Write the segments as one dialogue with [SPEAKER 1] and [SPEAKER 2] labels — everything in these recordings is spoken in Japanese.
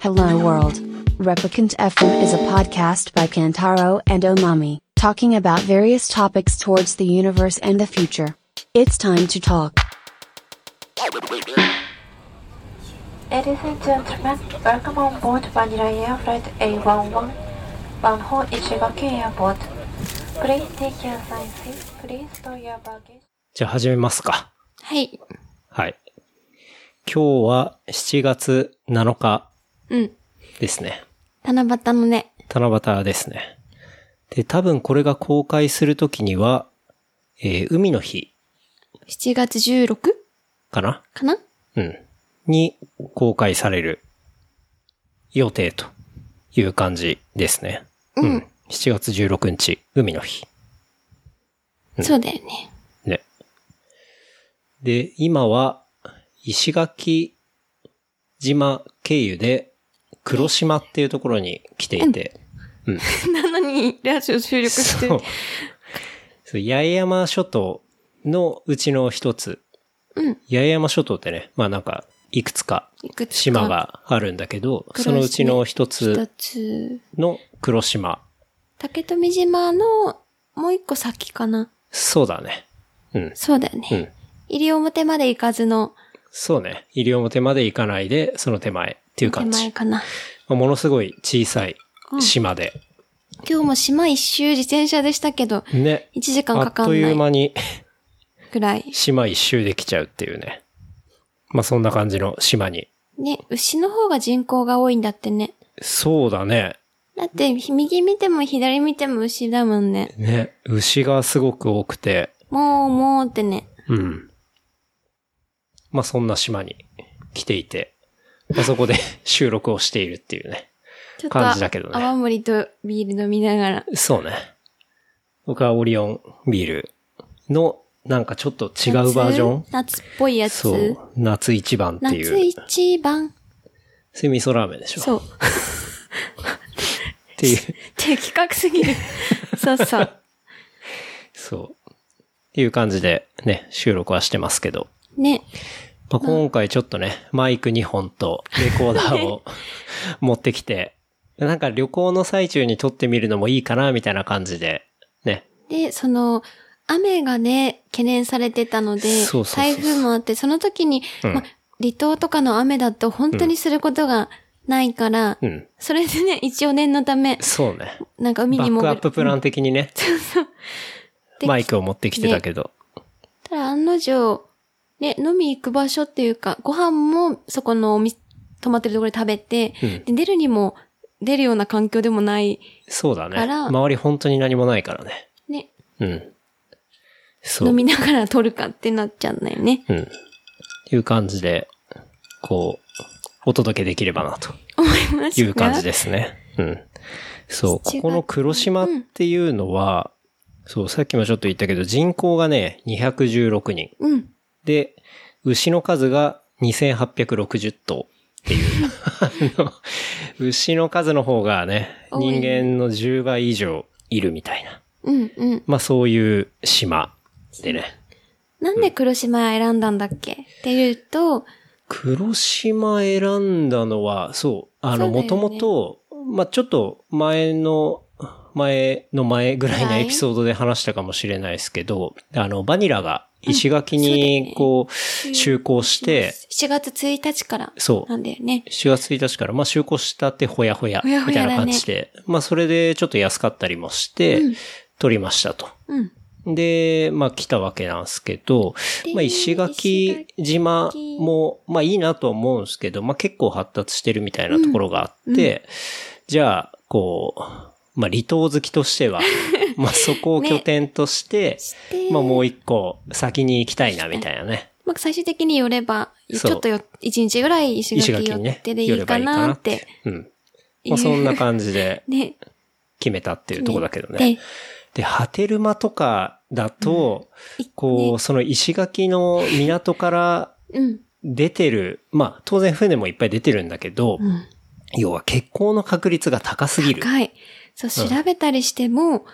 [SPEAKER 1] Hello World. Replicant FM is a podcast by Kantaro and Omami, talking about various topics towards the universe and the future. It's time to talk.
[SPEAKER 2] Ladies and gentlemen, welcome on board Vanilla Air Flight A11, Banho Ishigaki Airport. Please take your assigned seat. Please store your baggage.
[SPEAKER 3] じゃあ始めますか。
[SPEAKER 4] はい。
[SPEAKER 3] はい。今日は7月7日
[SPEAKER 4] うん。
[SPEAKER 3] ですね。
[SPEAKER 4] 七夕のね。
[SPEAKER 3] 七夕ですね。で、多分これが公開するときには、えー海の日
[SPEAKER 4] 7月 16?
[SPEAKER 3] かな
[SPEAKER 4] かな
[SPEAKER 3] うん。に公開される予定という感じですね。うん。7月16日、海の日。
[SPEAKER 4] そうだよね。
[SPEAKER 3] ね。で、今は、石垣島経由で、黒島っていうところに来ていて、
[SPEAKER 4] なのに、ラジオ収録して
[SPEAKER 3] そう
[SPEAKER 4] る。
[SPEAKER 3] そう八重山諸島のうちの一つ、
[SPEAKER 4] うん
[SPEAKER 3] 八重山諸島ってね、まあなんか、いくつか
[SPEAKER 4] いくつか
[SPEAKER 3] 島。があるんだけど、
[SPEAKER 4] 黒島
[SPEAKER 3] そのうちの一
[SPEAKER 4] 一
[SPEAKER 3] つ
[SPEAKER 4] つ。
[SPEAKER 3] の黒島。
[SPEAKER 4] 竹富島の、もう一個先かな。
[SPEAKER 3] そうだね。うん。
[SPEAKER 4] そうだよ
[SPEAKER 3] う
[SPEAKER 4] ね。
[SPEAKER 3] ん。
[SPEAKER 4] 西表まで行かずの
[SPEAKER 3] そうね。西表まで行かないで、その手前っていう
[SPEAKER 4] 手
[SPEAKER 3] 感じ。
[SPEAKER 4] 前かな。
[SPEAKER 3] まあものすごい小さい島で。
[SPEAKER 4] 今日も島一周自転車でしたけど、
[SPEAKER 3] ね。
[SPEAKER 4] 1時間
[SPEAKER 3] あ
[SPEAKER 4] か
[SPEAKER 3] っ
[SPEAKER 4] か
[SPEAKER 3] と
[SPEAKER 4] ん
[SPEAKER 3] いう
[SPEAKER 4] ない
[SPEAKER 3] 間に
[SPEAKER 4] ぐらい。
[SPEAKER 3] 島一周できちゃうっていうね。まあそんな感じの島に。
[SPEAKER 4] ね、牛の方が人口が多いんだってね。
[SPEAKER 3] そうだね。
[SPEAKER 4] だって、右見ても左見ても牛だもんね。
[SPEAKER 3] ね。牛がすごく多くて。
[SPEAKER 4] もう、もうってね。
[SPEAKER 3] うん。まあそんな島に来ていて。まあそこで 収録をしているっていうね。
[SPEAKER 4] ちょっと
[SPEAKER 3] 感じだけどね
[SPEAKER 4] 泡盛とビール飲みながら。
[SPEAKER 3] そうね。僕はオリオンビールのなんかちょっと違うバージョン
[SPEAKER 4] 夏夏っぽいや
[SPEAKER 3] そ
[SPEAKER 4] つ
[SPEAKER 3] う。。夏一番っていう。
[SPEAKER 4] 夏一番。
[SPEAKER 3] それ味噌ラーメンでしょ
[SPEAKER 4] そう。
[SPEAKER 3] っていう。
[SPEAKER 4] 的確 すぎる。そうそう。
[SPEAKER 3] そう。っていう感じでね、収録はしてますけど。
[SPEAKER 4] ね。
[SPEAKER 3] まあ、今回ちょっとね、マイク2本とレコーダー を持ってきて、なんか旅行の最中に撮ってみるのもいいかな、みたいな感じで。ね。
[SPEAKER 4] で、その、雨がね、懸念されてたので
[SPEAKER 3] そうそうそう、
[SPEAKER 4] 台風もあって、その時に、
[SPEAKER 3] うん
[SPEAKER 4] ま、離島とかの雨だと本当にすることがないから、
[SPEAKER 3] うん。
[SPEAKER 4] それでね、一応念のため、
[SPEAKER 3] そうね。
[SPEAKER 4] なんか海
[SPEAKER 3] バ
[SPEAKER 4] に
[SPEAKER 3] ッ
[SPEAKER 4] 潜
[SPEAKER 3] クアッ
[SPEAKER 4] っ
[SPEAKER 3] ププラン的に ね、
[SPEAKER 4] て
[SPEAKER 3] マイクを持ってきてたけど。
[SPEAKER 4] たら案の定、ね、飲み行く場所っていうか、ご飯もそこのお店、泊まってるところで食べて、
[SPEAKER 3] うん
[SPEAKER 4] で出るにも出るような環境でもない、
[SPEAKER 3] そうだね。
[SPEAKER 4] から
[SPEAKER 3] 周り本当に何もないからね。
[SPEAKER 4] ね、
[SPEAKER 3] うん。そう。
[SPEAKER 4] 飲みながら撮るかってなっちゃうんだよね。
[SPEAKER 3] うん。っていう感じで、こう、お届けできればなと。
[SPEAKER 4] 思いまし た。
[SPEAKER 3] いう感じですね。うん。そう、こ
[SPEAKER 4] 7
[SPEAKER 3] この黒島っていうのは、そう、さっきもちょっと言ったけど、人口がね、216人。
[SPEAKER 4] うん。
[SPEAKER 3] で、牛の数が2860頭 っていう。あの牛の数の方がね、
[SPEAKER 4] 多い
[SPEAKER 3] 人間の10倍以上いるみたいな。
[SPEAKER 4] うん、うん。
[SPEAKER 3] まあそういう島でね。
[SPEAKER 4] なんで黒島選んだんだっけっていうと、
[SPEAKER 3] 黒島選んだのは、そう、あの、
[SPEAKER 4] そうだ
[SPEAKER 3] も
[SPEAKER 4] よね
[SPEAKER 3] ともと、まあ、ちょっと前の、前の前ぐらいの
[SPEAKER 4] はい
[SPEAKER 3] エピソードで話したかもしれないですけど、あの、バニラが石垣
[SPEAKER 4] そうだよ
[SPEAKER 3] に
[SPEAKER 4] ね、
[SPEAKER 3] こう、就航して、
[SPEAKER 4] 7月1日から
[SPEAKER 3] そう
[SPEAKER 4] なんだよね。
[SPEAKER 3] 7月1日から、まあ、就航したってほやほや、
[SPEAKER 4] ほやほ
[SPEAKER 3] みた
[SPEAKER 4] やだね
[SPEAKER 3] いな感じで、まあ、それでちょっと安かったりもして、取りましたと。
[SPEAKER 4] うん。
[SPEAKER 3] で、まあ来たわけなんですけど
[SPEAKER 4] で、
[SPEAKER 3] まあ石垣島も、まあいいなとは思うんですけど、まあ結構発達してるみたいなところがあって、じゃあ、こう、まあ離島好きとして は、まあそこを拠点として、
[SPEAKER 4] して、
[SPEAKER 3] まあ
[SPEAKER 4] ま
[SPEAKER 3] もう一個先に行きたいなみたいなね。
[SPEAKER 4] あ、最終的に寄れば、ち
[SPEAKER 3] そう
[SPEAKER 4] ょっとよ、1日ぐらい石
[SPEAKER 3] 石
[SPEAKER 4] 垣
[SPEAKER 3] 垣に
[SPEAKER 4] 寄
[SPEAKER 3] ね
[SPEAKER 4] っ、てでい
[SPEAKER 3] 寄
[SPEAKER 4] い
[SPEAKER 3] れば
[SPEAKER 4] か
[SPEAKER 3] いいか
[SPEAKER 4] な
[SPEAKER 3] なっ
[SPEAKER 4] って
[SPEAKER 3] て。。うん。まあそんな感じで
[SPEAKER 4] ね。
[SPEAKER 3] 決めたっていうところだけどね。
[SPEAKER 4] で、
[SPEAKER 3] で、波照間とかだと、
[SPEAKER 4] うんい
[SPEAKER 3] こ
[SPEAKER 4] ね
[SPEAKER 3] う、その石垣の港から、
[SPEAKER 4] うん。
[SPEAKER 3] 出てる、まあ当然船もいっぱい出てるんだけど、
[SPEAKER 4] うん。
[SPEAKER 3] 要は欠航の確率が高すぎる。
[SPEAKER 4] 高い。そう、調べたりしても、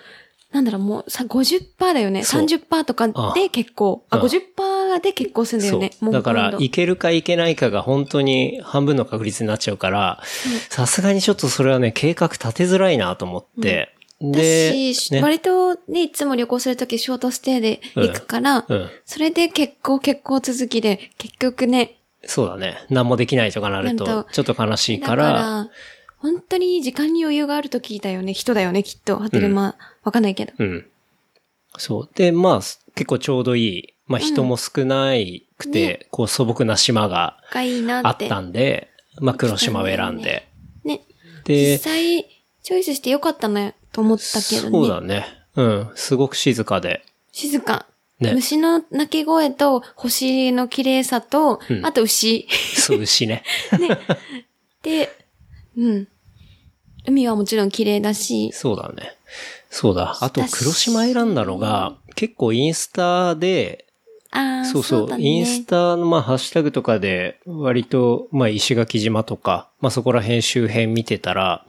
[SPEAKER 4] なんだろう、もうさ、50%だよね。
[SPEAKER 3] そう
[SPEAKER 4] 30%とかで結構。あ、
[SPEAKER 3] うん
[SPEAKER 4] 50%で結構するんだよね。
[SPEAKER 3] そう。だから、
[SPEAKER 4] い
[SPEAKER 3] いけるかいけないかが本当に半分の確率になっちゃうから、さすがにちょっとそれはね、計画立てづらいなと思って。で、
[SPEAKER 4] 私、
[SPEAKER 3] ね、
[SPEAKER 4] 割とね、いつも旅行するときショートステイで行くから、
[SPEAKER 3] うん。
[SPEAKER 4] それで結構結構続きで、結局ね、
[SPEAKER 3] そうだね。何もできないとかなる
[SPEAKER 4] なん
[SPEAKER 3] と
[SPEAKER 4] と、
[SPEAKER 3] ちょっと悲しい
[SPEAKER 4] だ
[SPEAKER 3] か、
[SPEAKER 4] からら、本当に時間に余裕があるときだよね、人だよね、きっと。ホテルまあ、わかんないけど。
[SPEAKER 3] うん。そう。で、まあ、結構ちょうどいい。まあ、人も少ないくて、こう素朴な島が
[SPEAKER 4] がいいな
[SPEAKER 3] あ
[SPEAKER 4] っ。
[SPEAKER 3] ってたんで、まあ、黒島を選んで。
[SPEAKER 4] ね。
[SPEAKER 3] で
[SPEAKER 4] 実、際、チョイスしてよかったね、と思ったけどね。
[SPEAKER 3] そうだね。うん。すごく静かで。
[SPEAKER 4] 静か。
[SPEAKER 3] ね。
[SPEAKER 4] 虫の鳴き声と星の綺麗さと、
[SPEAKER 3] うん
[SPEAKER 4] あと牛。
[SPEAKER 3] そう、牛 ね。
[SPEAKER 4] で、うん。海はもちろん綺麗だし、
[SPEAKER 3] そうだね。そうだ。あと、
[SPEAKER 4] だし
[SPEAKER 3] 黒島選んだのが、結構インスタで、
[SPEAKER 4] ああ、
[SPEAKER 3] そうそう、
[SPEAKER 4] だね、
[SPEAKER 3] インスタの、まあ、ハッシュタグとかで、割と、まあ、石垣島とか、まあ、そこら辺周辺見てたら、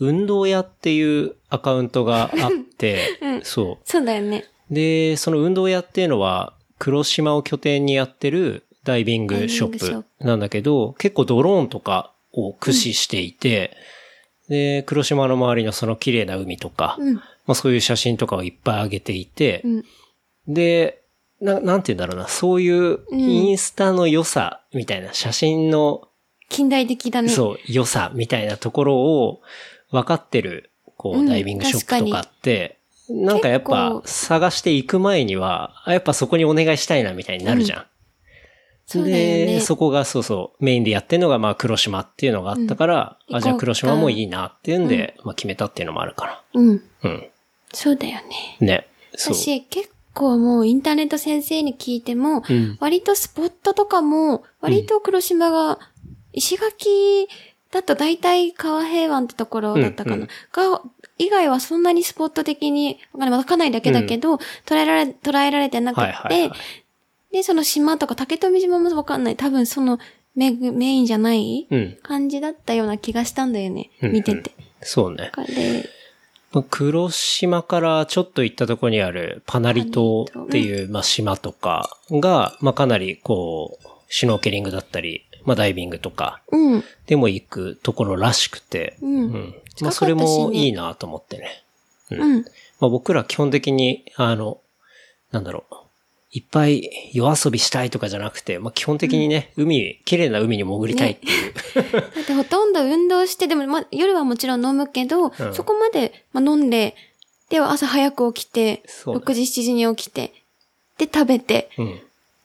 [SPEAKER 3] 運動屋っていうアカウントがあ って、そ
[SPEAKER 4] そうだよね。
[SPEAKER 3] う。で、その運動屋っていうのは、黒島を拠点にやってるダイビングショ
[SPEAKER 4] ダイビングショッ
[SPEAKER 3] ップなんだけど、結構ドローンとかを駆使していて、で、黒島の周りのその綺麗な海とか、
[SPEAKER 4] うん。
[SPEAKER 3] まあ、そういう写真とかをいっぱい上げていて、
[SPEAKER 4] うん。
[SPEAKER 3] で、な、なんて言うんだろうな、そういうインスタの良さみたいな、写真の、
[SPEAKER 4] 近代的だね。
[SPEAKER 3] そう、良さみたいなところを分かってる、こう、
[SPEAKER 4] うん
[SPEAKER 3] ダイビングショップとかって、なんかやっぱ
[SPEAKER 4] 結構
[SPEAKER 3] 探していく前には、あやっぱそこにお願いしたいなみたいになるじゃん。
[SPEAKER 4] そうだよ
[SPEAKER 3] で、
[SPEAKER 4] ね。
[SPEAKER 3] そこがそうそう、メインでやってるのがまあ黒島っていうのがあったから、
[SPEAKER 4] うん
[SPEAKER 3] あ、じゃあ
[SPEAKER 4] 行こうか
[SPEAKER 3] 黒島もいいなっていうんで、まあ決めたっていうのもあるか
[SPEAKER 4] うん。
[SPEAKER 3] ら。うん。
[SPEAKER 4] そうだよね。
[SPEAKER 3] ね。そう。
[SPEAKER 4] 私、結構もうインターネット先生に聞いても、
[SPEAKER 3] うん。
[SPEAKER 4] 割とスポットとかも、割と黒島が、石垣だと大体川平湾ってところだったかな。
[SPEAKER 3] うんうん
[SPEAKER 4] が、以外はそんなにスポット的に、わかんないわかんないだけだけど、捉えられ、捉えられてなくって、
[SPEAKER 3] はいはいはい。
[SPEAKER 4] で、その島とか竹富島もわかんない。多分そのメグメインじゃない
[SPEAKER 3] うん。
[SPEAKER 4] 感じだったような気がしたんだよね。
[SPEAKER 3] うんうん
[SPEAKER 4] 見てて。
[SPEAKER 3] そうね。
[SPEAKER 4] で、
[SPEAKER 3] まあ黒島からちょっと行ったところにあるパナリ島っていう、まあ、島とかが、まあ、かなりこう、シュノーケリングだったり、まあ、ダイビングとか
[SPEAKER 4] うん。
[SPEAKER 3] でも行くところらしくて、
[SPEAKER 4] う
[SPEAKER 3] ま
[SPEAKER 4] ん近かった
[SPEAKER 3] あ、
[SPEAKER 4] しね
[SPEAKER 3] それもいいなと思ってね。
[SPEAKER 4] うん。
[SPEAKER 3] まあ、僕ら基本的に、あの、なんだろう。いっぱい夜遊びしたいとかじゃなくて、まあ、基本的にね、海、綺麗な海に潜りたいっていう。
[SPEAKER 4] だってほとんど運動して、でも、ま、夜はもちろん飲むけど、
[SPEAKER 3] ん
[SPEAKER 4] そこまで、ま、飲んで、で、朝早く起きて、
[SPEAKER 3] そうだ
[SPEAKER 4] 6時、7時に起きて、で、食べて、
[SPEAKER 3] うん。
[SPEAKER 4] っ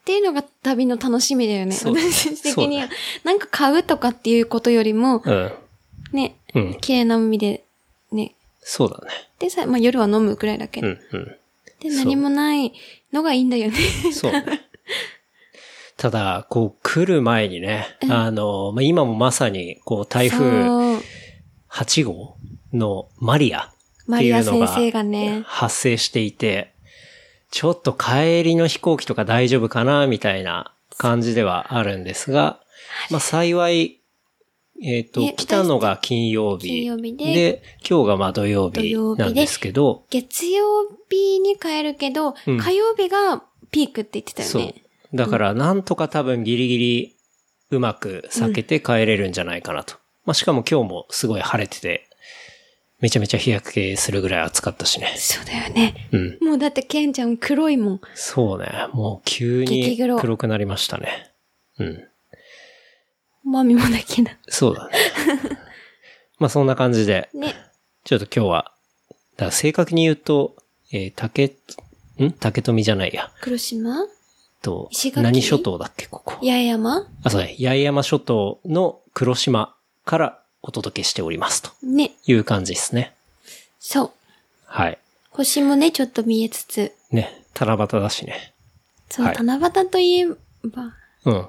[SPEAKER 4] ていうのが旅の楽しみだよね。
[SPEAKER 3] そうだ
[SPEAKER 4] 私的には
[SPEAKER 3] そう。
[SPEAKER 4] なんか買うとかっていうことよりも、
[SPEAKER 3] うん。
[SPEAKER 4] ね、
[SPEAKER 3] うん。
[SPEAKER 4] 綺麗な海で、ね、
[SPEAKER 3] そうだね。
[SPEAKER 4] でさ、まあ、夜は飲むくらいだけど、
[SPEAKER 3] うん、うん。
[SPEAKER 4] で、
[SPEAKER 3] そう
[SPEAKER 4] 何もないのがいいんだよね。
[SPEAKER 3] そうね。ただ、こう来る前にね、あの、まあ、今もまさに、こう台風
[SPEAKER 4] そう
[SPEAKER 3] 8号のマリアっ
[SPEAKER 4] マ
[SPEAKER 3] て
[SPEAKER 4] リ
[SPEAKER 3] い
[SPEAKER 4] ア
[SPEAKER 3] うの
[SPEAKER 4] 先
[SPEAKER 3] が
[SPEAKER 4] 生がね、
[SPEAKER 3] 発生していて、ちょっと帰りの飛行機とか大丈夫かな、みたいな感じではあるんですが、まあ幸い、えっ、
[SPEAKER 4] ね
[SPEAKER 3] と、来たのが金曜日。
[SPEAKER 4] 金曜日で
[SPEAKER 3] で、今日がまあ土曜
[SPEAKER 4] 土
[SPEAKER 3] 日
[SPEAKER 4] 曜日で
[SPEAKER 3] なんですけど、
[SPEAKER 4] 月曜日に帰るけど、
[SPEAKER 3] うん
[SPEAKER 4] 火曜日がピークって言ってたよね。
[SPEAKER 3] そう。だから、なんとか多分ギリギリうまく避けて帰れるんじゃないかなと。まあ、しかも今日もすごい晴れてて、めちゃめちゃ日焼けするぐらい暑かったしね。
[SPEAKER 4] そうだよね。
[SPEAKER 3] うん。
[SPEAKER 4] もうだってケンちゃん黒いもん。
[SPEAKER 3] そうね。もう急に
[SPEAKER 4] 激黒
[SPEAKER 3] 黒くなりましたね。うん。
[SPEAKER 4] マミもだけだ。
[SPEAKER 3] そうだね。 まあそんな感じで、
[SPEAKER 4] ね。
[SPEAKER 3] ちょっと今日は、だから正確に言うと、えー竹、ん竹富じゃないや。
[SPEAKER 4] 黒島
[SPEAKER 3] と
[SPEAKER 4] 石、垣
[SPEAKER 3] 何諸島だっけ、ここ。
[SPEAKER 4] 八重山
[SPEAKER 3] あ、そうね。八重山諸島の黒島からお届けしておりますと
[SPEAKER 4] ね。
[SPEAKER 3] いう感じですね。
[SPEAKER 4] そう。
[SPEAKER 3] はい。
[SPEAKER 4] 星もね、ちょっと見えつつ。
[SPEAKER 3] ね。七夕だしね。
[SPEAKER 4] そう、
[SPEAKER 3] はい
[SPEAKER 4] 七夕といえば、
[SPEAKER 3] うん。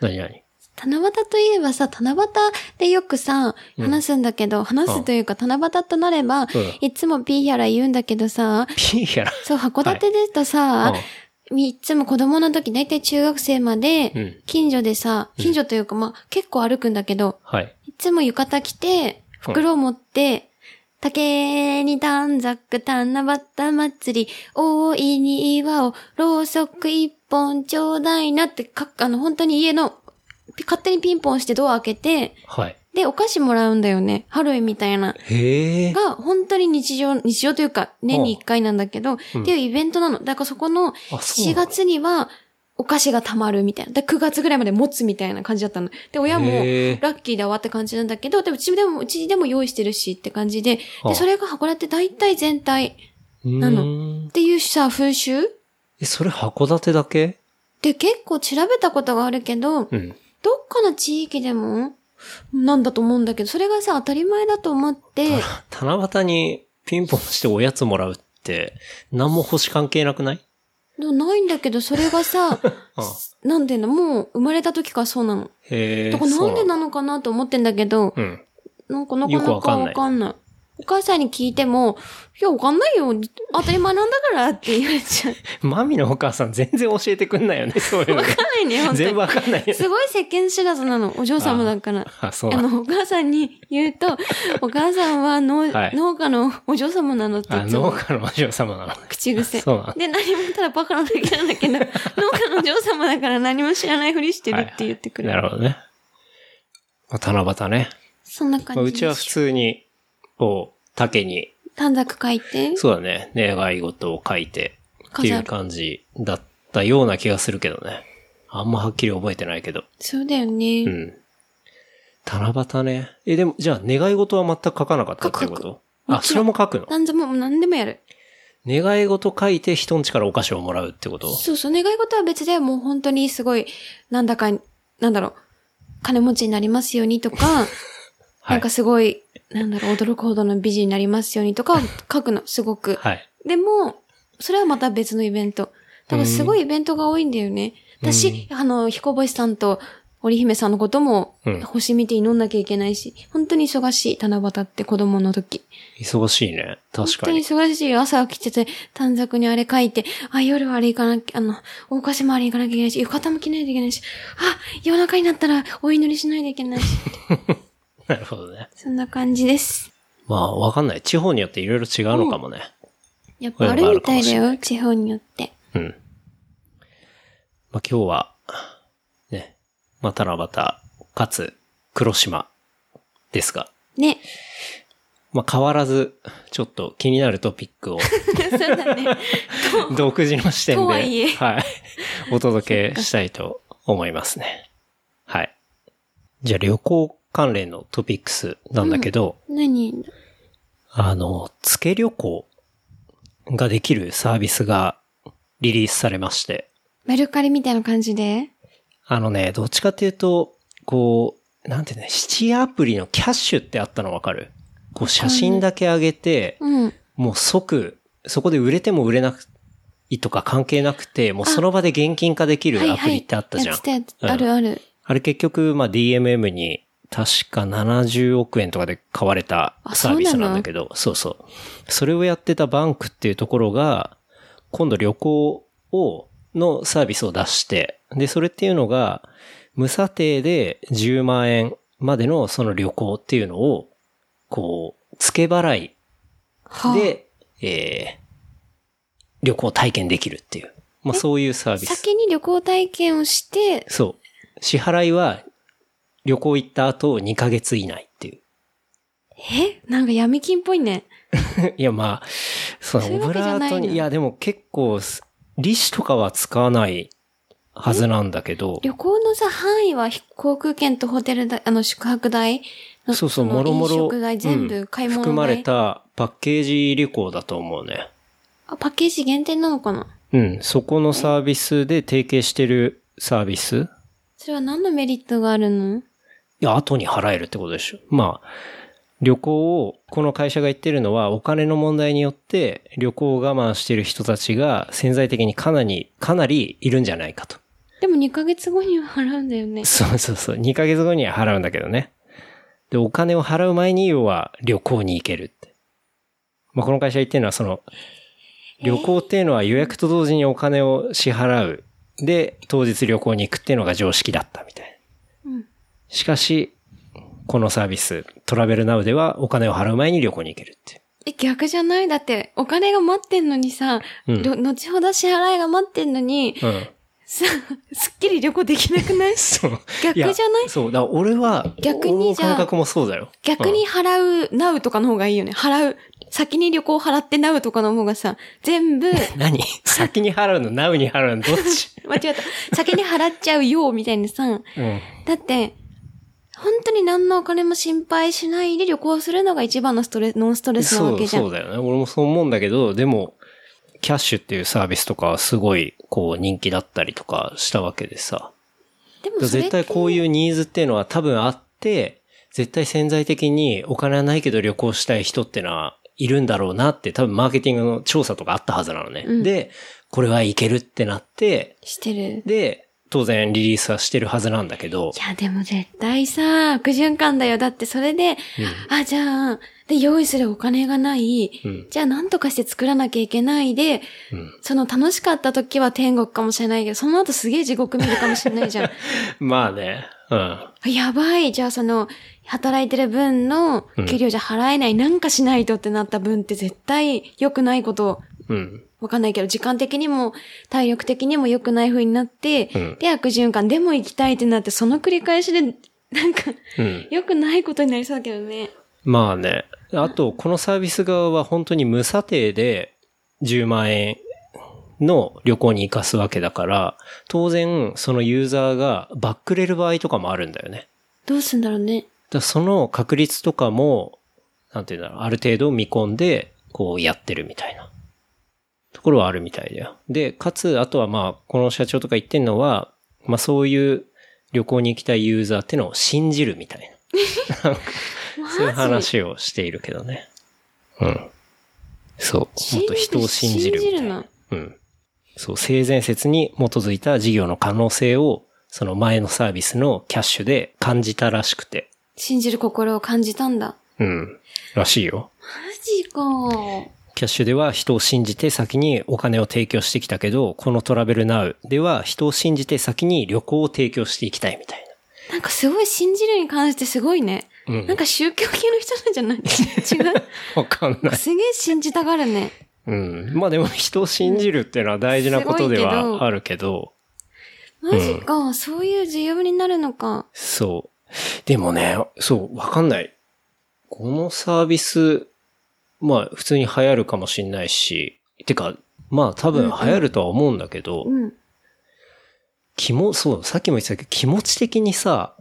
[SPEAKER 3] なになに
[SPEAKER 4] 七夕といえばさ、七夕でよくさ、話すんだけど、話すというか、七夕となれば、いつもピーヒャラ言うんだけどさ、
[SPEAKER 3] ピーやら。
[SPEAKER 4] そう、函館ですとさ、い、つも子供の時、だいたい中学生ま
[SPEAKER 3] う
[SPEAKER 4] で
[SPEAKER 3] ん、
[SPEAKER 4] 近所でさ、近所というか、まあ、結構歩くんだけど、
[SPEAKER 3] はい。
[SPEAKER 4] いつも浴衣着て、袋を持って、竹に短冊七夕祭り、大いに岩を、ろうそく一本ちょうだいなって、か、あの、本当に家の、ピ勝手にピンポンしてドア開けて、
[SPEAKER 3] はい。
[SPEAKER 4] で、お菓子もらうんだよね。ハロウィンみたいな。
[SPEAKER 3] へえ。
[SPEAKER 4] が、本当に日常、日常というか、年に一回なんだけど、
[SPEAKER 3] うん
[SPEAKER 4] っていうイベントなの。だからそこの、
[SPEAKER 3] あそうな
[SPEAKER 4] 4
[SPEAKER 3] の
[SPEAKER 4] 月には、お菓子が溜まるみたいな。で、9月ぐらいまで持つみたいな感じだったの。で、親も、
[SPEAKER 3] へー
[SPEAKER 4] ラッキーだわって感じなんだけど、でもうちでも、うちでも用意してるしって感じで、
[SPEAKER 3] あ
[SPEAKER 4] で、それが函館大体全体なの
[SPEAKER 3] うーん
[SPEAKER 4] っていうさ、風習
[SPEAKER 3] え、それ函館だけ
[SPEAKER 4] で、結構調べたことがあるけど、
[SPEAKER 3] うん。
[SPEAKER 4] どっかの地域でも、なんだと思うんだけど、それがさ、当たり前だと思って、
[SPEAKER 3] 七夕にピンポンしておやつもらうって、何も星関係なくない
[SPEAKER 4] でもないんだけど、それ がさ、
[SPEAKER 3] うん。
[SPEAKER 4] なんていうの、もう生まれた時からそうなの。
[SPEAKER 3] へえ。
[SPEAKER 4] だからなんで
[SPEAKER 3] そう
[SPEAKER 4] なのかなと思ってんだけ
[SPEAKER 3] の
[SPEAKER 4] ど、
[SPEAKER 3] うん。
[SPEAKER 4] なんかなか
[SPEAKER 3] よく
[SPEAKER 4] な
[SPEAKER 3] わか
[SPEAKER 4] か
[SPEAKER 3] んない
[SPEAKER 4] わかんない。お母さんに聞いても、いや、わかんないよ。当たり前なんだからって言わ れちゃう。わ
[SPEAKER 3] マミのお母さん全然教えてくんないよね、そういうのね。
[SPEAKER 4] かんないね、本当
[SPEAKER 3] 全
[SPEAKER 4] に
[SPEAKER 3] 部。わかんないよね。
[SPEAKER 4] すごい世間知らずなの。お嬢様だから。
[SPEAKER 3] あ、そう
[SPEAKER 4] あ
[SPEAKER 3] なんだ。
[SPEAKER 4] の、お母さんに言う と、お母さんは農、
[SPEAKER 3] はい
[SPEAKER 4] 農家のお嬢様なのって
[SPEAKER 3] あ、
[SPEAKER 4] いつも
[SPEAKER 3] 農家のお嬢様なのね。
[SPEAKER 4] 口癖。
[SPEAKER 3] そうなの
[SPEAKER 4] で、何も言ったらバカなだけなん だけど、農家のお嬢様だから何も知らないふりしてるって言ってくる。
[SPEAKER 3] なるほどね。まあ、七夕ね。
[SPEAKER 4] そんな感
[SPEAKER 3] まあ、
[SPEAKER 4] じ。
[SPEAKER 3] うちは普通に、こう、竹に、
[SPEAKER 4] 短冊書いて、
[SPEAKER 3] そうだね、願い事を書いて、ってい
[SPEAKER 4] 飾
[SPEAKER 3] う
[SPEAKER 4] る。
[SPEAKER 3] 感じだったような気がするけどね。あんまはっきり覚えてないけど。
[SPEAKER 4] そうだよね。
[SPEAKER 3] うん。七夕ね。え、でも、じゃあ、願い事は全く書かなかったってこ
[SPEAKER 4] 書く書
[SPEAKER 3] とあ、それも書くの
[SPEAKER 4] なんでも、何でもやる。
[SPEAKER 3] 願い事書いて人んちからお菓子をもらうってこと
[SPEAKER 4] そうそう、願い事は別でもう本当にすごい、なんだか、なんだろう、金持ちになりますようにとか、
[SPEAKER 3] は
[SPEAKER 4] ないんか。すごい、なんだろう、驚くほどの美人になりますようにとかを書くの、すごく。
[SPEAKER 3] はい。
[SPEAKER 4] でも、それはまた別のイベント。だからすごいイベントが多いんだよね。私、あの、彦星さんと織姫さんのことも
[SPEAKER 3] うん、
[SPEAKER 4] 星見て祈んなきゃいけないし、本当に忙しい、七夕って子供の時。
[SPEAKER 3] 忙しいね。確か
[SPEAKER 4] 本
[SPEAKER 3] に。
[SPEAKER 4] 当に忙しいよ。朝起きてて、短冊にあれ書いて、あ、夜はあれ行かなきゃ、あの、お菓子もあれ行かなきゃいけないし、浴衣も着ないといけないし、あ、夜中になったらお祈りしないといけないし、
[SPEAKER 3] なるほどね。
[SPEAKER 4] そんな感じです。
[SPEAKER 3] まあ、わかんない。地方によっていろいろ違うのかもね。
[SPEAKER 4] やっぱあるみたいだよ、地方によって。
[SPEAKER 3] うん。まあ、今日は、ね、またらまた、かつ、黒島ですが、
[SPEAKER 4] ね。
[SPEAKER 3] まあ、変わらず、ちょっと気になるトピッ クを
[SPEAKER 4] そうだね。
[SPEAKER 3] 独自の視点で、
[SPEAKER 4] とはいえ
[SPEAKER 3] はい、お届けしたいと思いますね。はい。じゃあ、旅行関連のトピックスなんだけど、
[SPEAKER 4] 何
[SPEAKER 3] あの、つけ旅行ができるサービスがリリースされまして、
[SPEAKER 4] メルカリみたいな感じで
[SPEAKER 3] あのね、どっちかっていうと、こう、なんてね、七アプリのキャッシュってあったのわかるこう写真だけ上げて、
[SPEAKER 4] うん。
[SPEAKER 3] もう即、そこで売れても売れなくいとか関係なくて、もうその場で現金化できるアプリってあったじゃん。
[SPEAKER 4] はいはい、やってた
[SPEAKER 3] うん
[SPEAKER 4] やつあるある。
[SPEAKER 3] あれ結局、まあ DMM に確か70億円とかで買われた
[SPEAKER 4] あ
[SPEAKER 3] サービスなんだけど、そうそうそれをやってたバンクっていうところが、今度旅行を、のサービスを出して、で、それっていうのが、無査定で10万円までのその旅行っていうのを、こう、付け払い
[SPEAKER 4] はあ
[SPEAKER 3] で、えー、旅行体験できるっていう。まあそういうサービス。
[SPEAKER 4] 先に旅行体験をして、
[SPEAKER 3] そう。支払いは旅行行った後2ヶ月以内っていう。
[SPEAKER 4] えなんか闇金っぽいね。
[SPEAKER 3] いや、まあ、そ
[SPEAKER 4] そう
[SPEAKER 3] のオ
[SPEAKER 4] いうわ
[SPEAKER 3] ブ
[SPEAKER 4] けじゃ
[SPEAKER 3] ラ
[SPEAKER 4] ない
[SPEAKER 3] ー
[SPEAKER 4] の
[SPEAKER 3] トに、いや、でも結構す、利子とかは使わないはずなんだけど、
[SPEAKER 4] 旅行のさ、範囲は飛航空券とホテルだ、あの、宿泊代の
[SPEAKER 3] そうそう、
[SPEAKER 4] の
[SPEAKER 3] もろも
[SPEAKER 4] 飲
[SPEAKER 3] ろ、
[SPEAKER 4] 食代全
[SPEAKER 3] うん
[SPEAKER 4] 部買い物代、
[SPEAKER 3] 含まれたパッケージ旅行だと思うね。
[SPEAKER 4] あ、パッケージ限定なのかな
[SPEAKER 3] うん、そこのサービスで提携してるサービス
[SPEAKER 4] それは何のメリットがあるの
[SPEAKER 3] いや、後に払えるってことでしょ。まあ、旅行を、この会社が言ってるのは、お金の問題によって、旅行を我慢してる人たちが潜在的にかなり、かなりいるんじゃないかと。
[SPEAKER 4] でも2ヶ月後には払うんだよね。
[SPEAKER 3] そうそうそう。2ヶ月後には払うんだけどね。で、お金を払う前に、要は旅行に行けるって。まあ、この会社言ってるのは、その、旅行っていうのは予約と同時にお金を支払う。で、当日旅行に行くっていうのが常識だったみたいな。
[SPEAKER 4] うん
[SPEAKER 3] しかし、このサービス、トラベルナウではお金を払う前に旅行に行けるって。
[SPEAKER 4] え、逆じゃないだって、お金が待ってんのにさ、
[SPEAKER 3] うん
[SPEAKER 4] りょ後ほど支払いが待ってんのに、
[SPEAKER 3] うん。
[SPEAKER 4] さ、すっきり旅行できなくない
[SPEAKER 3] そう。
[SPEAKER 4] 逆じゃない
[SPEAKER 3] やそう。だから俺は、
[SPEAKER 4] 逆にじゃあ
[SPEAKER 3] 俺の感覚もそうだよ。
[SPEAKER 4] 逆に払う、なうとかの方がいいよね。払う。先に旅行払ってなうとかの方がさ、全部、
[SPEAKER 3] うん。何先に払うの、ナウに払うの、どっち
[SPEAKER 4] 間違った。先に払っちゃうよ、みたいなさ。
[SPEAKER 3] うん。
[SPEAKER 4] だって、本当に何のお金も心配しないで旅行するのが一番のストレス、ノンストレスなわけじゃん。
[SPEAKER 3] そう、そうだよね。俺もそう思うんだけど、でも、キャッシュっていうサービスとかはすごい、こう、人気だったりとかしたわけでさ。
[SPEAKER 4] で
[SPEAKER 3] だ
[SPEAKER 4] も
[SPEAKER 3] から
[SPEAKER 4] それ
[SPEAKER 3] 絶対こういうニーズっていうのは多分あって、絶対潜在的にお金はないけど旅行したい人ってのはいるんだろうなって多分マーケティングの調査とかあったはずなのね。
[SPEAKER 4] うん
[SPEAKER 3] で、これはいけるってなって、
[SPEAKER 4] してる。
[SPEAKER 3] で、当然リリースはしてるはずなんだけど
[SPEAKER 4] い、や、でも絶対さ、悪循環だよ。だってそれで、あ、じゃあ、で、用意するお金がない。
[SPEAKER 3] うん
[SPEAKER 4] じゃあ、なんとかして作らなきゃいけないで、
[SPEAKER 3] うん
[SPEAKER 4] その楽しかった時は天国かもしれないけど、その後すげえ地獄見るかもしれないじゃ ん。
[SPEAKER 3] まあね、うん。
[SPEAKER 4] あやばい。じゃあ、その、働いてる分の
[SPEAKER 3] うん
[SPEAKER 4] 給料じゃ払えない、なんかしないとってなった分って絶対良くないこと、
[SPEAKER 3] うん。
[SPEAKER 4] わかんないけど、時間的にも体力的にも良くない風になって、
[SPEAKER 3] うん
[SPEAKER 4] で、悪循環でも行きたいってなって、その繰り返しで、なんか、
[SPEAKER 3] うん。
[SPEAKER 4] 良くないことになりそうだけどね。
[SPEAKER 3] まあね。あと、このサービス側は本当に無査定で10万円の旅行に生かすわけだから、当然そのユーザーがバックれる場合とかもあるんだよね。
[SPEAKER 4] どうすんだろうね。
[SPEAKER 3] だからその確率とかも、なんていうんだろう、ある程度見込んで、こうやってるみたいな。ところはあるみたいだよ。で、かつ、あとはまあ、この社長とか言ってんのは、まあそういう旅行に行きたいユーザーってのを信じるみたいな。そういう話をしているけどね。うん。そう。もっと人を信じるみたいな。
[SPEAKER 4] 信じるの。
[SPEAKER 3] うん。そう、性善説に基づいた事業の可能性を、その前のサービスのキャッシュで感じたらしくて。
[SPEAKER 4] 信じる心を感じたんだ。
[SPEAKER 3] うん。らしいよ。
[SPEAKER 4] マジか。
[SPEAKER 3] キャッシュでは人を信じて先にお金を提供してきたけど、このトラベルナウでは人を信じて先に旅行を提供していきたいみたい
[SPEAKER 4] なんかすごい信じるに関してすごいね。
[SPEAKER 3] な。うん。
[SPEAKER 4] なんか宗教系の人なんじゃない違
[SPEAKER 3] わかんな
[SPEAKER 4] う
[SPEAKER 3] い。
[SPEAKER 4] すげえ信じたがるね。
[SPEAKER 3] うん。まあでも人を信じるっていうのは大事なことで
[SPEAKER 4] すごいけ
[SPEAKER 3] は
[SPEAKER 4] ど
[SPEAKER 3] あるけど、
[SPEAKER 4] マジか。そういう需要になるのか。
[SPEAKER 3] そう。でもね、そう、わかんない。このサービス、まあ普通に流行るかもしんないし、てか、まあ多分流行るとは思うんだけど、
[SPEAKER 4] うん。
[SPEAKER 3] 気も、そう、さっきも言ってたけど、気持ち的にさ、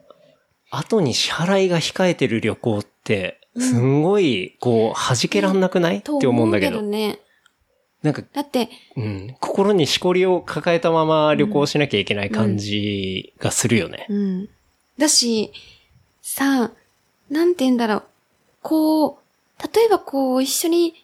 [SPEAKER 3] 後に支払いが控えてる旅行って、すんごい、こう、弾けらんなくない、
[SPEAKER 4] と
[SPEAKER 3] って思うんだけど。
[SPEAKER 4] ね。
[SPEAKER 3] なんか、
[SPEAKER 4] だって、
[SPEAKER 3] うん、心にしこりを抱えたまま旅行しなきゃいけない感じがするよね。
[SPEAKER 4] うん。だし、さあ、なんて言うんだろう。こう、例えばこう、一緒に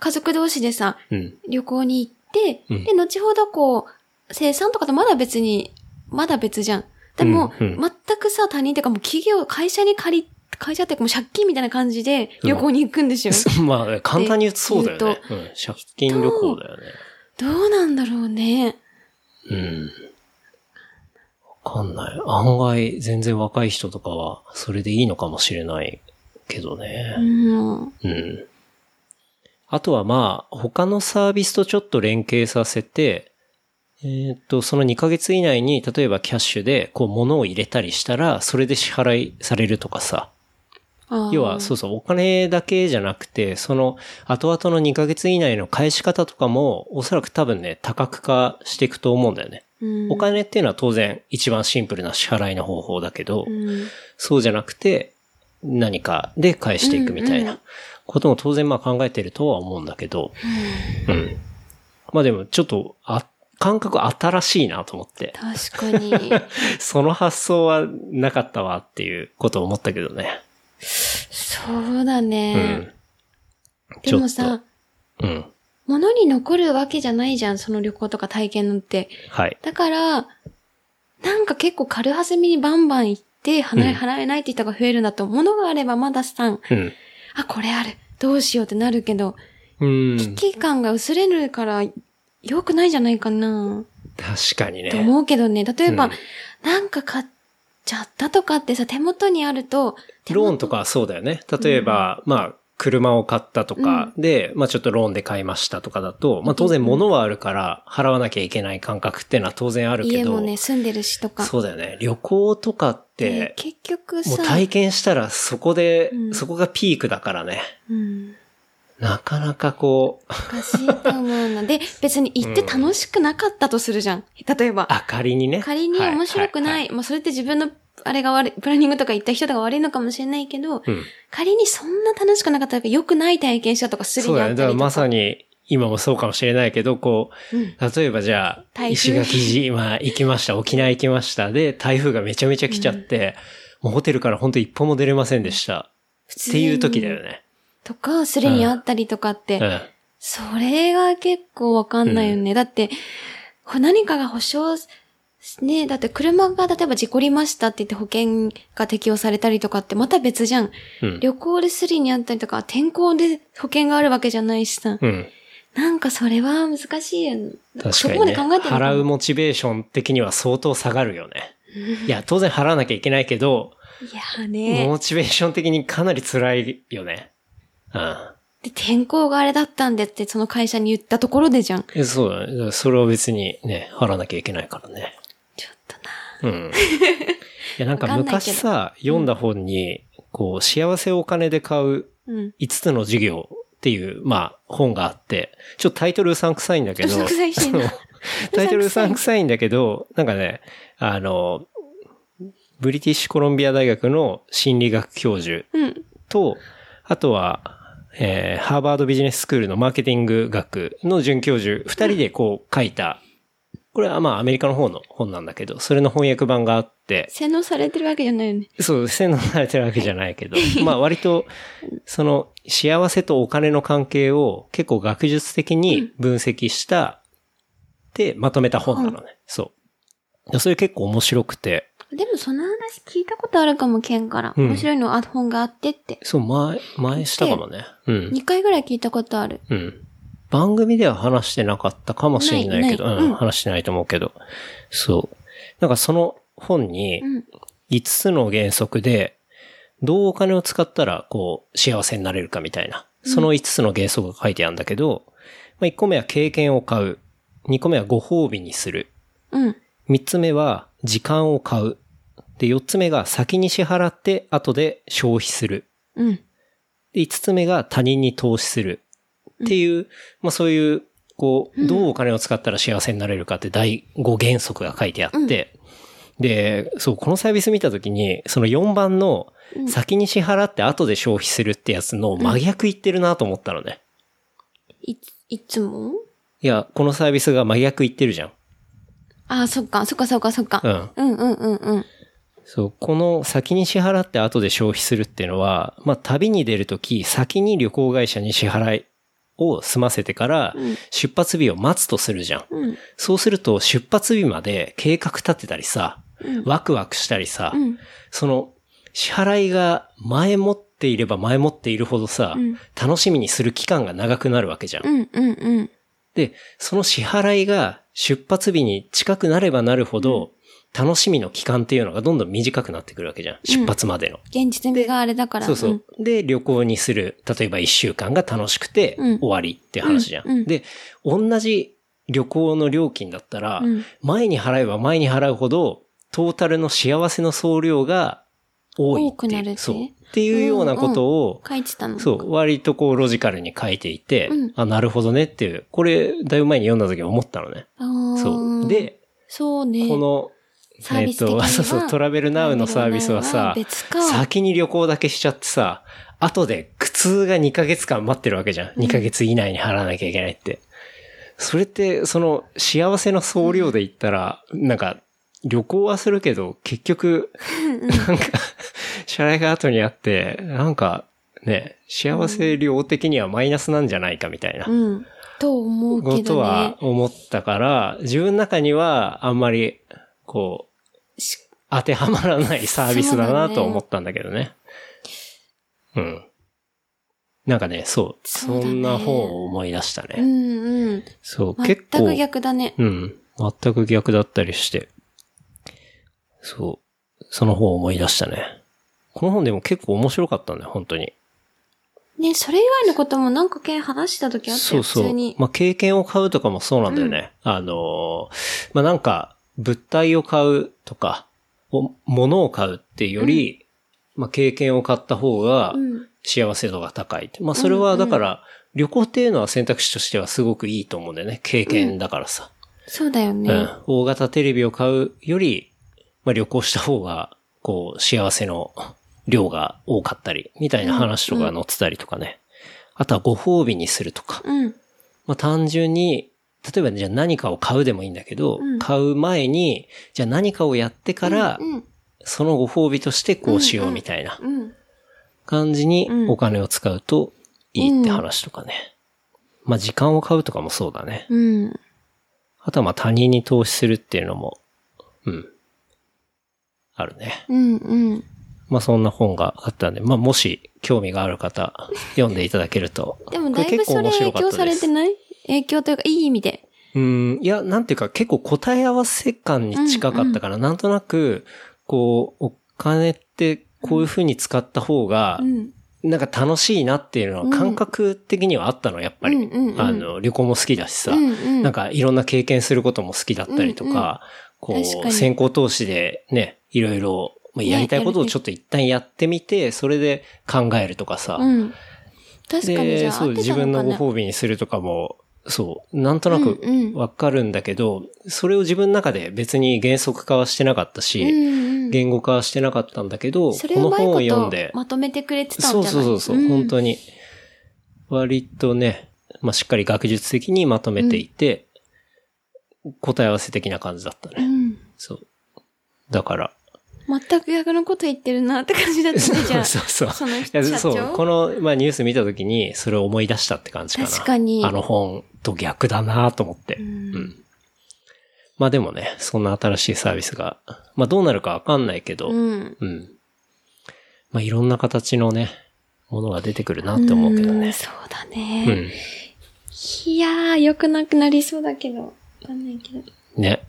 [SPEAKER 4] 家族同士でさ、
[SPEAKER 3] うん。
[SPEAKER 4] 旅行に行って、
[SPEAKER 3] うん
[SPEAKER 4] で、後ほどこう、生産とかとまだ別に、まだ別じゃん。でも、
[SPEAKER 3] うんうん
[SPEAKER 4] 全くさ、他人というかもう企業、会社に借り、会社っていうかもう借金みたいな感じで旅行に行くんですよ。
[SPEAKER 3] まあ、簡単に言うとそうだよね。うん、借金旅行だよね。
[SPEAKER 4] どうなんだろうね。
[SPEAKER 3] うん。わかんない。案外、全然若い人とかは、それでいいのかもしれないけどね。
[SPEAKER 4] うん。
[SPEAKER 3] うん。あとはまあ、他のサービスとちょっと連携させて、えーっと、その2ヶ月以内に、例えばキャッシュで、こう、物を入れたりしたら、それで支払いされるとかさ。
[SPEAKER 4] あー
[SPEAKER 3] 要は、そうそう、お金だけじゃなくて、その、後々の2ヶ月以内の返し方とかも、おそらく多分ね、多角化していくと思うんだよね。
[SPEAKER 4] うん、
[SPEAKER 3] お金っていうのは当然、一番シンプルな支払いの方法だけど、
[SPEAKER 4] うん
[SPEAKER 3] そうじゃなくて、何かで返していくみたい
[SPEAKER 4] うんう
[SPEAKER 3] なことも当然まあ考えてるとは思うんだけど、うん。まあでもちょっと、あ、感覚新しいなと思って、
[SPEAKER 4] 確かに。
[SPEAKER 3] その発想はなかったわっていうことを思ったけどね。
[SPEAKER 4] そうだ
[SPEAKER 3] う
[SPEAKER 4] ね。
[SPEAKER 3] ん。
[SPEAKER 4] でもさ、
[SPEAKER 3] うん。
[SPEAKER 4] 物に残るわけじゃないじゃん、その旅行とか体験のって。
[SPEAKER 3] はい。
[SPEAKER 4] だから、なんか結構軽はずみにバンバン行って、払
[SPEAKER 3] うん
[SPEAKER 4] え、払えないって人が増えるんだと、物があればまださ、
[SPEAKER 3] うん。
[SPEAKER 4] あ、これある、どうしようってなるけど、
[SPEAKER 3] うん。
[SPEAKER 4] 危機感が薄れるから、良くないんじゃないかな、
[SPEAKER 3] 確かに
[SPEAKER 4] と
[SPEAKER 3] ね。
[SPEAKER 4] 思うけどね。例えば、
[SPEAKER 3] うん
[SPEAKER 4] なんか買っちゃったとかってさ、手元にあると、手元
[SPEAKER 3] ローンとかはそうだよね。例えば、まあ、車を買ったとかで、まあちょっとローンで買いましたとかだと、まあ当然物はあるから払わなきゃいけない感覚ってのは当然あるけ
[SPEAKER 4] 家
[SPEAKER 3] ど、
[SPEAKER 4] もね、住んでるしとか。
[SPEAKER 3] そうだよね。旅行とかって、
[SPEAKER 4] で結局
[SPEAKER 3] もう
[SPEAKER 4] さ、
[SPEAKER 3] 体験したらそこで、
[SPEAKER 4] うん
[SPEAKER 3] そこがピークだからね。
[SPEAKER 4] うん、
[SPEAKER 3] なかなかこう、
[SPEAKER 4] おかしいと思うので、別に行って楽しくなかったとするじゃん。例えば。
[SPEAKER 3] あ、仮にね。
[SPEAKER 4] 仮に面白くない。
[SPEAKER 3] はは
[SPEAKER 4] まあそれって自分の、あれが悪い、プランニングとか行った人が悪いのかもしれないけど、
[SPEAKER 3] うん
[SPEAKER 4] 仮にそんな楽しくなかったら良くない体験したとかする
[SPEAKER 3] そう
[SPEAKER 4] に
[SPEAKER 3] だ
[SPEAKER 4] あ
[SPEAKER 3] ね。
[SPEAKER 4] っ
[SPEAKER 3] だか
[SPEAKER 4] た
[SPEAKER 3] ら
[SPEAKER 4] りと
[SPEAKER 3] ま
[SPEAKER 4] か。
[SPEAKER 3] さに、今もそうかもしれないけど、こう、
[SPEAKER 4] うん
[SPEAKER 3] 例えばじゃあ、
[SPEAKER 4] 台風
[SPEAKER 3] 石垣島行きま した、沖縄行きました、で、台風がめちゃめちゃ来ちゃって、もうホテルから本当一歩も出れませんでした。っ
[SPEAKER 4] 通に
[SPEAKER 3] ていう時だよね。
[SPEAKER 4] とか、するにあったりとかって、
[SPEAKER 3] うん。
[SPEAKER 4] それは結構わかんないよね。だって、こう何かが保証、ねだって車が例えば事故りましたって言って保険が適用されたりとかってまた別じゃん。
[SPEAKER 3] うん
[SPEAKER 4] 旅行ですりにあったりとか、天候で保険があるわけじゃないしさ。
[SPEAKER 3] うん。
[SPEAKER 4] なんかそれは難しいよね。
[SPEAKER 3] 確
[SPEAKER 4] そ
[SPEAKER 3] か
[SPEAKER 4] こ
[SPEAKER 3] に、
[SPEAKER 4] ま
[SPEAKER 3] ね。
[SPEAKER 4] で考えてる
[SPEAKER 3] 払うモチベーション的には相当下がるよね。いや、当然払わなきゃいけないけど、
[SPEAKER 4] いやーね。
[SPEAKER 3] モチベーション的にかなり辛いよね。うん。
[SPEAKER 4] で、天候があれだったんでって、その会社に言ったところでじゃん。
[SPEAKER 3] えそうだね。だからそれは別にね、払わなきゃいけないからね。
[SPEAKER 4] ちょっとな。
[SPEAKER 3] うん。いや、なんか
[SPEAKER 4] わかんないけ
[SPEAKER 3] 昔
[SPEAKER 4] ど
[SPEAKER 3] さ、読んだ本に、こう、幸せをお金で買う
[SPEAKER 4] うん。
[SPEAKER 3] 5つの事業っていう、まあ、本があって、ちょっとタイトルうさんくさいんだけど、
[SPEAKER 4] うさんくさいしてんな
[SPEAKER 3] そうタイトルうさんくさいんだけど、なんかね、あの、ブリティッシュコロンビア大学の心理学教授
[SPEAKER 4] うん。
[SPEAKER 3] と、あとは、えーハーバードビジネススクールのマーケティング学の准教授、二人でこう書いた、これはまあアメリカの方の本なんだけど、それの翻訳版があって、
[SPEAKER 4] 洗脳されてるわけじゃないよね。
[SPEAKER 3] そう、洗脳されてるわけじゃないけど、まあ割と、その幸せとお金の関係を結構学術的に分析した、で、まとめた本なのね。そう。それ結構面白くて、
[SPEAKER 4] でもその話聞いたことあるかも、ケンから。
[SPEAKER 3] うん
[SPEAKER 4] 面白いのあ本があってって。
[SPEAKER 3] そう、前、前したかもね。うん。
[SPEAKER 4] 2回ぐらい聞いたことある。
[SPEAKER 3] うん。番組では話してなかったかもしれないけど、
[SPEAKER 4] ないな
[SPEAKER 3] う
[SPEAKER 4] い
[SPEAKER 3] ん、
[SPEAKER 4] うん
[SPEAKER 3] 話してないと思うけど。そう。なんかその本に
[SPEAKER 4] う、ん。
[SPEAKER 3] 5つの原則で、どうお金を使ったら、こう、幸せになれるかみたいな。その5つの原則が書いてあるんだけど、まあ、1個目は経験を買う。2個目はご褒美にする。
[SPEAKER 4] うん。
[SPEAKER 3] 3つ目は時間を買う。で、4つ目が先に支払って後で消費する。
[SPEAKER 4] うん。
[SPEAKER 3] で、5つ目が他人に投資する。っていう、まあそういう、こう、どうお金を使ったら幸せになれるかって第5原則が書いてあって、で、そう、このサービス見たときに、その4番の先に支払って後で消費するってやつの真逆言ってるなと思ったのね。
[SPEAKER 4] い、いつも
[SPEAKER 3] いや、このサービスが真逆言ってるじゃん。
[SPEAKER 4] ああ、そっか、そっか、そっか、そっか。
[SPEAKER 3] うん。
[SPEAKER 4] うん、うん、うん、うん。
[SPEAKER 3] そう、この先に支払って後で消費するっていうのは、まあ、旅に出るとき、先に旅行会社に支払いを済ませてから、出発日を待つとするじゃん。
[SPEAKER 4] うん。
[SPEAKER 3] そうすると、出発日まで計画立てたりさ、ワクワクしたりさ、
[SPEAKER 4] うん。
[SPEAKER 3] その、支払いが前もっていれば前もっているほどさ、
[SPEAKER 4] うん
[SPEAKER 3] 楽しみにする期間が長くなるわけじゃん。
[SPEAKER 4] うん、うん、うん。
[SPEAKER 3] で、その支払いが出発日に近くなればなるほど、楽しみの期間っていうのがどんどん短くなってくるわけじゃん。出発までの。
[SPEAKER 4] 現実味があれだから。
[SPEAKER 3] そうそう。で、旅行にする、例えば一週間が楽しくて
[SPEAKER 4] うん
[SPEAKER 3] 終わりって話じゃん。
[SPEAKER 4] うんうん
[SPEAKER 3] で、同じ旅行の料金だったら、
[SPEAKER 4] うん
[SPEAKER 3] 前に払えば前に払うほど、トータルの幸せの総量が多いっていう。
[SPEAKER 4] 多くなるって
[SPEAKER 3] そう。っていうようなことを、
[SPEAKER 4] うん書いてたの。
[SPEAKER 3] そう、割とこうロジカルに書いていて、
[SPEAKER 4] うん
[SPEAKER 3] あ、なるほどねっていう、これ、だいぶ前に読んだ時思ったのね。
[SPEAKER 4] ああ。
[SPEAKER 3] そう。、で、
[SPEAKER 4] そうね。
[SPEAKER 3] こ、の、
[SPEAKER 4] サービス的に は
[SPEAKER 3] そうそう、トラベルナウのサービスはさ
[SPEAKER 4] トラベルナウは、別か
[SPEAKER 3] 先に旅行だけしちゃってさ、後で苦痛が2ヶ月間待ってるわけじゃん。2ヶ月以内に払わなきゃいけないって。それって、その、幸せの総量で言ったら、なんか、旅行はするけど、結局、なんか、支払いが後にあって、なんか、ね、幸せ量的にはマイナスなんじゃないかみたいな。
[SPEAKER 4] うん。と思う
[SPEAKER 3] こ
[SPEAKER 4] け
[SPEAKER 3] と
[SPEAKER 4] ど
[SPEAKER 3] は
[SPEAKER 4] ね。
[SPEAKER 3] 思ったから、自分の中にはあんまり、こう、
[SPEAKER 4] し
[SPEAKER 3] 当てはまらないサービスだなと思ったんだけどね。うん。なんかね、そう。そ
[SPEAKER 4] そうだね
[SPEAKER 3] んな本を思い出した
[SPEAKER 4] う
[SPEAKER 3] ね。
[SPEAKER 4] ん、うん。
[SPEAKER 3] そう、
[SPEAKER 4] 全
[SPEAKER 3] 結構。
[SPEAKER 4] く逆だね。
[SPEAKER 3] うん。全く逆だったりして。そう。その方を思い出したね。この本でも結構面白かったんだよ、本当に。
[SPEAKER 4] ね、それ以外のこともなんか件話した時あった
[SPEAKER 3] そ
[SPEAKER 4] よ、
[SPEAKER 3] うそ
[SPEAKER 4] 普通
[SPEAKER 3] う
[SPEAKER 4] に。。
[SPEAKER 3] まあ、経験を買うとかもそうなんだよね。あのー、まあ、なんか、物体を買うとか、お物を買うっていうより、まあ、経験を買った方が
[SPEAKER 4] うん。
[SPEAKER 3] 幸せ度が高いって。まあ、それはだから、旅行っていうのは選択肢としてはすごくいいと思うんだよね。経験だからさ。
[SPEAKER 4] そうだ
[SPEAKER 3] う
[SPEAKER 4] よ
[SPEAKER 3] ん。
[SPEAKER 4] ね。
[SPEAKER 3] 大型テレビを買うより、まあ、旅行した方が、こう、幸せの量が多かったり、みたいな話とか載ってたりとかね。あとはご褒美にするとか。
[SPEAKER 4] うん。
[SPEAKER 3] まあ、単純に、例えばねじゃあ何かを買うでもいいんだけど、
[SPEAKER 4] うん
[SPEAKER 3] 買う前に、じゃあ何かをやってから、
[SPEAKER 4] うん。
[SPEAKER 3] そのご褒美としてこうしようみたいな
[SPEAKER 4] うん。
[SPEAKER 3] 感じに
[SPEAKER 4] うん
[SPEAKER 3] お金を使うといいって話とかね。まあ、時間を買うとかもそうだね。
[SPEAKER 4] うん。
[SPEAKER 3] あとはまあ他人に投資するっていうのも、うん。あるね。
[SPEAKER 4] うん。うん。
[SPEAKER 3] まあそんな本があったんで、まあもし興味がある方、読んでいただけると。
[SPEAKER 4] でも
[SPEAKER 3] こ
[SPEAKER 4] だいぶ
[SPEAKER 3] 結構
[SPEAKER 4] それ
[SPEAKER 3] 面白
[SPEAKER 4] 影
[SPEAKER 3] かった
[SPEAKER 4] 響
[SPEAKER 3] です
[SPEAKER 4] されてない影響というか、いい意味で。
[SPEAKER 3] うん、いや、なんていうか結構答え合わせ感に近かったから、なんとなく、こう、お金ってこういう風に使った方が
[SPEAKER 4] う、ん。
[SPEAKER 3] なんか楽しいなっていうのは感覚的にはあったの、やっぱり。
[SPEAKER 4] うんうんうん
[SPEAKER 3] あの、旅行も好きだしさ、
[SPEAKER 4] うんうん
[SPEAKER 3] なんかいろんな経験することも好きだったりとか、
[SPEAKER 4] 確
[SPEAKER 3] こ
[SPEAKER 4] か
[SPEAKER 3] う、
[SPEAKER 4] に
[SPEAKER 3] 先行投資でね、いろいろ、まあ、やりたいことをちょっと一旦やってみて、それで考えるとかさ、
[SPEAKER 4] うん。確かにじゃ
[SPEAKER 3] で、
[SPEAKER 4] あ、
[SPEAKER 3] そう、
[SPEAKER 4] 合って
[SPEAKER 3] 自
[SPEAKER 4] た
[SPEAKER 3] 分
[SPEAKER 4] の
[SPEAKER 3] の
[SPEAKER 4] か
[SPEAKER 3] ご
[SPEAKER 4] な。
[SPEAKER 3] 褒美にするとかも、そう、なんとなく
[SPEAKER 4] うんうん
[SPEAKER 3] わかるんだけど、それを自分の中で別に原則化はしてなかった
[SPEAKER 4] うん
[SPEAKER 3] し、
[SPEAKER 4] うん。
[SPEAKER 3] 言語化はしてなかったんだけど、こ
[SPEAKER 4] それ
[SPEAKER 3] の
[SPEAKER 4] をマイ
[SPEAKER 3] 本を
[SPEAKER 4] コ
[SPEAKER 3] 読ん
[SPEAKER 4] と
[SPEAKER 3] で、
[SPEAKER 4] まとめてくれてたんじ
[SPEAKER 3] そ
[SPEAKER 4] ゃ
[SPEAKER 3] う
[SPEAKER 4] ない
[SPEAKER 3] そうそうそう、
[SPEAKER 4] ん
[SPEAKER 3] 本当に、割とね、まあ、しっかり学術的にまとめていて、答え合わせ的な感じだったね。
[SPEAKER 4] うん。
[SPEAKER 3] そう。だから、
[SPEAKER 4] 全く逆のこと言ってるなって感じだったね、じゃ あ。
[SPEAKER 3] そうそう。
[SPEAKER 4] その
[SPEAKER 3] い
[SPEAKER 4] 社
[SPEAKER 3] や
[SPEAKER 4] 長
[SPEAKER 3] そう、この、まあ、ニュース見たときに、それを思い出したって感じかな。
[SPEAKER 4] 確かに
[SPEAKER 3] あの本と逆だなと思って。
[SPEAKER 4] うん
[SPEAKER 3] うんまあでもね、そんな新しいサービスが、まあどうなるかわかんないけど、うん。
[SPEAKER 4] うん。
[SPEAKER 3] まあいろんな形のね、ものが出てくるなって思うけど
[SPEAKER 4] ん
[SPEAKER 3] ね。
[SPEAKER 4] そうだ
[SPEAKER 3] う
[SPEAKER 4] ね。
[SPEAKER 3] ん。
[SPEAKER 4] いやー、良くなくなりそうだけど。わかんないけど。
[SPEAKER 3] ね。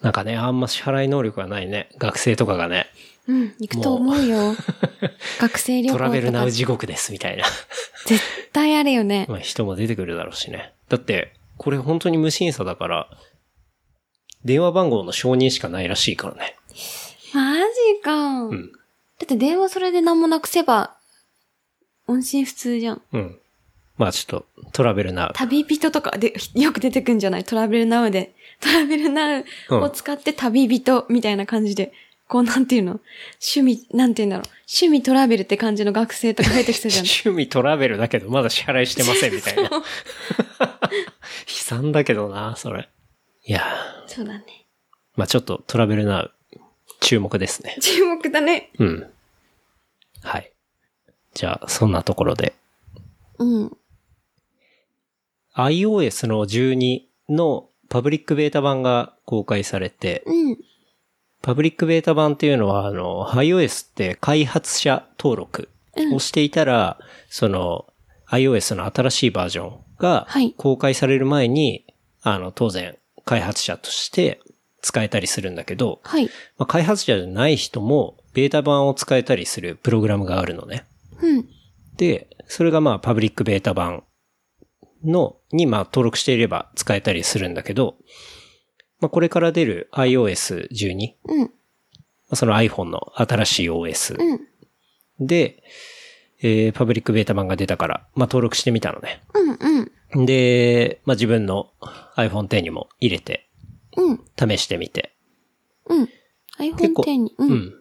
[SPEAKER 3] なんかね、あんま支払い能力がないね。学生とかがね、
[SPEAKER 4] うん、行くと思うよ。 学生旅行
[SPEAKER 3] ト
[SPEAKER 4] と
[SPEAKER 3] ラ
[SPEAKER 4] か
[SPEAKER 3] ベルナウ地獄ですみたいな。
[SPEAKER 4] 絶対あるよね。
[SPEAKER 3] まあ人も出てくるだろうしね。だって、これ本当に無審査だから、電話番号の承認しかないらしいからね。
[SPEAKER 4] マジか。
[SPEAKER 3] うん。
[SPEAKER 4] だって電話それで何もなくせば、音信不通じゃん。
[SPEAKER 3] うん。まあちょっと、トラベルな、
[SPEAKER 4] 旅人とかで、よく出てくんじゃないトラベルナウで。トラベルナウを使って旅人みたいな感じで、こうなんていうの趣味、なんていうんだろう。趣味トラベルって感じの学生とか出てきたじゃ ん。
[SPEAKER 3] 趣味トラベルだけどまだ支払いしてませんみたいな。 悲惨だけどな、それ。いやー
[SPEAKER 4] そうだね。
[SPEAKER 3] まあちょっとトラベルな、注目ですね。
[SPEAKER 4] 注目だね。
[SPEAKER 3] うん。はい。じゃあ、そんなところで。
[SPEAKER 4] うん。
[SPEAKER 3] iOS の12のパブリックベータ版が公開されて、
[SPEAKER 4] うん。
[SPEAKER 3] パブリックベータ版っていうのは、あの、iOS って開発者登録をしていたら、その、iOS の新しいバージョンが
[SPEAKER 4] はい
[SPEAKER 3] 公開される前に、あの、当然、開発者として使えたりするんだけど、
[SPEAKER 4] はい。
[SPEAKER 3] まあ、開発者じゃない人も、ベータ版を使えたりするプログラムがあるのね。
[SPEAKER 4] うん。
[SPEAKER 3] で、それがまあ、パブリックベータ版の、にまあ、登録していれば使えたりするんだけど、まあ、これから出る iOS12
[SPEAKER 4] うん。
[SPEAKER 3] その iPhone の新しい OS
[SPEAKER 4] うん。
[SPEAKER 3] で、えーパブリックベータ版が出たから、まあ、登録してみたのね。
[SPEAKER 4] うん。うん。
[SPEAKER 3] で、まあ、自分の iPhone X にも入れて、
[SPEAKER 4] うん。
[SPEAKER 3] 試してみて。
[SPEAKER 4] うん。
[SPEAKER 3] 結
[SPEAKER 4] iPhone
[SPEAKER 3] 構
[SPEAKER 4] X に。う。
[SPEAKER 3] うんん。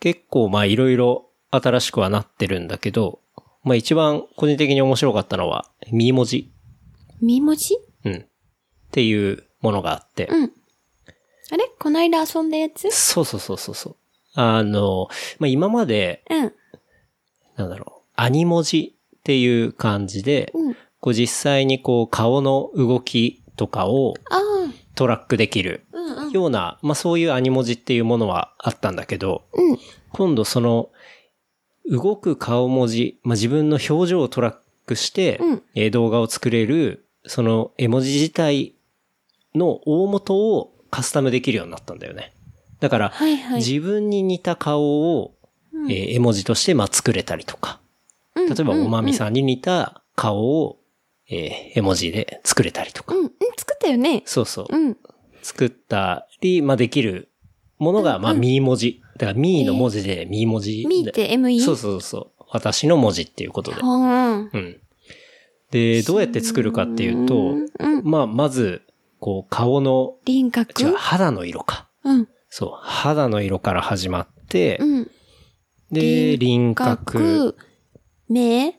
[SPEAKER 3] 結構、まあ、いろいろ新しくはなってるんだけど、まあ、一番個人的に面白かったのは、ミー文字。
[SPEAKER 4] 身文字
[SPEAKER 3] うん。っていうものがあって。
[SPEAKER 4] うん。あれこないだ遊んだやつ
[SPEAKER 3] そうそうそうそうそう。あの、まあ、今まで、
[SPEAKER 4] うん。
[SPEAKER 3] なんだろう、アニ文字っていう感じで、
[SPEAKER 4] うん。
[SPEAKER 3] こう実際にこう顔の動きとかを
[SPEAKER 4] ああ。
[SPEAKER 3] トラックできる
[SPEAKER 4] うんうん。
[SPEAKER 3] ような、まあそういうアニ文字っていうものはあったんだけど、
[SPEAKER 4] うん。
[SPEAKER 3] 今度その動く顔文字、まあ自分の表情をトラックして
[SPEAKER 4] うん、
[SPEAKER 3] えー動画を作れる、その絵文字自体の大元をカスタムできるようになったんだよね。だから、
[SPEAKER 4] はいはい
[SPEAKER 3] 自分に似た顔を、えー絵文字として、まあ、作れたりとか、
[SPEAKER 4] うん
[SPEAKER 3] 例えば、
[SPEAKER 4] うん
[SPEAKER 3] おまみさんに似た顔を、えー絵文字で作れたりとか
[SPEAKER 4] う、ん、うん、作ったよね。
[SPEAKER 3] そうそう、
[SPEAKER 4] うん。
[SPEAKER 3] 作ったり、まあ、できるものが、まあ、ミー文字。だから、ミーの文字で、ミー文字で。
[SPEAKER 4] みーって ME?
[SPEAKER 3] そうそうそう。私の文字っていうことで。
[SPEAKER 4] はあ
[SPEAKER 3] うん。で、どうやって作るかっていうと、
[SPEAKER 4] うん
[SPEAKER 3] まあ、まず、こう、顔の、
[SPEAKER 4] 輪
[SPEAKER 3] 違う、
[SPEAKER 4] 郭
[SPEAKER 3] 肌の色か。
[SPEAKER 4] うん。
[SPEAKER 3] そう、肌の色から始まって、
[SPEAKER 4] うん。
[SPEAKER 3] で、輪郭、、
[SPEAKER 4] 目、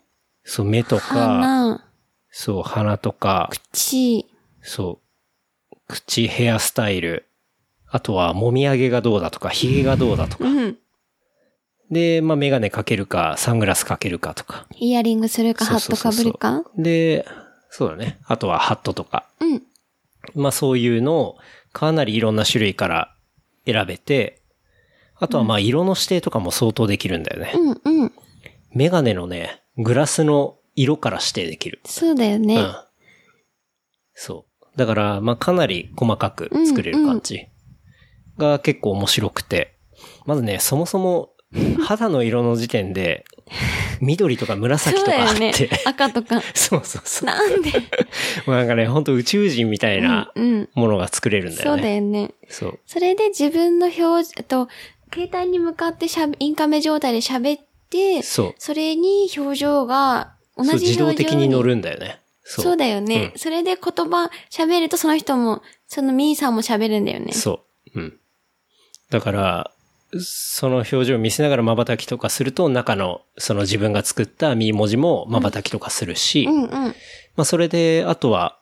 [SPEAKER 3] そう、目とか、
[SPEAKER 4] 鼻、
[SPEAKER 3] そう、鼻とか、
[SPEAKER 4] 口、
[SPEAKER 3] そう、口、ヘアスタイル、あとは、もみあげがどうだとか、髭がどうだとか、
[SPEAKER 4] うん。
[SPEAKER 3] で、まあ、メガネかけるか、サングラスかけるかとか、
[SPEAKER 4] イヤリングするか、ハ
[SPEAKER 3] そう
[SPEAKER 4] ッ
[SPEAKER 3] そ
[SPEAKER 4] ト
[SPEAKER 3] うそ
[SPEAKER 4] か
[SPEAKER 3] う
[SPEAKER 4] ぶ
[SPEAKER 3] そう
[SPEAKER 4] るか。
[SPEAKER 3] で、そうだね、あとはハットとか、
[SPEAKER 4] うん。
[SPEAKER 3] まあそういうのをかなりいろんな種類から選べて、あとはまあ色の指定とかも相当できるんだよね。
[SPEAKER 4] うん、うん。
[SPEAKER 3] メガネのね、グラスの色から指定できる。
[SPEAKER 4] そうだよね。
[SPEAKER 3] うん。そう。だから、まあかなり細かく作れる感じが結構面白くて。まずね、そもそも 肌の色の時点で、緑とか紫
[SPEAKER 4] そう
[SPEAKER 3] と
[SPEAKER 4] だ
[SPEAKER 3] かあっ
[SPEAKER 4] よ
[SPEAKER 3] て。
[SPEAKER 4] ね。赤 とか。
[SPEAKER 3] そうそうそう。
[SPEAKER 4] なんで
[SPEAKER 3] まあなんかね、本当宇宙人みたいな
[SPEAKER 4] うんうん。
[SPEAKER 3] ものが作れるんだ
[SPEAKER 4] そ
[SPEAKER 3] よ
[SPEAKER 4] う
[SPEAKER 3] ね。
[SPEAKER 4] だよね。
[SPEAKER 3] そう。
[SPEAKER 4] それで自分の表示、えっと、携帯に向かってしゃべ、インカメ状態で喋って、
[SPEAKER 3] そう。
[SPEAKER 4] それに表情が同じ
[SPEAKER 3] そう
[SPEAKER 4] 表情
[SPEAKER 3] 自動的に乗
[SPEAKER 4] る。
[SPEAKER 3] るんだよね。そ
[SPEAKER 4] そう
[SPEAKER 3] う。
[SPEAKER 4] だよね、
[SPEAKER 3] うん
[SPEAKER 4] それで言葉喋るとその人も、そのミーさんも喋るんだよね。
[SPEAKER 3] そう。うん。だから、その表情を見せながら瞬きとかすると、中の、その自分が作ったミー文字も瞬きとかするし、
[SPEAKER 4] うんうん。
[SPEAKER 3] まあそれで、あとは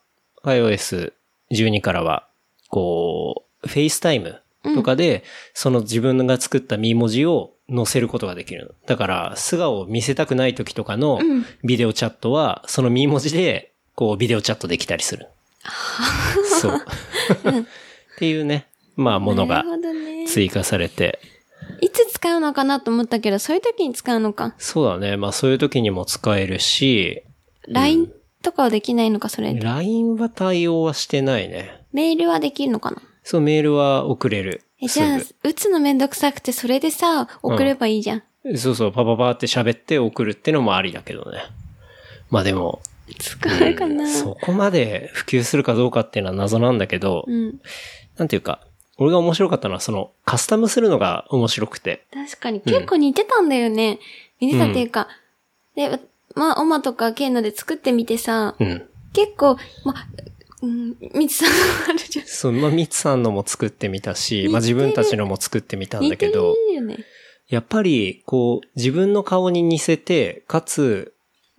[SPEAKER 3] iOS12 からは、こう、FaceTime とかで、その自分が作ったミー文字を載せることができるの。だから、素顔を見せたくない時とかの
[SPEAKER 4] うん
[SPEAKER 3] ビデオチャットは、そのミー文字で、こう、ビデオチャットできたりす る。そう。っていうね、まあ、もの
[SPEAKER 4] な
[SPEAKER 3] が
[SPEAKER 4] るほどね。
[SPEAKER 3] 追加されて。
[SPEAKER 4] いつ使うのかなと思ったけど、そういう時に使うのか。
[SPEAKER 3] そうだね。まあ、そういう時にも使えるし、
[SPEAKER 4] LINE とかはできないのか、それ。
[SPEAKER 3] LINE は対応はしてないね。
[SPEAKER 4] メールはできるのかな。
[SPEAKER 3] そう、メールは送れる。
[SPEAKER 4] え、じゃあ
[SPEAKER 3] すぐ、
[SPEAKER 4] 打つのめんどくさくて、それでさ、送ればいいじゃん。
[SPEAKER 3] そうそう、パパパって喋って送るってのもありだけどね。まあでも、
[SPEAKER 4] 使えるかな。
[SPEAKER 3] そこまで普及するかどうかっていうのは謎なんだけど、
[SPEAKER 4] うん。
[SPEAKER 3] なんていうか、俺が面白かったのはそのカスタムするのが面白くて。
[SPEAKER 4] 確かに、結構似てたんだよね。似てたっていうか、で、まあ、オマとかケンので作ってみてさ、
[SPEAKER 3] うん。
[SPEAKER 4] 結構、まあ、うん、ミツさんのあるじゃん。
[SPEAKER 3] そう、まあ、ミツさんのも作ってみたし、まあ
[SPEAKER 4] 似
[SPEAKER 3] 自
[SPEAKER 4] てる
[SPEAKER 3] 分たちのも作ってみたんだ
[SPEAKER 4] 似
[SPEAKER 3] け
[SPEAKER 4] てる
[SPEAKER 3] ど、
[SPEAKER 4] よね。
[SPEAKER 3] やっぱり、こう、自分の顔に似せて、かつ、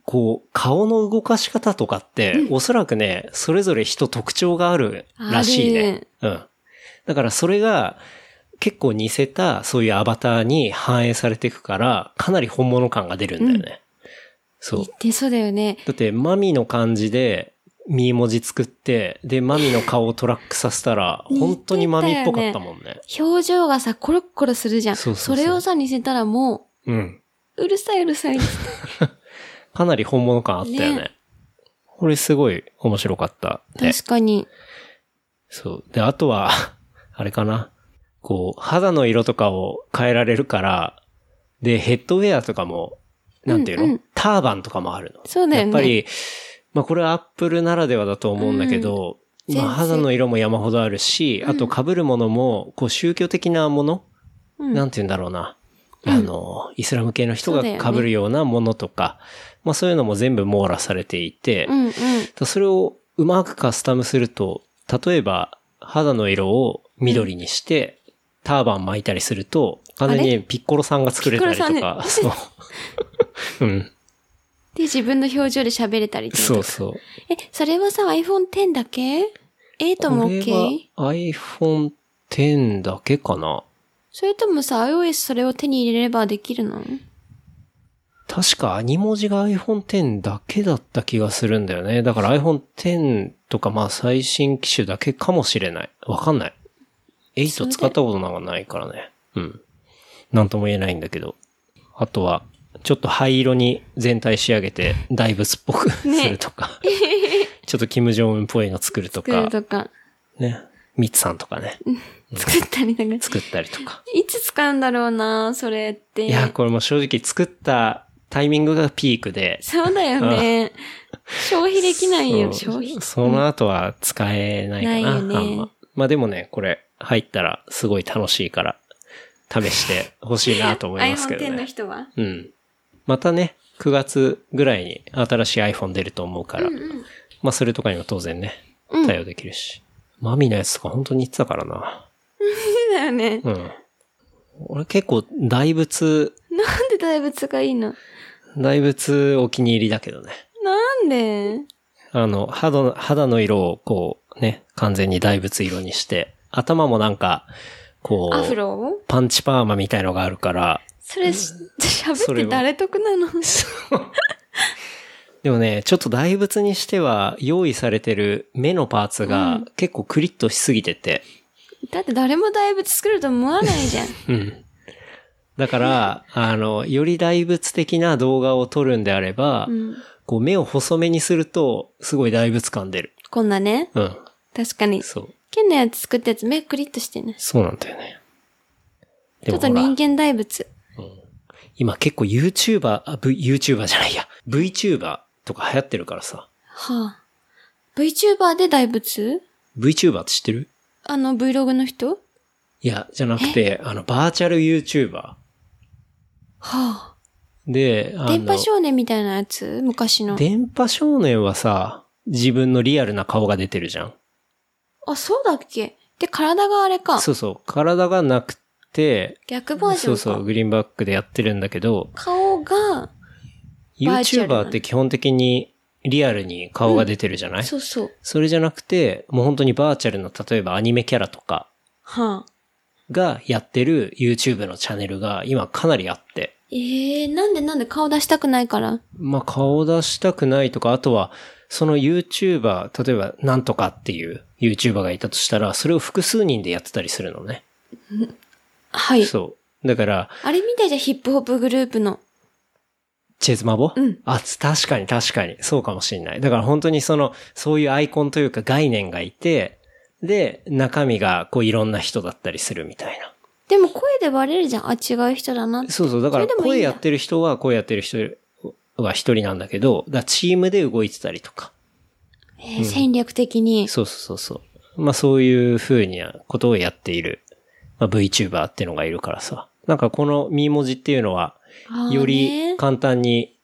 [SPEAKER 3] こう、顔の動かし方とかって、おそらくね、それぞれ人特徴があるらしいね。うん。だからそれが、結構似せた、そういうアバターに反映されていくから、かなり本物感が出るんだよね。そう
[SPEAKER 4] 似。てそうだよね。
[SPEAKER 3] だって、マミの感じで、ミー文字作って、で、マミの顔をトラックさせたら、
[SPEAKER 4] 似てたよね
[SPEAKER 3] 本当にマミっぽかったもんね。
[SPEAKER 4] 表情がさ、コロッコロするじゃん。
[SPEAKER 3] そうそうそう
[SPEAKER 4] れをさ、似せたらも
[SPEAKER 3] うん。
[SPEAKER 4] う、うるさいうるさい。
[SPEAKER 3] かなり本物感あったよね。
[SPEAKER 4] ね
[SPEAKER 3] これすごい面白かった、ね。
[SPEAKER 4] 確かに。
[SPEAKER 3] そう。で、あとは、 あれかな。こう、肌の色とかを変えられるから、で、ヘッドウェアとかも、なんていうの、
[SPEAKER 4] うんうん
[SPEAKER 3] ターバンとかもあるの。
[SPEAKER 4] そうだよね
[SPEAKER 3] やっぱり、まあこれはアップルならではだと思うんだけど、
[SPEAKER 4] うん
[SPEAKER 3] まあ
[SPEAKER 4] 全然
[SPEAKER 3] 肌の色も山ほどあるし、あと被るものも、こう宗教的なもの、
[SPEAKER 4] うん
[SPEAKER 3] なんて言うんだろうな。あの、イスラム系の人が
[SPEAKER 4] そうだよね
[SPEAKER 3] 被るようなものとか、まあそういうのも全部網羅されていて、
[SPEAKER 4] うんうん。
[SPEAKER 3] だそれをうまくカスタムすると、例えば肌の色を緑にして、ターバン巻いたりすると、完全
[SPEAKER 4] あ
[SPEAKER 3] にピッコロさんが作れたりと
[SPEAKER 4] ピッコ
[SPEAKER 3] か、そう。 うん。
[SPEAKER 4] で、自分の表情で喋れたりとか
[SPEAKER 3] そうそう。
[SPEAKER 4] え、それはさ、iPhone X だけ ?8 とも OK?
[SPEAKER 3] これは iPhone X だけかな。
[SPEAKER 4] それともさ、iOS それを手に入れればできるの
[SPEAKER 3] 確かアニ文字が iPhone X だけだった気がするんだよね。だから iPhone X とかまあ最新機種だけかもしれない。わかんない。8使ったことなんかないからね。うん。なんとも言えないんだけど。あとは、ちょっと灰色に全体仕上げて大仏っぽ くするとか。ちょっとキム・ジョンウンっぽいの作ると
[SPEAKER 4] 作
[SPEAKER 3] か
[SPEAKER 4] る。とか。
[SPEAKER 3] ね。ミツさんとかね、
[SPEAKER 4] 作ったり なんか、
[SPEAKER 3] 作ったりと か。
[SPEAKER 4] いつ使うんだろうな、それって。
[SPEAKER 3] いや、これも正直作ったタイミングがピークで、
[SPEAKER 4] そうだよね。消費できないよ、
[SPEAKER 3] そ
[SPEAKER 4] 消費
[SPEAKER 3] う。その後は使えないかな、
[SPEAKER 4] うんないよ
[SPEAKER 3] あ
[SPEAKER 4] ね
[SPEAKER 3] んま。まあでもね、これ入ったらすごい楽しいから、試してほしいなと思いますけ
[SPEAKER 4] iPhone
[SPEAKER 3] ど
[SPEAKER 4] 10の
[SPEAKER 3] ね。
[SPEAKER 4] 人は。
[SPEAKER 3] うん。またね、9月ぐらいに新しい iPhone 出ると思うから、まあそれとかにも当然ね、
[SPEAKER 4] うん
[SPEAKER 3] 対応できるし。マミのやつとか本当に言ってたからな。
[SPEAKER 4] そうだよね。
[SPEAKER 3] うん。俺結構大仏、
[SPEAKER 4] なんで大仏がいいの
[SPEAKER 3] 大仏お気に入りだけどね。
[SPEAKER 4] なんで
[SPEAKER 3] あの、肌の、肌の色をこうね、完全に大仏色にして、頭もなんか、こ
[SPEAKER 4] アフ
[SPEAKER 3] う、
[SPEAKER 4] ロ
[SPEAKER 3] パンチパーマみたいのがあるから、
[SPEAKER 4] それ、し喋
[SPEAKER 3] そ
[SPEAKER 4] っ
[SPEAKER 3] れ
[SPEAKER 4] て
[SPEAKER 3] は
[SPEAKER 4] 誰得 なの
[SPEAKER 3] でもね、ちょっと大仏にしては用意されてる目のパーツ
[SPEAKER 4] う
[SPEAKER 3] が
[SPEAKER 4] ん
[SPEAKER 3] 結構クリッとしすぎてて、
[SPEAKER 4] だって誰も大仏作ると思わない じゃん。
[SPEAKER 3] うん。だから、あの、より大仏的な動画を撮るんであれば、
[SPEAKER 4] うん
[SPEAKER 3] こう目を細めにすると、すごい大仏感出る。
[SPEAKER 4] こんなね。
[SPEAKER 3] うん。
[SPEAKER 4] 確かに。
[SPEAKER 3] そう。
[SPEAKER 4] 剣のやつ作ったやつ目クリッとしてね。
[SPEAKER 3] そうなんだよね。で
[SPEAKER 4] ちょ
[SPEAKER 3] も
[SPEAKER 4] っと
[SPEAKER 3] ほら
[SPEAKER 4] 人間大仏。
[SPEAKER 3] 今結構 YouTuber、あ、v、YouTuber じゃないや、VTuber とか流行ってるからさ。
[SPEAKER 4] はあ。VTuber で大仏
[SPEAKER 3] VTuber って知ってる
[SPEAKER 4] あの Vlog の人
[SPEAKER 3] いや、じゃなくて、あの、バーチャル YouTuber。
[SPEAKER 4] は
[SPEAKER 3] で、
[SPEAKER 4] あ。
[SPEAKER 3] あ
[SPEAKER 4] 電
[SPEAKER 3] の
[SPEAKER 4] 波、少年みたいなやつ昔の。
[SPEAKER 3] 電波少年はさ、自分のリアルな顔が出てるじゃん。
[SPEAKER 4] あ、そうだっけで、体があれか。
[SPEAKER 3] そうそう、体がなくて、
[SPEAKER 4] 逆バージョ
[SPEAKER 3] そ
[SPEAKER 4] ン
[SPEAKER 3] う
[SPEAKER 4] か。
[SPEAKER 3] そう、グリーンバックでやってるんだけど、
[SPEAKER 4] 顔が、バーチャルな
[SPEAKER 3] YouTuber って基本的にリアルに顔が出てるじゃない、
[SPEAKER 4] そうそう。
[SPEAKER 3] それじゃなくて、もう本当にバーチャルの例えばアニメキャラとか、
[SPEAKER 4] はあ。
[SPEAKER 3] がやってる YouTube のチャンネルが今かなりあって。
[SPEAKER 4] ええー、なんでなんで顔出したくないから。
[SPEAKER 3] まあ、顔を出したくないとか、あとは、その YouTuber、例えばなんとかっていう YouTuber がいたとしたら、それを複数人でやってたりするのね。
[SPEAKER 4] はい。
[SPEAKER 3] そう。だから、
[SPEAKER 4] あれみたいじゃんヒップホップグループの。
[SPEAKER 3] チェズマボ
[SPEAKER 4] うん
[SPEAKER 3] あ、つ確かに確かに。そうかもしんない。だから本当にその、そういうアイコンというか概念がいて、で、中身がこういろんな人だったりするみたいな。
[SPEAKER 4] でも声でバレるじゃん。あ、違う人だなって。
[SPEAKER 3] そうそう。だから
[SPEAKER 4] それでもい
[SPEAKER 3] 声
[SPEAKER 4] いんだ
[SPEAKER 3] やってる人は、声やってる人は一人なんだけど、だからチームで動いてたりとか。
[SPEAKER 4] えー戦略的に。
[SPEAKER 3] そうそうそうそう。まあそういう風になことをやっている、まあ、VTuber っていうのがいるからさ。なんかこのミー文字っていうのは、
[SPEAKER 4] あーね
[SPEAKER 3] より簡単に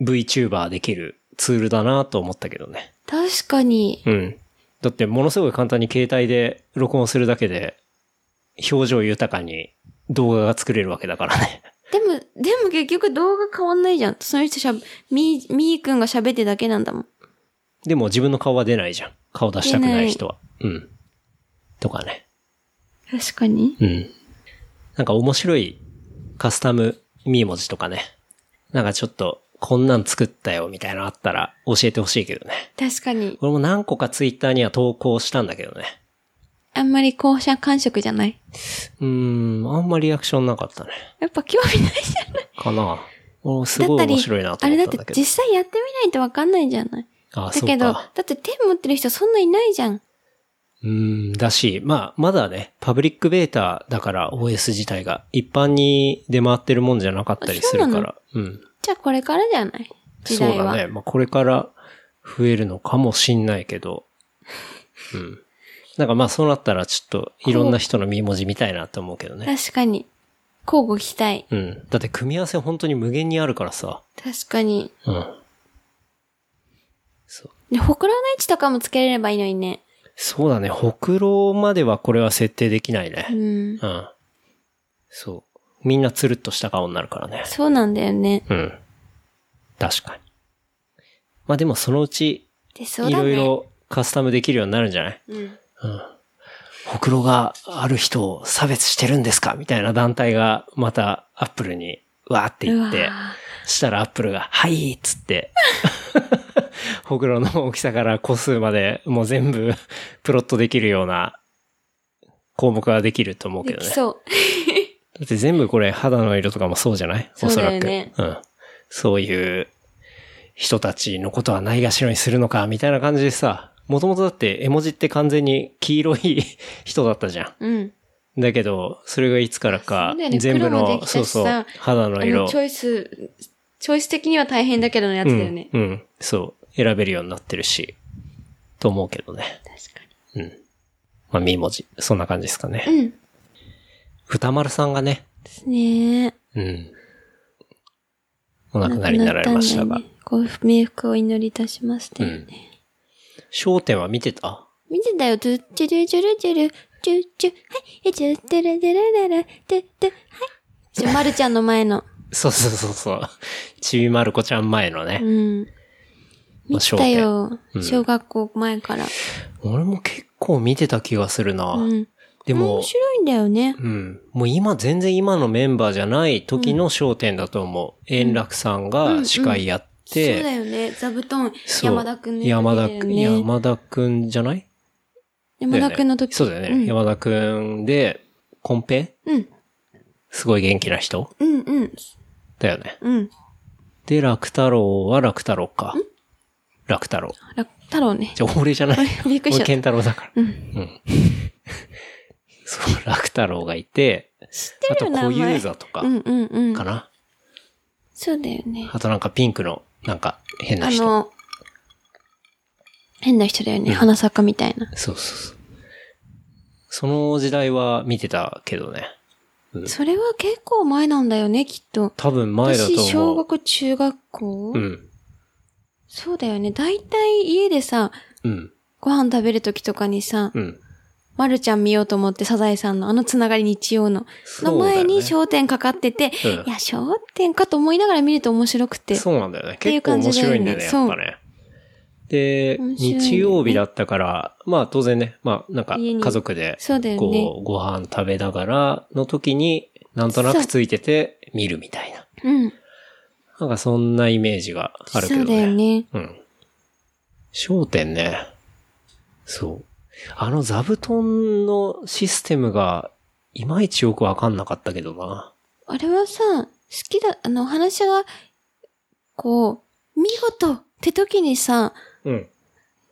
[SPEAKER 3] VTuber できるツールだなと思ったけどね。
[SPEAKER 4] 確かに。
[SPEAKER 3] うん。だってものすごい簡単に携帯で録音するだけで、表情豊かに動画が作れるわけだからね。
[SPEAKER 4] でも、でも結局動画変わんないじゃん。その人しゃべ、みー、みーくんが喋ってるだけなんだもん。
[SPEAKER 3] でも自分の顔は出ないじゃん。顔出したくない人は。うん。とかね。
[SPEAKER 4] 確かに。
[SPEAKER 3] うん。なんか面白いカスタムミー文字とかね。なんかちょっとこんなん作ったよみたいなのあったら教えてほしいけどね。
[SPEAKER 4] 確かに。
[SPEAKER 3] これも何個かツイッターには投稿したんだけどね。
[SPEAKER 4] あんまり校舎感触じゃない。
[SPEAKER 3] うーん、あんまリアクションなかったね。
[SPEAKER 4] やっぱ興味ないじゃない。
[SPEAKER 3] かな。おすごい面白いなと
[SPEAKER 4] あれ
[SPEAKER 3] 思っ
[SPEAKER 4] だ
[SPEAKER 3] たんだ
[SPEAKER 4] って
[SPEAKER 3] けど。
[SPEAKER 4] 実際やってみないとわかんないじゃない。
[SPEAKER 3] あ
[SPEAKER 4] だ
[SPEAKER 3] そう
[SPEAKER 4] けど、
[SPEAKER 3] か
[SPEAKER 4] だ。って手持ってる人そんないないじゃん。
[SPEAKER 3] うーん、だし、まあ、まだね、パブリックベータだから OS 自体が一般に出回ってるもんじゃなかったりするから。うん。
[SPEAKER 4] じゃあこれからじゃない時
[SPEAKER 3] そう
[SPEAKER 4] 代
[SPEAKER 3] だ
[SPEAKER 4] は。
[SPEAKER 3] ね。まあ、これから増えるのかもしんないけど。うん。なんかまあそうなったらちょっといろんな人の身文字みたいなと思うけどね。
[SPEAKER 4] 確かに。交互期待。
[SPEAKER 3] うん。だって組み合わせ本当に無限にあるからさ。
[SPEAKER 4] 確かに。
[SPEAKER 3] うん。そう。
[SPEAKER 4] で、ほくろの位置とかもつけれればいいのにね。
[SPEAKER 3] そうだね。ほくろまではこれは設定できないうね。
[SPEAKER 4] ん。
[SPEAKER 3] うん。そう。みんなつるっとした顔になるからね。
[SPEAKER 4] そうなんだよね。
[SPEAKER 3] うん。確かに。まあでもそのうち、
[SPEAKER 4] で、そう
[SPEAKER 3] い
[SPEAKER 4] だね。
[SPEAKER 3] ろいろカスタムできるようになるんじゃない
[SPEAKER 4] うん。
[SPEAKER 3] ほくろがある人を差別してるんですかみたいな団体がまたアップルにわーって言っ
[SPEAKER 4] う
[SPEAKER 3] て
[SPEAKER 4] わ、
[SPEAKER 3] したらアップルが、はいっつって、 ほくろの大きさから個数までもう全部プロットできるような項目ができると思うけ
[SPEAKER 4] で
[SPEAKER 3] ど
[SPEAKER 4] き
[SPEAKER 3] ね。
[SPEAKER 4] そう。
[SPEAKER 3] だって全部これ肌の色とかもそうじゃないお
[SPEAKER 4] そう
[SPEAKER 3] そ
[SPEAKER 4] だ
[SPEAKER 3] ら
[SPEAKER 4] よ
[SPEAKER 3] く。
[SPEAKER 4] ね
[SPEAKER 3] うん。そういう人たちのことはないがしろにするのか、みたいな感じでさ、もともとだって絵文字って完全に黄色い人だったじゃ
[SPEAKER 4] うん。
[SPEAKER 3] ん。だけど、それがいつからか
[SPEAKER 4] そうだよ、ね
[SPEAKER 3] 全部
[SPEAKER 4] 黒もで
[SPEAKER 3] の、
[SPEAKER 4] きたし
[SPEAKER 3] そうそう
[SPEAKER 4] さ、
[SPEAKER 3] 肌
[SPEAKER 4] あ
[SPEAKER 3] の色
[SPEAKER 4] の、チョイス、チョイス的には大変だけどのやつだよね。
[SPEAKER 3] うん、うん、そう、選べるようになってるし、と思うけどね。
[SPEAKER 4] 確か
[SPEAKER 3] まあ、ミー文字、そんな感じですかね。
[SPEAKER 4] に。うん。で
[SPEAKER 3] 歌丸さんがね、
[SPEAKER 4] すね
[SPEAKER 3] うん。お亡くなりになられました
[SPEAKER 4] 亡くな
[SPEAKER 3] が
[SPEAKER 4] っ。んだよねご冥福をお祈りいたしますだよね。
[SPEAKER 3] 焦点は見てた
[SPEAKER 4] 見てたよ、トゥッチュルチュルチュル、チュッチュ、はい、チュッチュルチュルルル、トゥットゥ、はい。ちょ、まるちゃんの前の。
[SPEAKER 3] そうそうそうそう。ちびまる子ちゃん前のね。
[SPEAKER 4] うん。見てたよ
[SPEAKER 3] う、ん
[SPEAKER 4] 小学校前から。
[SPEAKER 3] 俺も結構見てた気がするな。
[SPEAKER 4] うん。
[SPEAKER 3] でも
[SPEAKER 4] 面、白いんだよね。
[SPEAKER 3] うん。もう今、全然今のメンバーじゃない時の焦点だと思う。円楽さんが司会やっ
[SPEAKER 4] そう
[SPEAKER 3] て、
[SPEAKER 4] だよね。座布団、
[SPEAKER 3] そう
[SPEAKER 4] 山田くんのやつ
[SPEAKER 3] 山
[SPEAKER 4] だ
[SPEAKER 3] 田
[SPEAKER 4] よ
[SPEAKER 3] くん、
[SPEAKER 4] ね。
[SPEAKER 3] 山田くんじゃない
[SPEAKER 4] 山田くんの時。
[SPEAKER 3] そうだよね。
[SPEAKER 4] うん
[SPEAKER 3] 山田くんで、コンペ
[SPEAKER 4] うん。
[SPEAKER 3] すごい元気な人
[SPEAKER 4] うん、うん、
[SPEAKER 3] だよね。
[SPEAKER 4] うん。
[SPEAKER 3] で、楽太郎は楽太郎か。楽太郎。
[SPEAKER 4] あら、太郎ね。
[SPEAKER 3] じゃあ、俺じゃない。
[SPEAKER 4] 俺びっくりしち
[SPEAKER 3] 俺
[SPEAKER 4] ゃった
[SPEAKER 3] 健太郎だから。うん。 そう、楽太郎がいて、あと、
[SPEAKER 4] て
[SPEAKER 3] 小
[SPEAKER 4] る名前
[SPEAKER 3] 遊三とか
[SPEAKER 4] う、ん、うん、うん
[SPEAKER 3] か。な。
[SPEAKER 4] そうだよね。
[SPEAKER 3] あとなんかピンクの、なんか変な
[SPEAKER 4] あ
[SPEAKER 3] 人。
[SPEAKER 4] の、変な人だよね。花坂みたいな。
[SPEAKER 3] そうそうそう。その時代は見てたけどね。
[SPEAKER 4] それは結構前なんだよね、きっと。
[SPEAKER 3] 多分前だと
[SPEAKER 4] 私、
[SPEAKER 3] 思う。
[SPEAKER 4] 小学、中学校
[SPEAKER 3] うん。
[SPEAKER 4] そうだよね。だいたい家でさ、
[SPEAKER 3] うん。
[SPEAKER 4] ご飯食べる時とかにさ、
[SPEAKER 3] うん。
[SPEAKER 4] まるちゃん見ようと思って、サザエさんのあのつながり日曜の、
[SPEAKER 3] そうだ
[SPEAKER 4] の
[SPEAKER 3] よね
[SPEAKER 4] 前に焦点かかってて、
[SPEAKER 3] うん
[SPEAKER 4] いや、焦点かと思いながら見ると面白くて。
[SPEAKER 3] そうなんだよね。
[SPEAKER 4] てい
[SPEAKER 3] 結
[SPEAKER 4] う
[SPEAKER 3] 構
[SPEAKER 4] 感
[SPEAKER 3] 面
[SPEAKER 4] じだ
[SPEAKER 3] 白
[SPEAKER 4] よね
[SPEAKER 3] いんだよね、やっぱね。で、
[SPEAKER 4] 面白いよね
[SPEAKER 3] 日曜日だったから、まあ当然ね、まあなんか
[SPEAKER 4] 家
[SPEAKER 3] 家
[SPEAKER 4] に
[SPEAKER 3] 族で、
[SPEAKER 4] そうだよね
[SPEAKER 3] こう、ご飯食べながらの時に、なんとなくついてて見るみたいな。
[SPEAKER 4] うん。
[SPEAKER 3] なんかそんなイメージがあるけ
[SPEAKER 4] そ
[SPEAKER 3] どね。
[SPEAKER 4] うだよね。
[SPEAKER 3] うん。焦点ね。そう。あの座布団のシステムが、いまいちよくわかんなかったけどな。
[SPEAKER 4] あれはさ、好きだ、あの、お話が、こう、見事って時にさ、
[SPEAKER 3] うん。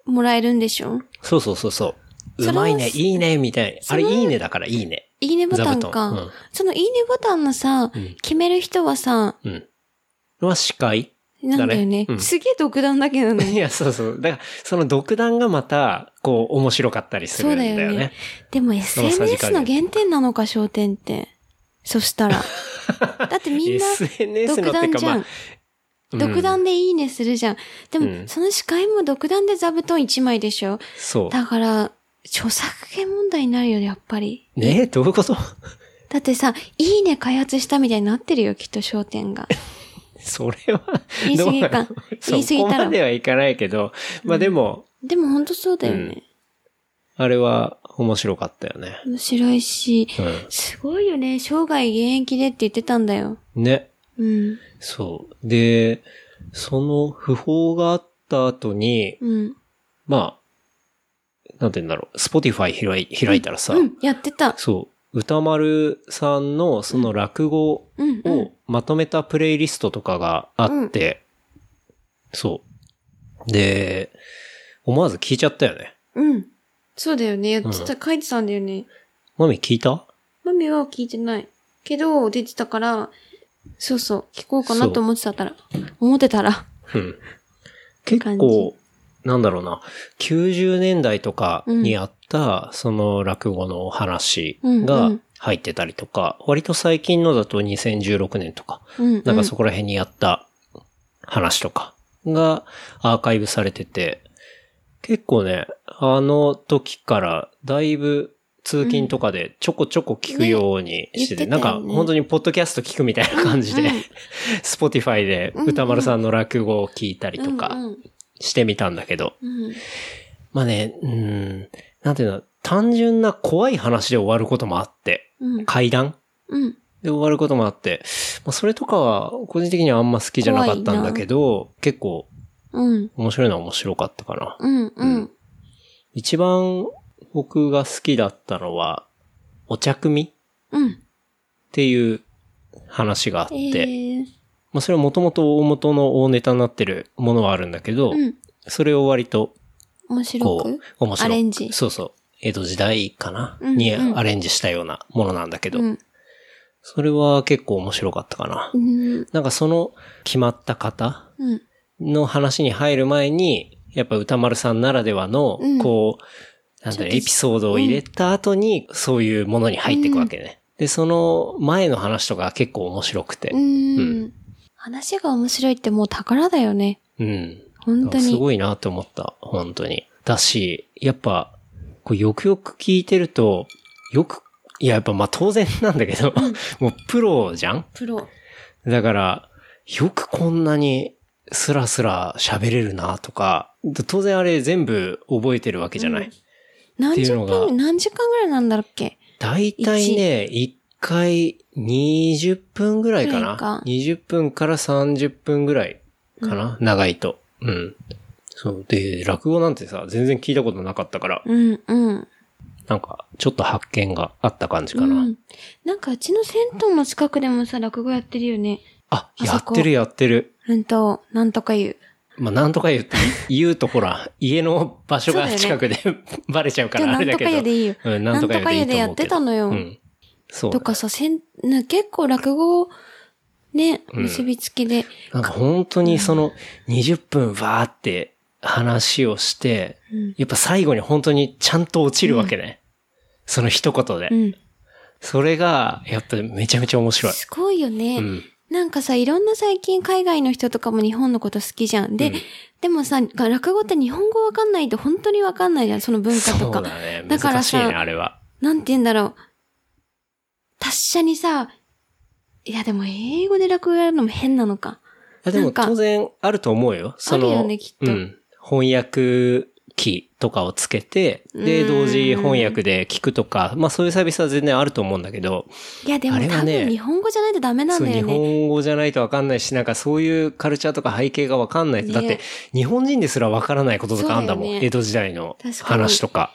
[SPEAKER 4] もらえるんでしょ
[SPEAKER 3] そうそうそうそう。う
[SPEAKER 4] それは
[SPEAKER 3] まいね、いいね、みたいな。あれ、
[SPEAKER 4] それ
[SPEAKER 3] いいねだから、いいね。
[SPEAKER 4] いいねボタン
[SPEAKER 3] 座布
[SPEAKER 4] か。
[SPEAKER 3] 団うん
[SPEAKER 4] そのいいねボタンのさ、
[SPEAKER 3] うん
[SPEAKER 4] 決める人はさ、
[SPEAKER 3] うん。は司会
[SPEAKER 4] なんだよ
[SPEAKER 3] だね
[SPEAKER 4] ね。
[SPEAKER 3] うん
[SPEAKER 4] すげえ独断だけ ど
[SPEAKER 3] い
[SPEAKER 4] ね。
[SPEAKER 3] や、そうそう。だから、その独断がまた、こう、面白かったりするんだよ
[SPEAKER 4] そうだよね
[SPEAKER 3] ね。
[SPEAKER 4] でも
[SPEAKER 3] のさじ加
[SPEAKER 4] SNS
[SPEAKER 3] 減
[SPEAKER 4] の原点なのか、焦点って。そし たら。だってみんな、
[SPEAKER 3] SNS の
[SPEAKER 4] 独
[SPEAKER 3] って
[SPEAKER 4] 断
[SPEAKER 3] か、
[SPEAKER 4] じゃ
[SPEAKER 3] まあ、
[SPEAKER 4] ん。
[SPEAKER 3] うん
[SPEAKER 4] 独断でいいねするじゃん。でも、
[SPEAKER 3] うん
[SPEAKER 4] その司会も独断で座布団1枚でしょ
[SPEAKER 3] そ
[SPEAKER 4] だから、著作権問題になるよね、やっぱり。
[SPEAKER 3] う。ねえ、どういうこと
[SPEAKER 4] だってさ、いいね開発したみたいになってるよ、きっと商 店が。
[SPEAKER 3] それは、
[SPEAKER 4] 言い過ぎか
[SPEAKER 3] どうなの
[SPEAKER 4] 言い過ぎたら
[SPEAKER 3] そこまではいかないけど、まあでも、
[SPEAKER 4] でもほんとそうだよね。
[SPEAKER 3] あれは面白かったよね。
[SPEAKER 4] 面白いし、
[SPEAKER 3] う
[SPEAKER 4] すごいよね、生涯現役でって言ってたんだよ。
[SPEAKER 3] ん。ね。
[SPEAKER 4] うん。
[SPEAKER 3] そう。で、その訃報があった後に、
[SPEAKER 4] うん。
[SPEAKER 3] まあ、なんて言うんだろう、スポティファイ開い開いたらさ、
[SPEAKER 4] うん、やってた。
[SPEAKER 3] そう、歌丸さんのその落語
[SPEAKER 4] うん、うん
[SPEAKER 3] を。まとめたプレイリストとかがあって、そう。で、思わず聞いちゃったよね。
[SPEAKER 4] うん。そうだよね、やってた、書いてたんだよね。
[SPEAKER 3] マミ聞いた
[SPEAKER 4] マミは聞いてない。けど、出てたから、そうそう、聞こうかなと思ってたら、思ってたら。
[SPEAKER 3] うん。結構、なんだろうな、90年代とかにあった、その落語のお話
[SPEAKER 4] うん
[SPEAKER 3] が
[SPEAKER 4] うん
[SPEAKER 3] 入ってたりとか、割と最近のだと2016年とか、
[SPEAKER 4] うん、うん。
[SPEAKER 3] なんかそこら辺にやった話とかがアーカイブされてて、結構ね、あの時からだいぶ通勤とかでちょこちょこ聞くようにしてて、な
[SPEAKER 4] ね言って
[SPEAKER 3] ん
[SPEAKER 4] た
[SPEAKER 3] か
[SPEAKER 4] よね
[SPEAKER 3] 本当にポッドキャスト聞くみたいな感じで、 スポティファイで歌丸さんの落語を聞いたりと
[SPEAKER 4] う
[SPEAKER 3] か
[SPEAKER 4] ん、
[SPEAKER 3] してみたんだけど、
[SPEAKER 4] うん。うん
[SPEAKER 3] まあね、うん、なんていうの、単純な怖い話で終わることもあって、
[SPEAKER 4] うん。
[SPEAKER 3] 階段
[SPEAKER 4] うん。
[SPEAKER 3] で終わることもあって、まあ、それとかは個人的にはあんま好きじゃなかったんだけど、結構
[SPEAKER 4] うん。
[SPEAKER 3] 面白いのは面白かったかな。
[SPEAKER 4] うん。うん。
[SPEAKER 3] 一番僕が好きだったのは、お茶組っ
[SPEAKER 4] うん。
[SPEAKER 3] ていう話があって、
[SPEAKER 4] えー、
[SPEAKER 3] まあ、それはもともと大元の大ネタになってるものはあるんだけど、
[SPEAKER 4] うん。
[SPEAKER 3] それを割と
[SPEAKER 4] 面白
[SPEAKER 3] こ
[SPEAKER 4] く
[SPEAKER 3] う、面白い
[SPEAKER 4] アレンジ。
[SPEAKER 3] そうそう。江戸時代かな、
[SPEAKER 4] うん
[SPEAKER 3] に
[SPEAKER 4] うん
[SPEAKER 3] アレンジしたようなものなんだけど、
[SPEAKER 4] うん
[SPEAKER 3] それは結構面白かったかな。
[SPEAKER 4] うん。
[SPEAKER 3] なんかその決まった方
[SPEAKER 4] うん。
[SPEAKER 3] の話に入る前に、やっぱ歌丸さんならではの、
[SPEAKER 4] うん
[SPEAKER 3] こう、なんだろうエピソードを入れた後に、そういうものに入っていくわけね。で、その前の話とか結構面白くて
[SPEAKER 4] う。ん。話が面白いってもう宝だよね。
[SPEAKER 3] うん。
[SPEAKER 4] 本当に。
[SPEAKER 3] すごいなって思った。本当に。だし、やっぱ、こうよくよく聞いてると、よく、いや、やっぱまあ当然なんだけど、 もうプロじゃん
[SPEAKER 4] プロ。
[SPEAKER 3] だから、よくこんなにスラスラ喋れるなとか、当然あれ全部覚えてるわけじゃない。って
[SPEAKER 4] 何
[SPEAKER 3] い
[SPEAKER 4] 十
[SPEAKER 3] うのが
[SPEAKER 4] 分、何時間ぐらいなんだっけ
[SPEAKER 3] 大体ね、1回20分ぐらいか
[SPEAKER 4] ぐら
[SPEAKER 3] な。
[SPEAKER 4] いか
[SPEAKER 3] 20分から30分ぐらいかな、長いと。うん。そう。で、落語なんてさ、全然聞いたことなかったから、
[SPEAKER 4] うん、うん。
[SPEAKER 3] なんか、ちょっと発見があった感じか
[SPEAKER 4] う
[SPEAKER 3] な。
[SPEAKER 4] ん。なんかうちの銭湯の近くでもさ、落語やってるよね。
[SPEAKER 3] あ、
[SPEAKER 4] あ
[SPEAKER 3] や
[SPEAKER 4] そ
[SPEAKER 3] っ
[SPEAKER 4] こ
[SPEAKER 3] てるやってる。
[SPEAKER 4] うんと、なんとか言う。
[SPEAKER 3] まあ、なんとか言うと、言うとほら、家の場所が
[SPEAKER 4] そうだよね
[SPEAKER 3] 近くでバレちゃうか
[SPEAKER 4] 今
[SPEAKER 3] ら、あ
[SPEAKER 4] 日
[SPEAKER 3] れだ
[SPEAKER 4] なんと
[SPEAKER 3] けど。
[SPEAKER 4] か言うでいいよ。
[SPEAKER 3] うん、なんとか
[SPEAKER 4] なんとか
[SPEAKER 3] 湯
[SPEAKER 4] 湯
[SPEAKER 3] でいいと思うけど
[SPEAKER 4] でやってたのよ
[SPEAKER 3] うん。そうだ
[SPEAKER 4] と
[SPEAKER 3] ね。
[SPEAKER 4] かさ、せん、な結構落語、ね、
[SPEAKER 3] うん
[SPEAKER 4] 結びつきで。
[SPEAKER 3] なんか本当にその20分わーって話をして、
[SPEAKER 4] うん
[SPEAKER 3] やっぱ最後に本当にちゃんと落ちるわけね。その一言で。
[SPEAKER 4] うん。
[SPEAKER 3] それが、やっぱめちゃめちゃ面白い。
[SPEAKER 4] すごいよね。
[SPEAKER 3] うん。
[SPEAKER 4] なんかさ、いろんな最近海外の人とかも日本のこと好きじゃん。で、
[SPEAKER 3] うん
[SPEAKER 4] でもさ、落語って日本語わかんないと本当にわかんないじゃん、その文化
[SPEAKER 3] そ
[SPEAKER 4] と
[SPEAKER 3] う
[SPEAKER 4] か。
[SPEAKER 3] だね。
[SPEAKER 4] だから
[SPEAKER 3] 難しいね、
[SPEAKER 4] さ
[SPEAKER 3] あれは。
[SPEAKER 4] なんて言うんだろう。達者にさ、いやでも英語で落語やるのも変なのか。
[SPEAKER 3] いやでも
[SPEAKER 4] なんか
[SPEAKER 3] 当然あると思うよ。その、
[SPEAKER 4] あるよねきっと
[SPEAKER 3] うん。翻訳機とかをつけて、で、
[SPEAKER 4] うん
[SPEAKER 3] 同時翻訳で聞くとか、まあそういうサービスは全然あると思うんだけど、
[SPEAKER 4] いやでも、
[SPEAKER 3] あれは
[SPEAKER 4] 多
[SPEAKER 3] ね
[SPEAKER 4] 分日本語じゃないとダメなん
[SPEAKER 3] そう、
[SPEAKER 4] だ
[SPEAKER 3] 日
[SPEAKER 4] よね。
[SPEAKER 3] 本語じゃないとわかんないし、なんかそういうカルチャーとか背景がわかんないと、
[SPEAKER 4] ね
[SPEAKER 3] だって日本人ですらわからないこととかあんだもん。
[SPEAKER 4] そうだよね
[SPEAKER 3] 江戸時代の
[SPEAKER 4] 確かに
[SPEAKER 3] 話とか。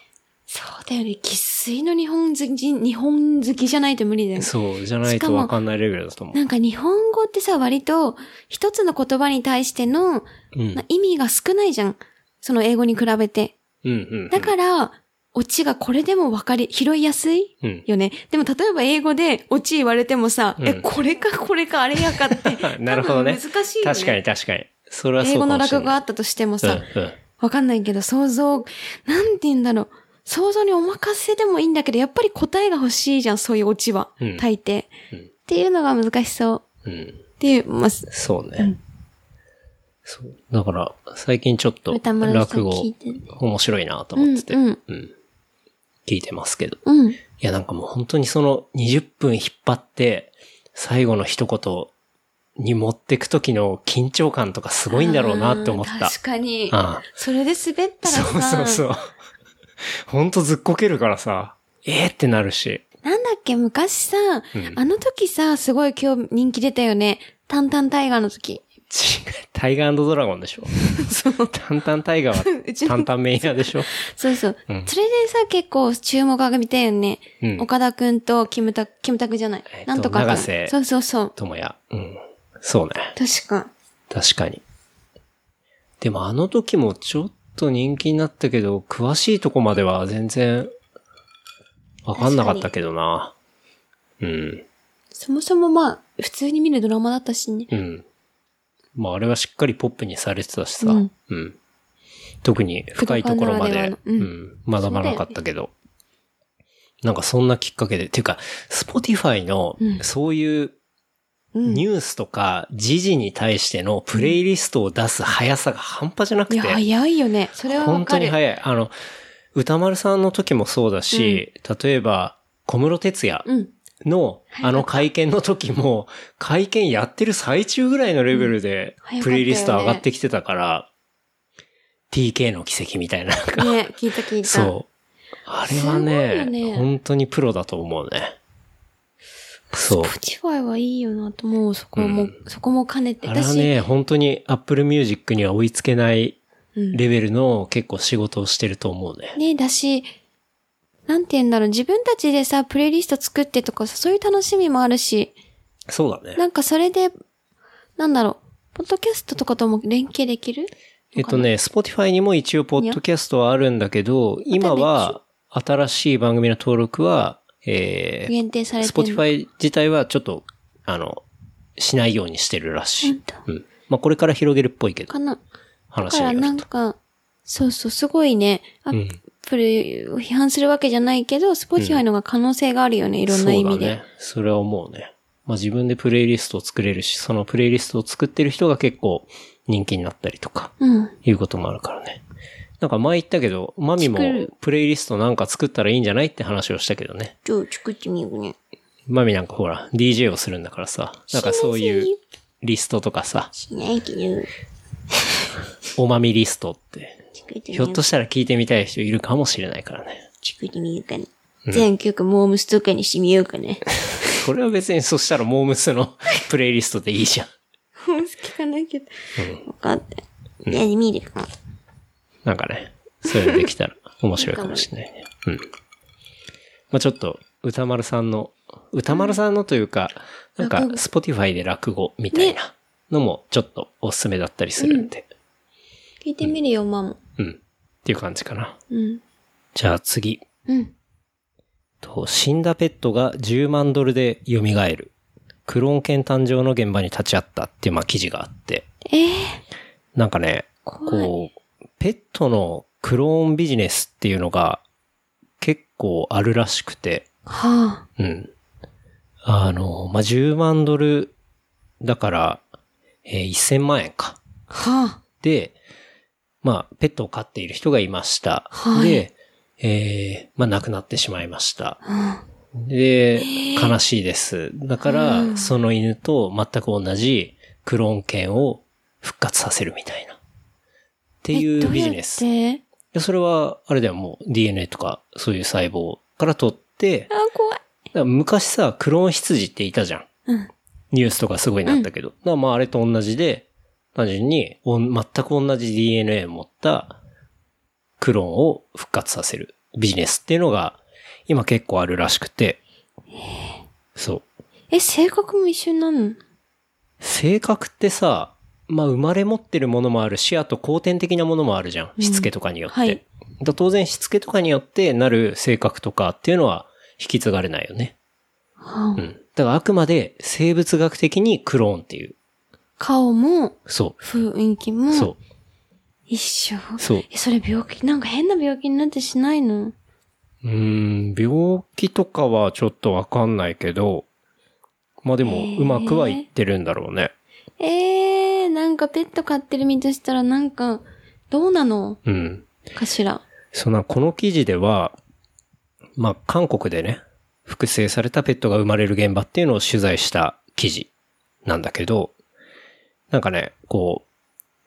[SPEAKER 4] そうだよね。喫水の日本好き、日本好きじゃないと無理だよね。
[SPEAKER 3] そう、じゃない
[SPEAKER 4] しか
[SPEAKER 3] と
[SPEAKER 4] も
[SPEAKER 3] わかんないレベルだと思う。
[SPEAKER 4] なんか日本語ってさ、割と一つの言葉に対しての
[SPEAKER 3] うん。うん
[SPEAKER 4] な意味が少ないじゃん。その英語に比べて。
[SPEAKER 3] うんうん。
[SPEAKER 4] だから、オチがこれでも分かり、拾いやすい
[SPEAKER 3] うん。
[SPEAKER 4] よね。でも例えば英語でオチ言われてもさ、
[SPEAKER 3] うん。
[SPEAKER 4] え、これかこれかあれやかって
[SPEAKER 3] なるほどね
[SPEAKER 4] 多分難しいよね。
[SPEAKER 3] 確かに確かに。それはそう
[SPEAKER 4] 英
[SPEAKER 3] か
[SPEAKER 4] 語の
[SPEAKER 3] もしれ
[SPEAKER 4] 落語あ
[SPEAKER 3] ない。
[SPEAKER 4] ったとしても
[SPEAKER 3] う
[SPEAKER 4] さ、
[SPEAKER 3] んうん。
[SPEAKER 4] わかんないけど、想像、なんて言うんだろう。想像にお任せでもいいんだけど、やっぱり答えが欲しいじゃん、そういうオチは。
[SPEAKER 3] うん
[SPEAKER 4] 大抵、
[SPEAKER 3] うん
[SPEAKER 4] っていうのが難しそう。
[SPEAKER 3] うん。
[SPEAKER 4] っていう、まあ、す
[SPEAKER 3] そうね。そう。だから、最近ちょっと
[SPEAKER 4] 歌丸さん
[SPEAKER 3] 落語
[SPEAKER 4] 聞いてる。
[SPEAKER 3] 面白いなと思ってて、
[SPEAKER 4] うんうん
[SPEAKER 3] 聞いてますけど。い
[SPEAKER 4] うん。
[SPEAKER 3] や、なんかもう本当にその20分引っ張って、最後の一言に持ってく時の緊張感とかすごいんだろうなって思っ
[SPEAKER 4] あー
[SPEAKER 3] た。
[SPEAKER 4] 確かに。
[SPEAKER 3] ああ
[SPEAKER 4] それで滑ったらさ、
[SPEAKER 3] そうそうそう。本当ずっこけるからさ、えーってなるし。
[SPEAKER 4] なんだっけ、昔さ、
[SPEAKER 3] うん
[SPEAKER 4] あの時さ、すごい今日人気出たよね。タンタンタイガーの時。
[SPEAKER 3] 違うタイガードラゴンでしょ。タンタンタイガー
[SPEAKER 4] うち
[SPEAKER 3] は、
[SPEAKER 4] の
[SPEAKER 3] タンタンメイヤーでしょ。
[SPEAKER 4] そうそう。
[SPEAKER 3] うん
[SPEAKER 4] それでさ、結構注目が見たよね。
[SPEAKER 3] うん
[SPEAKER 4] 岡田くんとキムタク、キムタクじゃない。
[SPEAKER 3] えっと
[SPEAKER 4] なんとかくん
[SPEAKER 3] 永瀬
[SPEAKER 4] そうそうそう。
[SPEAKER 3] ともや。うん。そうね。
[SPEAKER 4] 確か。
[SPEAKER 3] 確かに。でもあの時もちょっと人気になったけど、詳しいとこまでは全然わかんなかったけどな。うん。
[SPEAKER 4] そもそもまあ、普通に見るドラマだったしね。
[SPEAKER 3] うん。まああれはしっかりポップにされてたしさ。う
[SPEAKER 4] うんん。
[SPEAKER 3] 特に深いところま
[SPEAKER 4] 黒川ならで
[SPEAKER 3] で
[SPEAKER 4] は、のうん
[SPEAKER 3] うん学ばなかったけど。なんかそんなきっかけで、ていうか、スポティファイの
[SPEAKER 4] うん
[SPEAKER 3] そういう
[SPEAKER 4] うん。
[SPEAKER 3] ニュースとか時事に対してのプレイリストを出す速さが半端じゃなく
[SPEAKER 4] い
[SPEAKER 3] て。
[SPEAKER 4] や、早いよね。それはわ
[SPEAKER 3] 本当
[SPEAKER 4] か
[SPEAKER 3] に
[SPEAKER 4] る。
[SPEAKER 3] 早い。あの、歌丸さんの時もそうだし、例えば、小室哲也
[SPEAKER 4] うん。
[SPEAKER 3] の、
[SPEAKER 4] 早かった
[SPEAKER 3] あの会見の時も、会見やってる最中ぐらいのレベルで
[SPEAKER 4] 早かったよ、ね
[SPEAKER 3] プレイリスト上がってきてたから、TK の奇跡みたいな、なんか、
[SPEAKER 4] ね、聞いた聞いた。
[SPEAKER 3] そう。あれはね
[SPEAKER 4] すごいよね
[SPEAKER 3] 本当にプロだと思うね。そう。
[SPEAKER 4] ポチファイはいいよなと思う。そこも、
[SPEAKER 3] うん
[SPEAKER 4] そこも兼ねて。
[SPEAKER 3] あれは
[SPEAKER 4] 私、
[SPEAKER 3] ね、本当に Apple Music には追いつけない
[SPEAKER 4] うん
[SPEAKER 3] レベルの結構仕事をしてると思うね。
[SPEAKER 4] ね、だし、なんて言うんだろう、自分たちでさ、プレイリスト作ってとかさ、そういう楽しみもあるし、
[SPEAKER 3] そうだね。
[SPEAKER 4] なんかそれで、なんだろう、ポッドキャストとかとも連携できる
[SPEAKER 3] えっとね、Spotify にも一応、ポッドキャストはあるんだけど、今は、新しい番組の登録は、えー、
[SPEAKER 4] 限定されてる。
[SPEAKER 3] Spotify 自体はちょっと、あの、しないようにしてるらし
[SPEAKER 4] うん
[SPEAKER 3] い
[SPEAKER 4] と。
[SPEAKER 3] うん。まあ、これから広げるっぽいけど
[SPEAKER 4] か、な。だ
[SPEAKER 3] 話
[SPEAKER 4] から
[SPEAKER 3] に
[SPEAKER 4] な
[SPEAKER 3] よ
[SPEAKER 4] ん
[SPEAKER 3] ると。
[SPEAKER 4] か、そうそう、すごいね、ア
[SPEAKER 3] ん
[SPEAKER 4] ップルを批判するわけじゃないけど、スポティファイの方が可能性があるよね、いろんな意
[SPEAKER 3] そ
[SPEAKER 4] 味
[SPEAKER 3] うだね
[SPEAKER 4] で。。
[SPEAKER 3] それは思うね。まあ、自分でプレイリストを作れるし、そのプレイリストを作ってる人が結構人気になったりとか、
[SPEAKER 4] うん。
[SPEAKER 3] いうこともあるからね。なんか前言ったけど、マミも
[SPEAKER 4] 作る
[SPEAKER 3] プレイリストなんか作ったらいいんじゃないって話をしたけどね。
[SPEAKER 4] ちょ、作ってみようね。
[SPEAKER 3] マミなんかほら、DJ をするんだからさ、なんかそういうリストとかさ、
[SPEAKER 4] しないけど、
[SPEAKER 3] おまみリストって、
[SPEAKER 4] 作ってみ
[SPEAKER 3] ひょ
[SPEAKER 4] よ
[SPEAKER 3] っ
[SPEAKER 4] う
[SPEAKER 3] と。したら聞いてみたい人いるかもしれないからね。
[SPEAKER 4] 作ってみようかな。全曲モームスとかにしてみようかね。
[SPEAKER 3] これは別にそしたらモームスのプレイリストでいいじゃん。
[SPEAKER 4] モームス聞かないけど。分かった。やってみるか。
[SPEAKER 3] なんかね、そういうのできたら面白いかもしれないね。うん。まあちょっと、歌丸さんの、歌丸さんのというか、なんか
[SPEAKER 4] 落語、
[SPEAKER 3] スポティファイで落語みたいなのもちょっとおすすめだったりするんで、
[SPEAKER 4] 聞いてみるよ、ママ。
[SPEAKER 3] うん、っていう感じかな。
[SPEAKER 4] うん。
[SPEAKER 3] じゃあ次。
[SPEAKER 4] うん。
[SPEAKER 3] と死んだペットが10万ドルで蘇る。クローン犬誕生の現場に立ち会ったっていう、まあ、記事があって。
[SPEAKER 4] ええ
[SPEAKER 3] なんかね、
[SPEAKER 4] 怖い
[SPEAKER 3] こう、ペットのクローンビジネスっていうのが結構あるらしくて、
[SPEAKER 4] はあ。
[SPEAKER 3] うん。あの、まあ、10万ドルだから、えー1000万円か。
[SPEAKER 4] はあ。
[SPEAKER 3] で、まあ、ペットを飼っている人がいました。
[SPEAKER 4] はい
[SPEAKER 3] で、えーまあ、亡くなってしまいました。
[SPEAKER 4] はあ。
[SPEAKER 3] で、悲しいです。だから、その犬と全く同じクローン犬を復活させるみたいな。っていう
[SPEAKER 4] えどや
[SPEAKER 3] ビジネス。
[SPEAKER 4] って
[SPEAKER 3] でそれは、あれだよ、もう DNA とか、そういう細胞から取って、
[SPEAKER 4] あ、怖い。
[SPEAKER 3] だから昔さ、クローン羊っていたじゃん。
[SPEAKER 4] うん。
[SPEAKER 3] ニュースとかすごいなったけど。だからまああれと同じで、単純におん全く同じ DNA を持ったクローンを復活させるビジネスっていうのが今結構あるらしくて。そう。
[SPEAKER 4] え、性格も一緒になるの
[SPEAKER 3] 性格ってさ、まあ生まれ持ってるものもあるし、あと後天的なものもあるじゃん。しつけとかによって。
[SPEAKER 4] はい
[SPEAKER 3] だ当然しつけとかによってなる性格とかっていうのは引き継がれないよね。
[SPEAKER 4] は
[SPEAKER 3] う
[SPEAKER 4] あ。
[SPEAKER 3] ん。だからあくまで生物学的にクローンっていう。
[SPEAKER 4] 顔も、
[SPEAKER 3] そ
[SPEAKER 4] 雰囲気
[SPEAKER 3] う。
[SPEAKER 4] も、
[SPEAKER 3] そ
[SPEAKER 4] 一緒。
[SPEAKER 3] う。そう。
[SPEAKER 4] え、それ病気、なんか変な病気になってしないの
[SPEAKER 3] うーん、病気とかはちょっとわかんないけど、まあで
[SPEAKER 4] へ
[SPEAKER 3] も、
[SPEAKER 4] ー
[SPEAKER 3] うまくはいってるんだろうね。
[SPEAKER 4] えー、なんかペット飼ってる身としたらなんか、どうなの
[SPEAKER 3] うん。
[SPEAKER 4] かしら。
[SPEAKER 3] そんな、この記事では、まあ、韓国でね、複製されたペットが生まれる現場っていうのを取材した記事なんだけど、なんかね、こ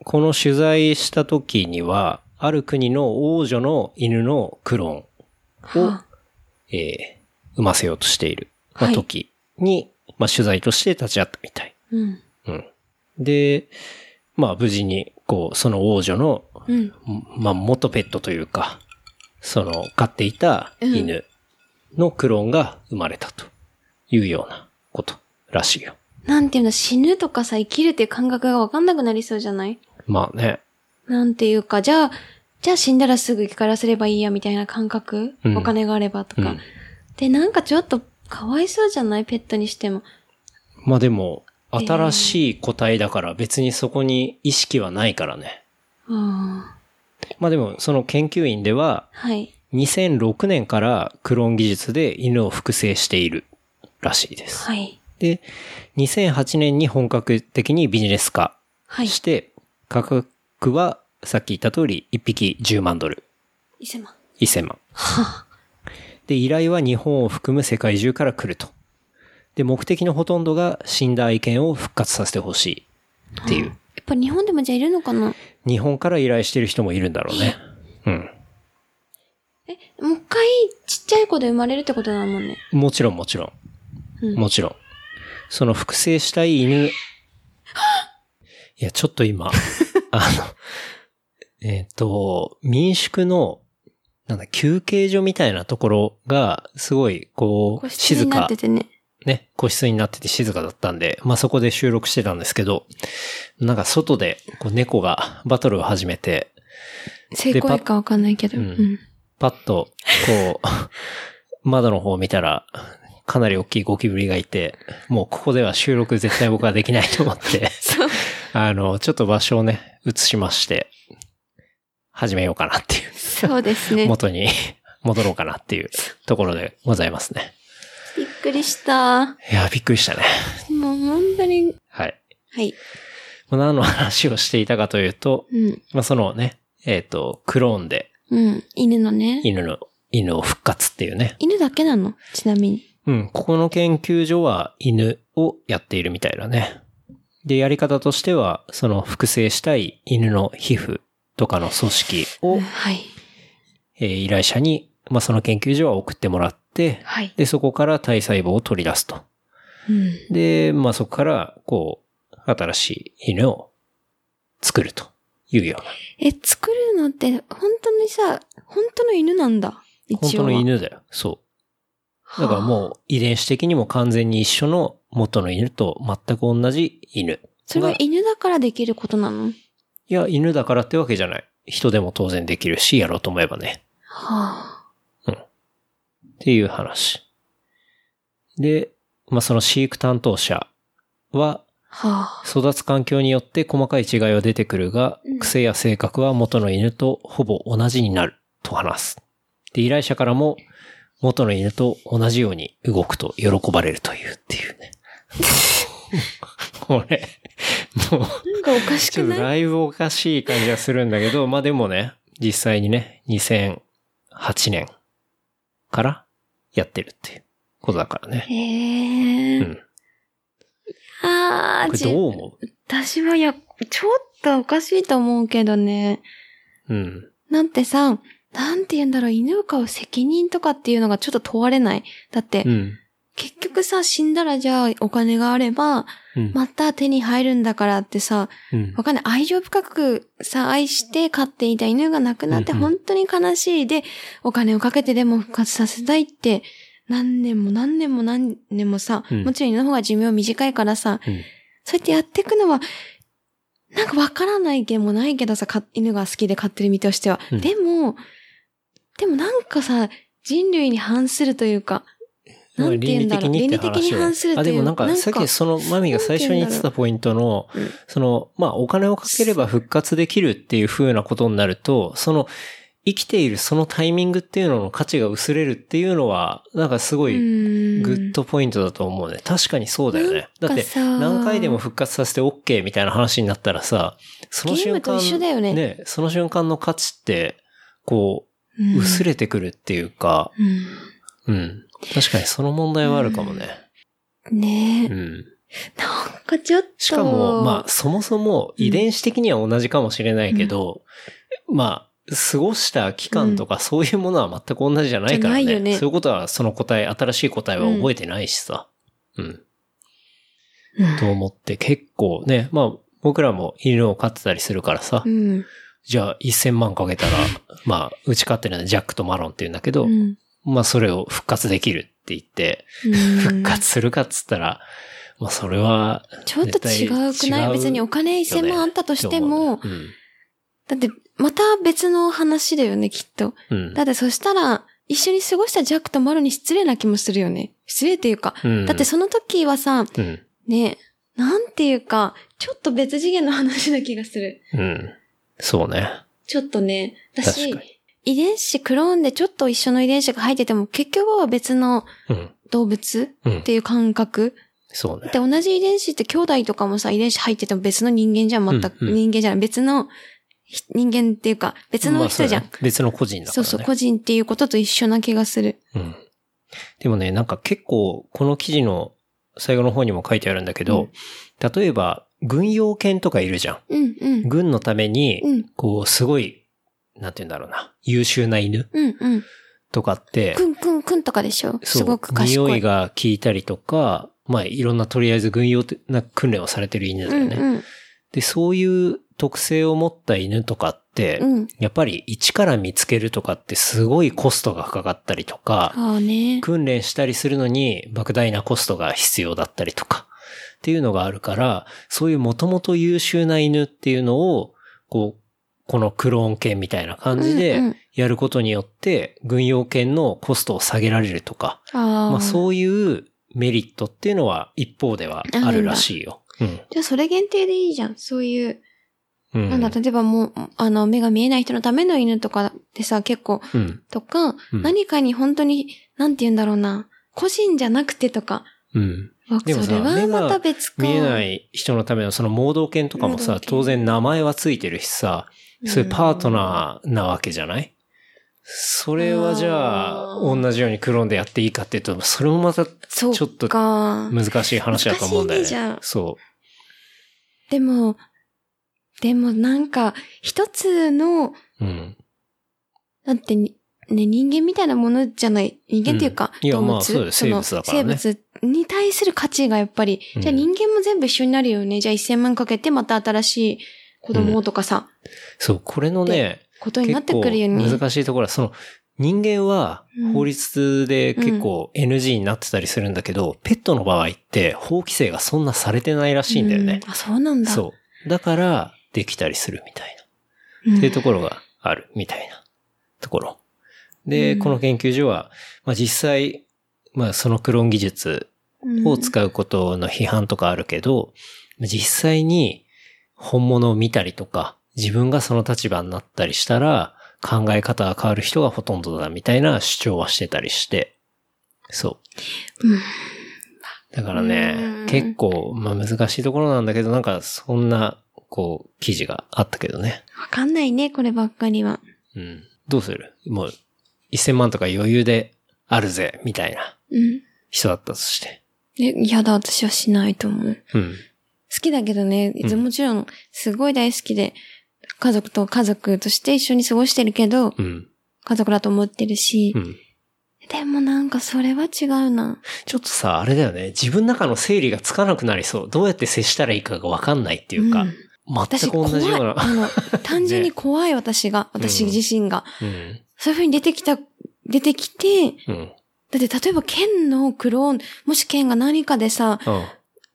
[SPEAKER 3] う、この取材した時には、ある国の王女の犬のクローンを、
[SPEAKER 4] は
[SPEAKER 3] えー産ませようとしている、まあ
[SPEAKER 4] はい
[SPEAKER 3] 時に、まあ、取材として立ち会ったみたい。
[SPEAKER 4] うん。
[SPEAKER 3] うん。で、まあ無事に、こう、その王女の、
[SPEAKER 4] うん。
[SPEAKER 3] まあ元ペットというか、その飼っていた犬のクローンが生まれたというようなことらしいよ。
[SPEAKER 4] なんていうの、死ぬとかさ、生きるっていう感覚がわかんなくなりそうじゃない
[SPEAKER 3] まあね。
[SPEAKER 4] なんていうか、じゃあ、じゃあ死んだらすぐ生き返らせればいいや、みたいな感覚、
[SPEAKER 3] うん
[SPEAKER 4] お金があればとか、
[SPEAKER 3] うん
[SPEAKER 4] で、なんかちょっと、かわいそうじゃないペットにしても。
[SPEAKER 3] まあでも、新しい個体だから別にそこに意識はないからね。
[SPEAKER 4] あ
[SPEAKER 3] まあでも、その研究員では
[SPEAKER 4] ーはい。
[SPEAKER 3] 2006年からクローン技術で犬を複製しているらしいです。
[SPEAKER 4] はい。
[SPEAKER 3] で、2008年に本格的にビジネス化
[SPEAKER 4] はい。
[SPEAKER 3] して、価格はさっき言った通り1匹10万ドル、
[SPEAKER 4] 伊勢万。
[SPEAKER 3] 1000万。で、依頼は日本を含む世界中から来ると。で、目的のほとんどが死んだ愛犬を復活させてほしいっていう。
[SPEAKER 4] やっぱ日本でもじゃあいるのかな
[SPEAKER 3] 日本から依頼してる人もいるんだろうね。うん。
[SPEAKER 4] もう一回、ちっちゃい子で生まれるってことだもんね。
[SPEAKER 3] もちろんもちろん。
[SPEAKER 4] うん
[SPEAKER 3] もちろん。その複製したい 犬。いや、ちょっと 今、あの、えっ、と、民宿の、なんだ、休憩所みたいなところが、すごい、こう、
[SPEAKER 4] 個室
[SPEAKER 3] 静
[SPEAKER 4] になっ
[SPEAKER 3] か
[SPEAKER 4] ててね。
[SPEAKER 3] ね、個室になってて静かだったんで、まあそこで収録してたんですけど、なんか外でこう猫がバトルを始めて、
[SPEAKER 4] 成功かわかんないけど。
[SPEAKER 3] う
[SPEAKER 4] うんん。
[SPEAKER 3] パッと、こう、 窓の方を見たら、かなり大きいゴキブリがいて、もうここでは収録絶対僕はできないと思って、
[SPEAKER 4] そう。
[SPEAKER 3] あの、ちょっと場所をね、移しまして、始めようかなっていう。
[SPEAKER 4] そうですね。
[SPEAKER 3] 元に戻ろうかなっていうところでございますね。
[SPEAKER 4] びっくりした。
[SPEAKER 3] いや、びっくりしたね。
[SPEAKER 4] もう本当に。
[SPEAKER 3] はい。
[SPEAKER 4] はい。
[SPEAKER 3] まあ何の話をしていたかというと、
[SPEAKER 4] うん。
[SPEAKER 3] まあ、そのね、えっ、と、クローンで
[SPEAKER 4] うん。犬のね。
[SPEAKER 3] 犬の、犬を復活っていうね。
[SPEAKER 4] 犬だけなのちなみに。
[SPEAKER 3] うん、ここの研究所は犬をやっているみたいだね。で、やり方としては、その複製したい犬の皮膚とかの組織を、
[SPEAKER 4] はい。
[SPEAKER 3] えー依頼者に、まあ、その研究所は送ってもらって、
[SPEAKER 4] はい。
[SPEAKER 3] で、そこから体細胞を取り出すと。
[SPEAKER 4] うん。
[SPEAKER 3] で、まあ、そこから、こう、新しい犬を作るというような。
[SPEAKER 4] え、作るのって、本当にさ、本当の犬なんだ。
[SPEAKER 3] 本
[SPEAKER 4] 一
[SPEAKER 3] 当
[SPEAKER 4] 応は。
[SPEAKER 3] の犬だよ。そう。だから
[SPEAKER 4] はあ。
[SPEAKER 3] もう遺伝子的にも完全に一緒の元の犬と全く同じ犬。
[SPEAKER 4] それは犬だからできることなの
[SPEAKER 3] いや、犬だからってわけじゃない。人でも当然できるし、やろうと思えばね。
[SPEAKER 4] はあ。
[SPEAKER 3] っていう話。で、まあ、その飼育担当者は、
[SPEAKER 4] はあ。
[SPEAKER 3] 育つ環境によって細かい違いは出てくるが、癖や性格は元の犬とほぼ同じになると話す。で、依頼者からも、元の犬と同じように動くと喜ばれるというっていうね。これ、もう、
[SPEAKER 4] なんかおかし
[SPEAKER 3] ち
[SPEAKER 4] く
[SPEAKER 3] ょっと
[SPEAKER 4] ない
[SPEAKER 3] だいぶおかしい感じがするんだけど、まあ でもね、実際にね、2008年からやってるっていうことだからね。
[SPEAKER 4] へえ。
[SPEAKER 3] うん。
[SPEAKER 4] あ
[SPEAKER 3] こ
[SPEAKER 4] あ、
[SPEAKER 3] れ
[SPEAKER 4] じ
[SPEAKER 3] どう思
[SPEAKER 4] 私はや、ちょっとおかしいと思うけどね。
[SPEAKER 3] ううん。
[SPEAKER 4] なんてさ、なんて言うんだろう、犬を飼う責任とかっていうのがちょっと問われない。だって、
[SPEAKER 3] うん。
[SPEAKER 4] 結局さ、死んだらじゃあお金があれば、
[SPEAKER 3] うん。
[SPEAKER 4] また手に入るんだからってさ、
[SPEAKER 3] うん
[SPEAKER 4] わかんない。愛情深くさ、愛して飼っていた犬が亡くなって
[SPEAKER 3] うんうん
[SPEAKER 4] 本当に悲しいで、お金をかけてでも復活させたいって、何年も何年も何年もさ、
[SPEAKER 3] うん
[SPEAKER 4] もちろん犬の方が寿命短いからさ、
[SPEAKER 3] うん
[SPEAKER 4] そうやってやっていくのは、なんかわからないでもないけどさ、か犬が好きで飼ってる身としては。
[SPEAKER 3] うん
[SPEAKER 4] でも、でもなんかさ、人類に反するというか、なんて言うんだろう。倫理
[SPEAKER 3] って
[SPEAKER 4] 的
[SPEAKER 3] 話を
[SPEAKER 4] に反するという
[SPEAKER 3] あ、でもなんか、さっきそのマミが最初に言ってたポイントの
[SPEAKER 4] なんて言うんだろううん、
[SPEAKER 3] その、まあ、お金をかければ復活できるっていう風なことになると、その、生きているそのタイミングっていうのの価値が薄れるっていうのは、なんかすごいグ
[SPEAKER 4] グ
[SPEAKER 3] ッドポイントだと思うね。確かにそうだよね。だ
[SPEAKER 4] な
[SPEAKER 3] っ
[SPEAKER 4] ん
[SPEAKER 3] て、
[SPEAKER 4] かさ
[SPEAKER 3] 何回でも復活させて OK みたいな話になったらさ、その瞬間。
[SPEAKER 4] ゲームと一緒だよね
[SPEAKER 3] その瞬間の価値って、こう、薄れてくるっていうか、
[SPEAKER 4] うん
[SPEAKER 3] うん。確かにその問題はあるかもね。
[SPEAKER 4] ねえ、
[SPEAKER 3] うん。
[SPEAKER 4] なんかちょっと。
[SPEAKER 3] しかも、まあ、そもそも遺伝子的には同じかもしれないけど、まあ、過ごした期間とかそういうものは全く同じじゃないからね。
[SPEAKER 4] じゃないよね
[SPEAKER 3] そういうことは、その答え、新しい答えは覚えてないしさ。うん
[SPEAKER 4] うん
[SPEAKER 3] と思って結構ね、まあ僕らも犬を飼ってたりするからさ、
[SPEAKER 4] うん。
[SPEAKER 3] じゃあ1000万かけたら、まあうち飼ってるのはジャックとマロンって言うんだけど、
[SPEAKER 4] うん
[SPEAKER 3] まあそれを復活できるって言って、復活するかっつったら、まあそれは、
[SPEAKER 4] ちょっと違うく
[SPEAKER 3] 絶
[SPEAKER 4] な
[SPEAKER 3] 対違
[SPEAKER 4] いう別にお金1000万あったとしても、
[SPEAKER 3] って思うね
[SPEAKER 4] だってまた別の話だよね、きっと。
[SPEAKER 3] うん。うん
[SPEAKER 4] だってそしたら、一緒に過ごしたジャックとマロに失礼な気もするよね。失礼っていうか。
[SPEAKER 3] うん
[SPEAKER 4] だってその時はさ、
[SPEAKER 3] うん。
[SPEAKER 4] ねえ、なんていうか、ちょっと別次元の話な気がする。
[SPEAKER 3] うん。そうね。
[SPEAKER 4] ちょっとね、私
[SPEAKER 3] 確か、
[SPEAKER 4] 遺伝子クローンでちょっと一緒の遺伝子が入ってても結局は別の
[SPEAKER 3] うん。
[SPEAKER 4] 動物
[SPEAKER 3] うん
[SPEAKER 4] っていう感覚。
[SPEAKER 3] そうね
[SPEAKER 4] で、。同じ遺伝子って兄弟とかもさ、遺伝子入ってても別の人間じゃん、全く。
[SPEAKER 3] うんうん
[SPEAKER 4] 人間じゃない。別のひ人間っていうか、別の人じゃん。
[SPEAKER 3] まあそうね別の個人だか
[SPEAKER 4] そ
[SPEAKER 3] ら
[SPEAKER 4] う
[SPEAKER 3] ね。
[SPEAKER 4] そう、個人っていうことと一緒な気がする。
[SPEAKER 3] うん。でもね、なんか結構、この記事の最後の方にも書いてあるんだけど、例えば、軍用犬とかいるじゃ
[SPEAKER 4] うん、うん
[SPEAKER 3] ん。。軍のため
[SPEAKER 4] う
[SPEAKER 3] に
[SPEAKER 4] ん、
[SPEAKER 3] こう、すごい、なんて言うんだろうな、優秀な犬
[SPEAKER 4] うん、うん。
[SPEAKER 3] とかって
[SPEAKER 4] く、んくんくんとかでしょ
[SPEAKER 3] そう
[SPEAKER 4] すごく賢い。
[SPEAKER 3] 匂いが効いたりとか、まあ、いろんなとりあえず軍用な訓練をされてる犬だ
[SPEAKER 4] う
[SPEAKER 3] よ
[SPEAKER 4] ん、
[SPEAKER 3] ね。
[SPEAKER 4] うん。
[SPEAKER 3] で、そういう特性を持った犬とかって、
[SPEAKER 4] うん
[SPEAKER 3] やっぱり一から見つけるとかってすごいコストがかかったりとか、
[SPEAKER 4] ああね。
[SPEAKER 3] 訓練したりするのに莫大なコストが必要だったりとかっていうのがあるから、そういうもともと優秀な犬っていうのを、こう、このクローン犬みたいな感じ
[SPEAKER 4] うんう
[SPEAKER 3] で
[SPEAKER 4] ん
[SPEAKER 3] やることによって、軍用犬のコストを下げられるとか、
[SPEAKER 4] ああ。
[SPEAKER 3] まあそういうメリットっていうのは一方ではあるらしいよ。うん。
[SPEAKER 4] じゃあそれ限定でいいじゃん。そういう、
[SPEAKER 3] うん。
[SPEAKER 4] なんだ、例えばもう、あの、目が見えない人のための犬とかでさ、結構、
[SPEAKER 3] うん。
[SPEAKER 4] とか、
[SPEAKER 3] うん
[SPEAKER 4] 何かに本当に、なんて言うんだろうな、個人じゃなくてとか、
[SPEAKER 3] うん。
[SPEAKER 4] わ
[SPEAKER 3] でもさ
[SPEAKER 4] それは
[SPEAKER 3] 目が
[SPEAKER 4] また別か。。
[SPEAKER 3] 見えないい人のためのその盲導犬とかも
[SPEAKER 4] 盲
[SPEAKER 3] さ、
[SPEAKER 4] 導犬
[SPEAKER 3] 当然名前はついてるしさ、そういうパートナーなわけじゃないそれはじゃあ、
[SPEAKER 4] あー
[SPEAKER 3] 同じようにクローンでやっていいかっていうと、それもまた
[SPEAKER 4] そ
[SPEAKER 3] ちょっ
[SPEAKER 4] う
[SPEAKER 3] と
[SPEAKER 4] か。
[SPEAKER 3] 難しい話だと思うんだよ
[SPEAKER 4] 難しいねじゃ
[SPEAKER 3] ね
[SPEAKER 4] あ。
[SPEAKER 3] そ
[SPEAKER 4] でも、でもなんか、一つの、
[SPEAKER 3] う。うん。
[SPEAKER 4] だってに、ね、人間みたいなものじゃない、人間っていうか、
[SPEAKER 3] うんいや
[SPEAKER 4] 動物
[SPEAKER 3] まあそうだよ
[SPEAKER 4] の
[SPEAKER 3] 生物だからね
[SPEAKER 4] 生物に対する価値がやっぱり、
[SPEAKER 3] うん
[SPEAKER 4] じゃあ人間も全部一緒になるよね。じゃあ1000万かけてまた新しい子供とかさ、
[SPEAKER 3] そう、これのね、
[SPEAKER 4] ことに
[SPEAKER 3] 結
[SPEAKER 4] なって
[SPEAKER 3] 構
[SPEAKER 4] くるよね。
[SPEAKER 3] 難しいところは、その、人間は
[SPEAKER 4] うん
[SPEAKER 3] 法律で結構 NG になってたりするんだけど、ペットの場合って法規制がそんなされてないらしいんだよね。
[SPEAKER 4] うあ、そうなんだ。
[SPEAKER 3] そう。だから、できたりするみたいな。
[SPEAKER 4] うん。
[SPEAKER 3] っていうところがあるみたいなところ。で、
[SPEAKER 4] うん
[SPEAKER 3] この研究所は、まあ実際、まあそのクローン技術を使うことの批判とかあるけど、実際に本物を見たりとか、自分がその立場になったりしたら、考え方が変わる人がほとんどだみたいな主張はしてたりして、そう。
[SPEAKER 4] うん
[SPEAKER 3] だからね、
[SPEAKER 4] うん
[SPEAKER 3] 結構、まあ難しいところなんだけど、なんかそんな、こう、記事があったけどね。
[SPEAKER 4] わかんないね、こればっかりは。
[SPEAKER 3] うん。どうするもう、1000万とか余裕であるぜ、みたいな
[SPEAKER 4] うん。
[SPEAKER 3] 人だったとして。
[SPEAKER 4] え、嫌だ、私はしないと思う。
[SPEAKER 3] うん。
[SPEAKER 4] 好きだけどね、いつもちろん、すごい大好きで、家族と家族として一緒に過ごしてるけど、
[SPEAKER 3] うん。
[SPEAKER 4] 家族だと思ってるし
[SPEAKER 3] う、ん。
[SPEAKER 4] でもなんかそれは違うな。
[SPEAKER 3] ちょっとさ、あれだよね。自分の中の整理がつかなくなりそう。どうやって接したらいいかがわかんないっていうか、
[SPEAKER 4] うん
[SPEAKER 3] 全
[SPEAKER 4] 私
[SPEAKER 3] く同
[SPEAKER 4] 怖い。
[SPEAKER 3] じよう な。
[SPEAKER 4] あの、単純に怖い私が、私自身が。
[SPEAKER 3] うん。
[SPEAKER 4] そういう風に出てきた、出てきて、
[SPEAKER 3] うん。
[SPEAKER 4] だって例えば剣のクローン、もし剣が何かでさ、
[SPEAKER 3] うん。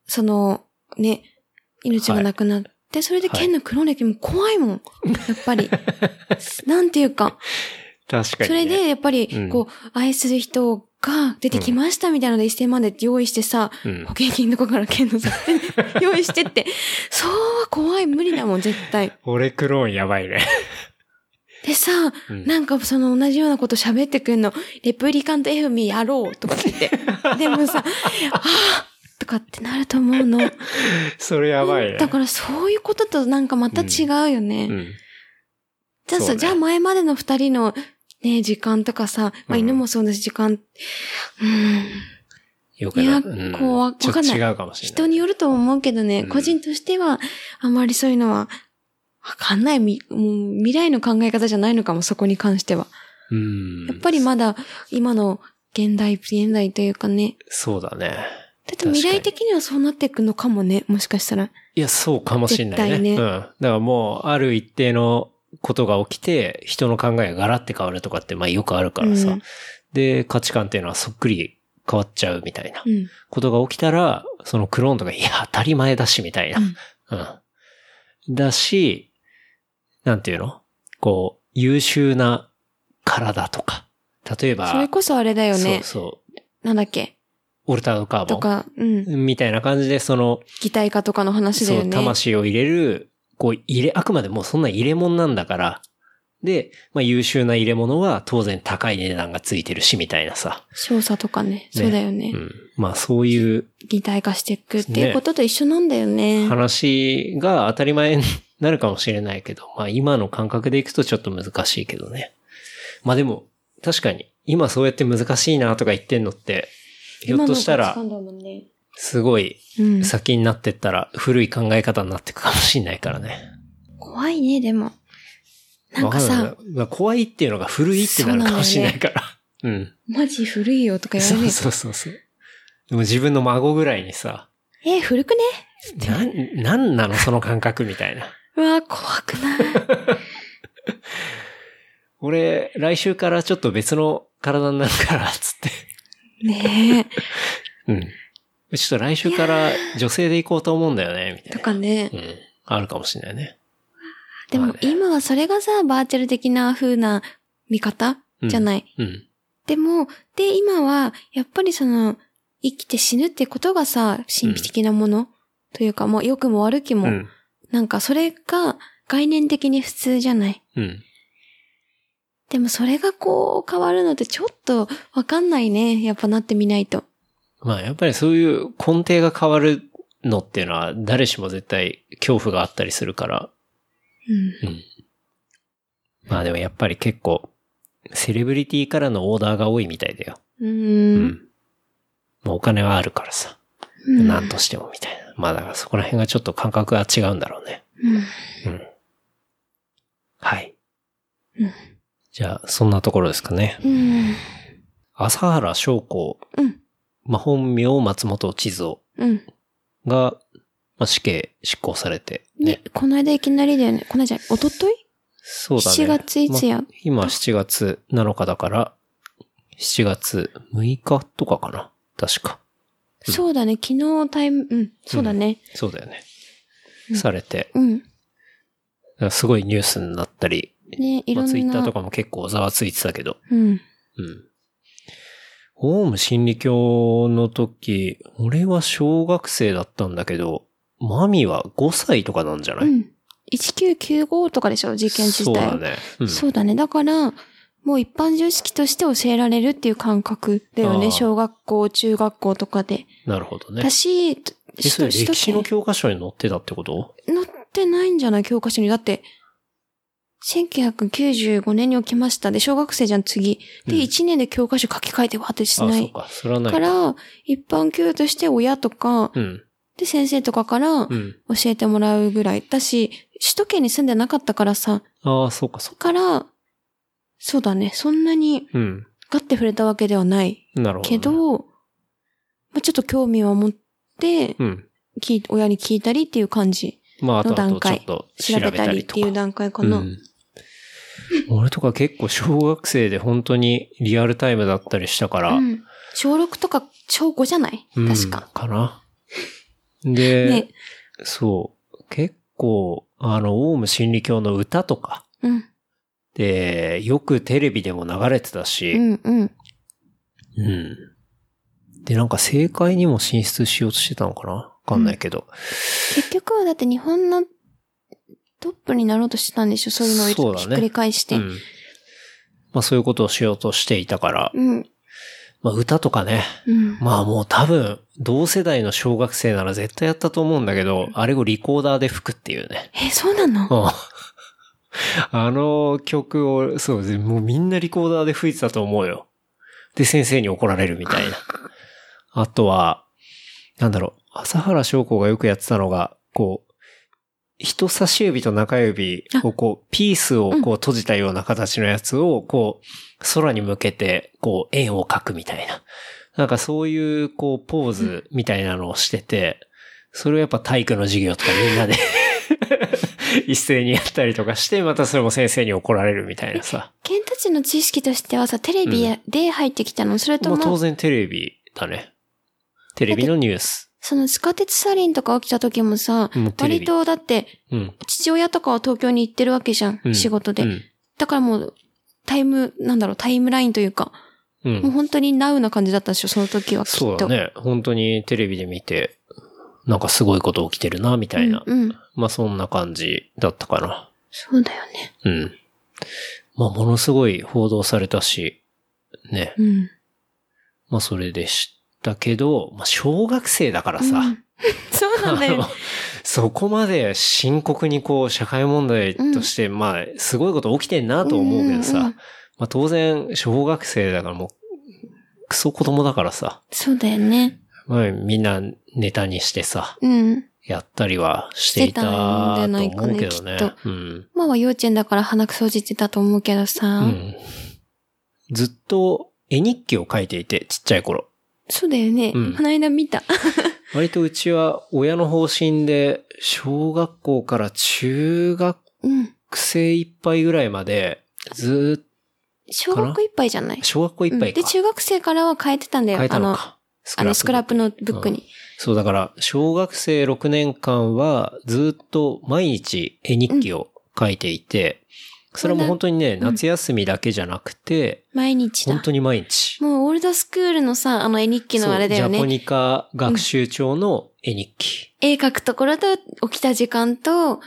[SPEAKER 4] その、ね、命がなくなって、それで剣の黒歴も怖いもん。やっ ぱり。なんていうか。
[SPEAKER 3] 確かに、ね。
[SPEAKER 4] それで、やっぱ
[SPEAKER 3] う
[SPEAKER 4] り
[SPEAKER 3] ん、
[SPEAKER 4] こう、愛する人が出てきましたみたいなので、1000万で用意してさ、
[SPEAKER 3] うん
[SPEAKER 4] 保険金のとこから剣のさ、 用意してって。そうは怖い、無理だもん、絶対。
[SPEAKER 3] 俺クローンやばいね。
[SPEAKER 4] でさ、
[SPEAKER 3] うん
[SPEAKER 4] なんかその同じようなこと喋ってくんの、レプリカント FM やろうとかって言って。で もさ、ああとかってなると思うの。
[SPEAKER 3] それやばい
[SPEAKER 4] うん
[SPEAKER 3] ね。
[SPEAKER 4] だからそういうこととなんかまた違うよね。
[SPEAKER 3] うん。
[SPEAKER 4] じゃあ
[SPEAKER 3] そう
[SPEAKER 4] さ、
[SPEAKER 3] ね
[SPEAKER 4] じゃあ前までの二人のね、時間とかさ、まあ
[SPEAKER 3] うん
[SPEAKER 4] 犬もそうだし時間、うん、
[SPEAKER 3] よくな。
[SPEAKER 4] いやこうわ
[SPEAKER 3] ちょっと
[SPEAKER 4] わかんない
[SPEAKER 3] 違うかもしれない。
[SPEAKER 4] 人によると思うけどね、
[SPEAKER 3] うん
[SPEAKER 4] 個人としては、あまりそういうのは、わかんない、み、もう未来の考え方じゃないのかも、そこに関しては。
[SPEAKER 3] うん。
[SPEAKER 4] やっぱりまだ、今の現代、現代というかね。
[SPEAKER 3] そうだね。
[SPEAKER 4] だって未来的にはそうなっていくのかもね、もしかしたら。
[SPEAKER 3] いや、そうかもしれないね。
[SPEAKER 4] 絶対
[SPEAKER 3] う
[SPEAKER 4] ね
[SPEAKER 3] ん。だからもう、ある一定のことが起きて、人の考えがガラって変わるとかって、まあよくあるからさ。
[SPEAKER 4] うん
[SPEAKER 3] で、価値観っていうのはそっくり変わっちゃうみたいな
[SPEAKER 4] うん。
[SPEAKER 3] ことが起きたら、そのクローンとか、いや、当たり前だし、みたいな。うん。だし、なんていうのこう、優秀な体とか。例えば、
[SPEAKER 4] それこそあれだよ
[SPEAKER 3] そ
[SPEAKER 4] ね。
[SPEAKER 3] うそう。
[SPEAKER 4] なんだっけ
[SPEAKER 3] オルタードカ
[SPEAKER 4] と
[SPEAKER 3] ーボ
[SPEAKER 4] か、うん。
[SPEAKER 3] ン。みたいな感じで、その、
[SPEAKER 4] 擬態化とかの話だよ
[SPEAKER 3] そう、
[SPEAKER 4] ね。
[SPEAKER 3] 魂を入れる、こう、入れ、あくまでもうそんな入れ物なんだから。で、まあ優秀な入れ物は当然高い値段がついてるし、みたいなさ。
[SPEAKER 4] 少佐とかね。そうだよね。
[SPEAKER 3] うん。まあそういう
[SPEAKER 4] 擬態化していくっていうことと一緒なんだよね。
[SPEAKER 3] 話が当たり前になるかもしれないけど、まあ今の感覚でいくとちょっと難しいけどね。まあでも、確かに、今そうやって難しいなとか言ってんのって、ひょっとしたら
[SPEAKER 4] 今、の価値観だもんね
[SPEAKER 3] すごい
[SPEAKER 4] うん、
[SPEAKER 3] 先になってったら古い考え方になってくかもしれないからね。
[SPEAKER 4] 怖いね、でも。なんか
[SPEAKER 3] わ
[SPEAKER 4] さ、
[SPEAKER 3] いまあ怖いっていうのが古いってなるかもしれないから。う
[SPEAKER 4] マジ古いよとか
[SPEAKER 3] ん。
[SPEAKER 4] 言われ
[SPEAKER 3] そうそ
[SPEAKER 4] るよ。
[SPEAKER 3] うそうそう。でも自分の孫ぐらいにさ、
[SPEAKER 4] え、古くね
[SPEAKER 3] なん、なんなのその感覚みたいな。
[SPEAKER 4] うわ、怖くない。
[SPEAKER 3] 俺、来週からちょっと別の体になるから、つって。
[SPEAKER 4] ね
[SPEAKER 3] うん。ちょっと来週から女性で行こうと思うんだよね、み
[SPEAKER 4] え。
[SPEAKER 3] たいな。
[SPEAKER 4] とかね。
[SPEAKER 3] うん。あるかもしれないね。
[SPEAKER 4] で
[SPEAKER 3] まあ
[SPEAKER 4] も
[SPEAKER 3] ね
[SPEAKER 4] 今はそれがさ、バーチャル的な風な見方じゃない。
[SPEAKER 3] うん。
[SPEAKER 4] でも、で、今は、やっぱりその、生きて死ぬってことがさ、神秘的なもの、というか、もう良くも悪きも、
[SPEAKER 3] うん。
[SPEAKER 4] なんかそれが概念的に普通じゃない。
[SPEAKER 3] うん。
[SPEAKER 4] でもそれがこう変わるのってちょっとわかんないね。やっぱなってみないと。
[SPEAKER 3] まあ、やっぱりそういう根底が変わるのっていうのは、誰しも絶対恐怖があったりするから。
[SPEAKER 4] うん。
[SPEAKER 3] うん。まあでもやっぱり結構、セレブリティからのオーダーが多いみたいだよ。
[SPEAKER 4] う。。
[SPEAKER 3] うんまあお金はあるからさ。
[SPEAKER 4] うん
[SPEAKER 3] 何としてもみたいな。まあだからそこら辺がちょっと感覚が違うんだろうね。
[SPEAKER 4] うん
[SPEAKER 3] うん。はい。
[SPEAKER 4] うん
[SPEAKER 3] じゃあ、そんなところですかね。
[SPEAKER 4] うん。
[SPEAKER 3] 朝原翔子、
[SPEAKER 4] うん。
[SPEAKER 3] まあ、本名松本千蔵
[SPEAKER 4] うん。
[SPEAKER 3] が、まあ、死刑執行されて、ね。
[SPEAKER 4] ね、この間いきなりだよね。この間じゃない、おととい
[SPEAKER 3] そうだね。
[SPEAKER 4] 7月いつや
[SPEAKER 3] まあ今7月7日だから、7月6日とかかな。確か。
[SPEAKER 4] そうだね。昨日タイム、うん。そうだね。
[SPEAKER 3] そうだよね。
[SPEAKER 4] うん
[SPEAKER 3] されて、
[SPEAKER 4] うん。
[SPEAKER 3] すごいニュースになったり、
[SPEAKER 4] ね、いろ
[SPEAKER 3] ま
[SPEAKER 4] ん
[SPEAKER 3] あ、
[SPEAKER 4] な。
[SPEAKER 3] ツイッターとかも結構ざわついてたけど。
[SPEAKER 4] うん。
[SPEAKER 3] うん。オウム真理教の時、俺は小学生だったんだけど、マミは5歳とかなんじゃな
[SPEAKER 4] う
[SPEAKER 3] い、
[SPEAKER 4] ん。1995とかでしょ、事件自体。
[SPEAKER 3] そうだね。うん、
[SPEAKER 4] そうだね。だから、もう一般常識として教えられるっていう感覚だよ
[SPEAKER 3] あー
[SPEAKER 4] ね。小学校、中学校とかで。
[SPEAKER 3] なるほどね。
[SPEAKER 4] だし、と
[SPEAKER 3] えそれ
[SPEAKER 4] 首都
[SPEAKER 3] 歴史の
[SPEAKER 4] 圏
[SPEAKER 3] 教科書に載ってたってこと
[SPEAKER 4] 載ってないんじゃない教科書に。だって、1995年に起きましたで、小学生じゃん、次。で、
[SPEAKER 3] うん
[SPEAKER 4] 1年で教科書書き換えてわーってし
[SPEAKER 3] あ、
[SPEAKER 4] な
[SPEAKER 3] そう
[SPEAKER 4] い。
[SPEAKER 3] か。それはない
[SPEAKER 4] か
[SPEAKER 3] か。
[SPEAKER 4] ら、一般教養として親とか、
[SPEAKER 3] うん。
[SPEAKER 4] で、先生とかから
[SPEAKER 3] う
[SPEAKER 4] 教
[SPEAKER 3] ん。
[SPEAKER 4] えてもらうぐらい。だし、首都圏に住んでなかったからさ、
[SPEAKER 3] ああ、そうか、そうか。
[SPEAKER 4] から、そうだね、そんなに
[SPEAKER 3] うん。
[SPEAKER 4] ガッて触れたわけではない
[SPEAKER 3] なるほど、
[SPEAKER 4] け、ど、まあ、ちょっと興味は持って、
[SPEAKER 3] うん。
[SPEAKER 4] 聞い親に聞いたりっていう感じ。
[SPEAKER 3] まあ、あとあ
[SPEAKER 4] の段
[SPEAKER 3] とちょ
[SPEAKER 4] 階
[SPEAKER 3] っと
[SPEAKER 4] 調
[SPEAKER 3] 調
[SPEAKER 4] べ
[SPEAKER 3] べ
[SPEAKER 4] た
[SPEAKER 3] た
[SPEAKER 4] りっ
[SPEAKER 3] りと
[SPEAKER 4] て
[SPEAKER 3] か。
[SPEAKER 4] いう段階かな。
[SPEAKER 3] うん俺とか結構小学生で本当にリアルタイムだったりしたから、
[SPEAKER 4] うん小6とか小5じゃない
[SPEAKER 3] うん
[SPEAKER 4] 確か。。
[SPEAKER 3] かな。で、
[SPEAKER 4] ね
[SPEAKER 3] そう。結構、あの、オウム真理教の歌とか、
[SPEAKER 4] うん。
[SPEAKER 3] で、よくテレビでも流れてたし、
[SPEAKER 4] うんうん。
[SPEAKER 3] うんで、なんか政界にも進出しようとしてたのかなわかんないけど。
[SPEAKER 4] 結局はだって日本のトップになろうとしてたんでしょそういうの
[SPEAKER 3] そう
[SPEAKER 4] を
[SPEAKER 3] だね
[SPEAKER 4] ひっくり返して。
[SPEAKER 3] うんまあそういうことをしようとしていたから、
[SPEAKER 4] うん。
[SPEAKER 3] まあ歌とかね、
[SPEAKER 4] うん。
[SPEAKER 3] まあもう多分、同世代の小学生なら絶対やったと思うんだけど、あれをリコーダーで吹くっていうね。
[SPEAKER 4] え、そうなの
[SPEAKER 3] うんあの曲を、そうですね、もうみんなリコーダーで吹いてたと思うよ。で、先生に怒られるみたいな。あとは、なんだろう、朝原翔子がよくやってたのが、こう、人差し指と中指をこう、ピースをこう閉じたような形のやつを、こう、空に向けて、こう、円を描くみたいな。なんかそういう、こう、ポーズみたいなのをしてて、それをやっぱ体育の授業とかみんなで 一斉にやったりとかして、またそれも先生に怒られるみたいなさ。
[SPEAKER 4] ケンたちの知識としてはさ、テレビやで入ってきたのそれと
[SPEAKER 3] まあ
[SPEAKER 4] も、
[SPEAKER 3] 当然テレビだね。テレビのニュース。
[SPEAKER 4] その地下鉄サリンとか起きた時もさ、
[SPEAKER 3] もうテレ
[SPEAKER 4] 割
[SPEAKER 3] ビ。
[SPEAKER 4] とだって、
[SPEAKER 3] うん。
[SPEAKER 4] 父親とかは東京に行ってるわけじゃん。
[SPEAKER 3] うん
[SPEAKER 4] 仕事で、
[SPEAKER 3] うん
[SPEAKER 4] だからもう、タイム、なんだろう、タイムラインというか、
[SPEAKER 3] う。
[SPEAKER 4] もうん本当にナウな感じだったでしょ、その時はきっと。
[SPEAKER 3] そうだね。本当にテレビで見て、なんかすごいこと起きてるな、みたいな。
[SPEAKER 4] うん、うん。
[SPEAKER 3] まあそんな感じだったかな。
[SPEAKER 4] そうだよね。
[SPEAKER 3] うん。まあものすごい報道されたし、ね。
[SPEAKER 4] うん。
[SPEAKER 3] まあそれでしたけど、まあ小学生だからさ。
[SPEAKER 4] うんそうなんだよ
[SPEAKER 3] あの
[SPEAKER 4] ね。
[SPEAKER 3] そこまで深刻にこう社会問題として、まあすごいこと起きてんなと思うけどさ、
[SPEAKER 4] うんうんうん
[SPEAKER 3] まあ当然小学生だからもうクソ子供だからさ、
[SPEAKER 4] そうだよね。
[SPEAKER 3] まあみんなネタにしてさ、
[SPEAKER 4] うん。
[SPEAKER 3] やったりはしていたと思うけ
[SPEAKER 4] してた
[SPEAKER 3] ど
[SPEAKER 4] んじゃな
[SPEAKER 3] ね
[SPEAKER 4] いかね。
[SPEAKER 3] うん、
[SPEAKER 4] まあは幼稚園だから鼻くそじってたと思うけど
[SPEAKER 3] う
[SPEAKER 4] さ、
[SPEAKER 3] ん。ずっと絵日記を書いていて、ちっちゃい頃。
[SPEAKER 4] そうだよね、
[SPEAKER 3] うん
[SPEAKER 4] この間見た。
[SPEAKER 3] 割とうちは親の方針で、小学校から中学
[SPEAKER 4] うん。
[SPEAKER 3] 生いっぱいぐらいまで、ずーっ
[SPEAKER 4] 小学校いっぱいじゃない
[SPEAKER 3] と、小学校いっぱいか。
[SPEAKER 4] で、中学生からは変えてたんだよ。
[SPEAKER 3] 変えたの
[SPEAKER 4] あの、
[SPEAKER 3] か。
[SPEAKER 4] あのスクラップのブック
[SPEAKER 3] う
[SPEAKER 4] に。
[SPEAKER 3] そう、だから、小学生6年間は、ずっと毎日絵日記を書いていて、それはもう本当にね、夏休みだけじゃなくて、
[SPEAKER 4] 毎日だ
[SPEAKER 3] 本。当に毎日。
[SPEAKER 4] もうオールドスクールのさ、あの絵日記のあれだよ
[SPEAKER 3] そうジャポ
[SPEAKER 4] ね。
[SPEAKER 3] ニカ学習帳の絵日記。
[SPEAKER 4] 絵描くところと、起きた時間と、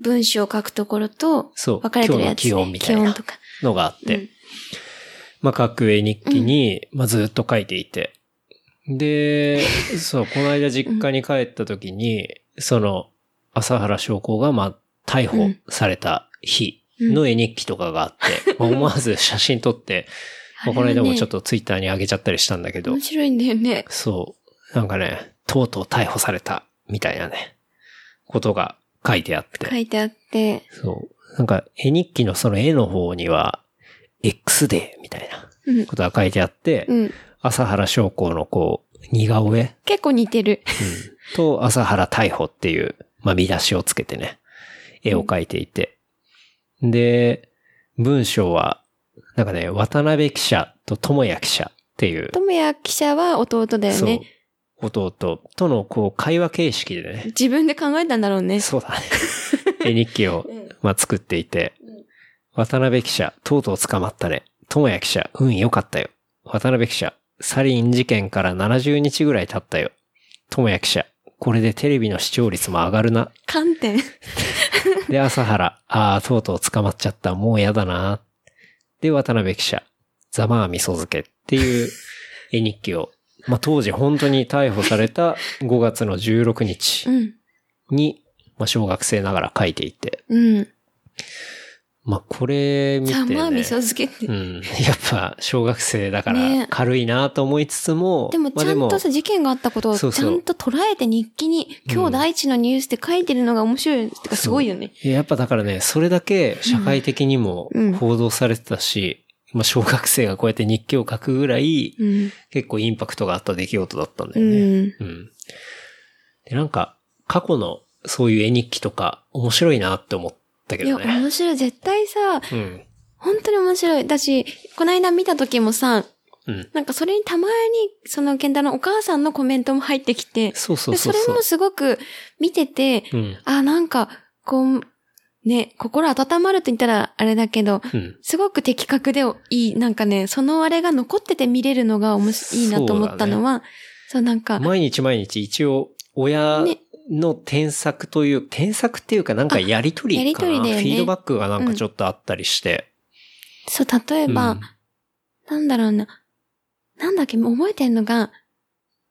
[SPEAKER 4] 文章を書くところと、
[SPEAKER 3] そう
[SPEAKER 4] 分かれてるやつ、ね。
[SPEAKER 3] 今日の気温みたいな
[SPEAKER 4] 気温とか。
[SPEAKER 3] のがあっ
[SPEAKER 4] う
[SPEAKER 3] て
[SPEAKER 4] ん、
[SPEAKER 3] まあ、各絵日記に、まあ、ずっと書いていて。で、そう、この間実家に帰った時に、その、朝原将校が、まあ、逮捕された日の絵日記とかがあって、まあ思わず写真撮って、まあこの間もちょっ
[SPEAKER 4] と。
[SPEAKER 3] とツイッターに上げちゃったりしたんだけど
[SPEAKER 4] 面、白いんだよね。
[SPEAKER 3] そう、なんかね、とうとう逮捕された、みたいなね、ことが書いてあって。
[SPEAKER 4] 書いてあって。
[SPEAKER 3] そう。なんか、絵日記のその絵の方には、X デーみたいな
[SPEAKER 4] うん。
[SPEAKER 3] ことが書いてあって、
[SPEAKER 4] うん。
[SPEAKER 3] 朝原将校のこう、似顔絵
[SPEAKER 4] 結構似てる。
[SPEAKER 3] と朝原逮捕っていう、まあ、見出しをつけてね、絵を描いていて。で、文章は、なんかね、渡辺記者と智也記者っていう、
[SPEAKER 4] ともや記者は弟だよ
[SPEAKER 3] そう
[SPEAKER 4] ね。、
[SPEAKER 3] 弟とのこう、会話形式でね、
[SPEAKER 4] 自分で考えたんだろうね。
[SPEAKER 3] そうだね。 絵日記を
[SPEAKER 4] ん、
[SPEAKER 3] まあ、作っていて、渡辺記者、とうとう捕まったね。智也記者、運良かったよ。渡辺記者、サリン事件から70日ぐらい経ったよ。智也記者、これでテレビの視聴率も上がるな。
[SPEAKER 4] 観点。
[SPEAKER 3] で、朝原、ああ、とうとう捕まっちゃった。もうやだな。で、渡辺記者、ざまあ味噌漬けっていう絵日記を、まあ、当時本当に逮捕された5月の16日
[SPEAKER 4] うん。
[SPEAKER 3] に、まあ、小学生ながら書いていて、
[SPEAKER 4] うん。
[SPEAKER 3] まあ、これ見て、
[SPEAKER 4] ざ
[SPEAKER 3] ね。
[SPEAKER 4] まあ味噌漬けって
[SPEAKER 3] う。ん。 やっぱ、小学生だから
[SPEAKER 4] ね、
[SPEAKER 3] 軽いなと思いつつも、
[SPEAKER 4] でも
[SPEAKER 3] まあ
[SPEAKER 4] ちゃんとさ、事件があったことをち
[SPEAKER 3] そ
[SPEAKER 4] ゃ
[SPEAKER 3] うそうん
[SPEAKER 4] と捉えて日記に、今日第一のニュースで書いてるのが面白い。てかすごいよね。
[SPEAKER 3] やっぱだからね、それだけ社会的にも
[SPEAKER 4] うん
[SPEAKER 3] 報道されてたし、まあ小学生がこうやって日記を書くぐらい、
[SPEAKER 4] うん。
[SPEAKER 3] 結構インパクトがあった出来事だったんだ
[SPEAKER 4] う
[SPEAKER 3] よね。
[SPEAKER 4] ん。
[SPEAKER 3] うん。で、なんか、過去のそういう絵日記とか、面白いなって思ったけ
[SPEAKER 4] いや、
[SPEAKER 3] どね。
[SPEAKER 4] 面白い。絶対さ、
[SPEAKER 3] うん。
[SPEAKER 4] 本当に面白い。だし、この間見た時もさ、
[SPEAKER 3] うん。
[SPEAKER 4] なんかそれにたまに、その、ケンタのお母さんのコメントも入ってきて、
[SPEAKER 3] そうそう
[SPEAKER 4] で
[SPEAKER 3] そ
[SPEAKER 4] そうれ
[SPEAKER 3] そう
[SPEAKER 4] も。すごく見てて、
[SPEAKER 3] うん。
[SPEAKER 4] あ、なんか、こう、ね、心温まると言ったらあれだけど、
[SPEAKER 3] うん。
[SPEAKER 4] すごく的確でいい、なんかね、そのあれが残ってて見れるのがおもしいいなと思ったのは、そう,、なん か、
[SPEAKER 3] 毎日毎日一応、親
[SPEAKER 4] ね
[SPEAKER 3] の添削という、添削っていうかなんかやりとりかな
[SPEAKER 4] やりとりだよね
[SPEAKER 3] フィードバックがなんかちょっとあったりして。
[SPEAKER 4] そう、例えば、
[SPEAKER 3] うん
[SPEAKER 4] なんだろうな、なんだっけ、もう覚えてんのが、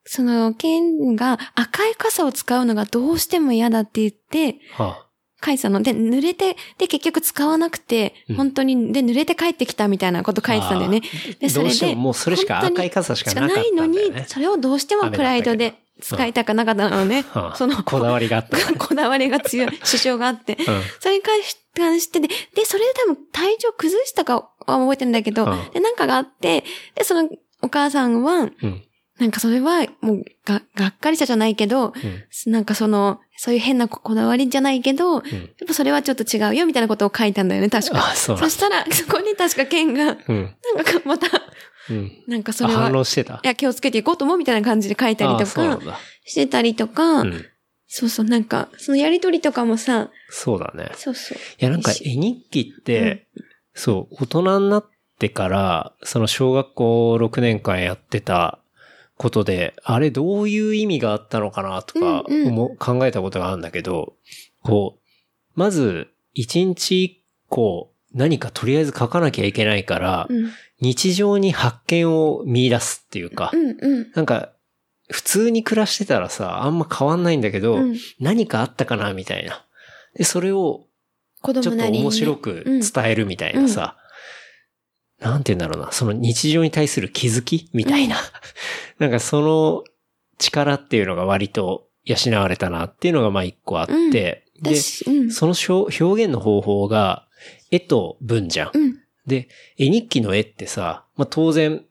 [SPEAKER 4] その、ケンが赤い傘を使うのがどうしても嫌だって言って、
[SPEAKER 3] は
[SPEAKER 4] 書いてたの。で、濡れて、で、結局使わなくて、
[SPEAKER 3] うん
[SPEAKER 4] 本当に、で、濡れて帰ってきたみたいなこと
[SPEAKER 3] あ
[SPEAKER 4] 書いてたんだよね。で、そ
[SPEAKER 3] ど
[SPEAKER 4] れ
[SPEAKER 3] うして
[SPEAKER 4] で
[SPEAKER 3] も、もうそれしか
[SPEAKER 4] 本当
[SPEAKER 3] 赤
[SPEAKER 4] に
[SPEAKER 3] い傘しか
[SPEAKER 4] し
[SPEAKER 3] な
[SPEAKER 4] か
[SPEAKER 3] かったん
[SPEAKER 4] な
[SPEAKER 3] だ
[SPEAKER 4] いの
[SPEAKER 3] よ、ね。
[SPEAKER 4] に、それをどうしてもプライドで使いたくなかったのね。
[SPEAKER 3] はあ
[SPEAKER 4] その、
[SPEAKER 3] こだわりがあった。
[SPEAKER 4] こだわりが強い、主張があって。
[SPEAKER 3] うん。
[SPEAKER 4] それに関し関してで、で、それで多分体調崩したかは覚えてるんだけど、
[SPEAKER 3] うん
[SPEAKER 4] で、なんかがあって、で、そのお母さんは、
[SPEAKER 3] うん。
[SPEAKER 4] なんかそれは、もう、が、がっかりしたじゃないけど、
[SPEAKER 3] うん
[SPEAKER 4] なんかその、そういう変なここだわりじゃないけど、
[SPEAKER 3] うん。
[SPEAKER 4] やっぱそれはちょっと違うよ、みたいなことを書いたんだよね、確か。
[SPEAKER 3] あ、そうなん
[SPEAKER 4] そ
[SPEAKER 3] だ。
[SPEAKER 4] したら、そこに確かケンが、なん
[SPEAKER 3] うん。
[SPEAKER 4] かまた、
[SPEAKER 3] うん。
[SPEAKER 4] なんかそ
[SPEAKER 3] あ
[SPEAKER 4] れは、
[SPEAKER 3] 反
[SPEAKER 4] い
[SPEAKER 3] 応してた。
[SPEAKER 4] や、気をつけていこうと思うみたいな感じで書いたり
[SPEAKER 3] あ
[SPEAKER 4] と
[SPEAKER 3] そうなん
[SPEAKER 4] か、
[SPEAKER 3] だ。
[SPEAKER 4] してたりとか、
[SPEAKER 3] うん。
[SPEAKER 4] そうそう、なんか、そのやりとりとかもさ、
[SPEAKER 3] そうだね。
[SPEAKER 4] そうそう。
[SPEAKER 3] いや、なんか絵日記って、そう、大人になってから、その小学校6年間やってたことで、あれどういう意味があったのかなとか
[SPEAKER 4] うんうん
[SPEAKER 3] 思う、考えたことがあるんだけど、こう、まず、1日1個何かとりあえず書かなきゃいけないから、
[SPEAKER 4] うん。
[SPEAKER 3] 日常に発見を見出すっていうか、
[SPEAKER 4] うんうん。
[SPEAKER 3] なんか、普通に暮らしてたらさ、あんま変わんないんだけど、
[SPEAKER 4] うん、
[SPEAKER 3] 何かあったかなみたいな。で、それを
[SPEAKER 4] 子
[SPEAKER 3] ちょっ
[SPEAKER 4] 供
[SPEAKER 3] と
[SPEAKER 4] なりにね。
[SPEAKER 3] 面白く伝えるみたいなさ、なんて言うんだろうな、その日常に対する気づきみたいな。 なんかその力っていうのが割と養われたなっていうのがまあ一個あって、
[SPEAKER 4] うん
[SPEAKER 3] で、
[SPEAKER 4] だし、うん。
[SPEAKER 3] その表表現の方法が絵と文じゃん。
[SPEAKER 4] うん。
[SPEAKER 3] で、絵日記の絵ってさ、まあ当然、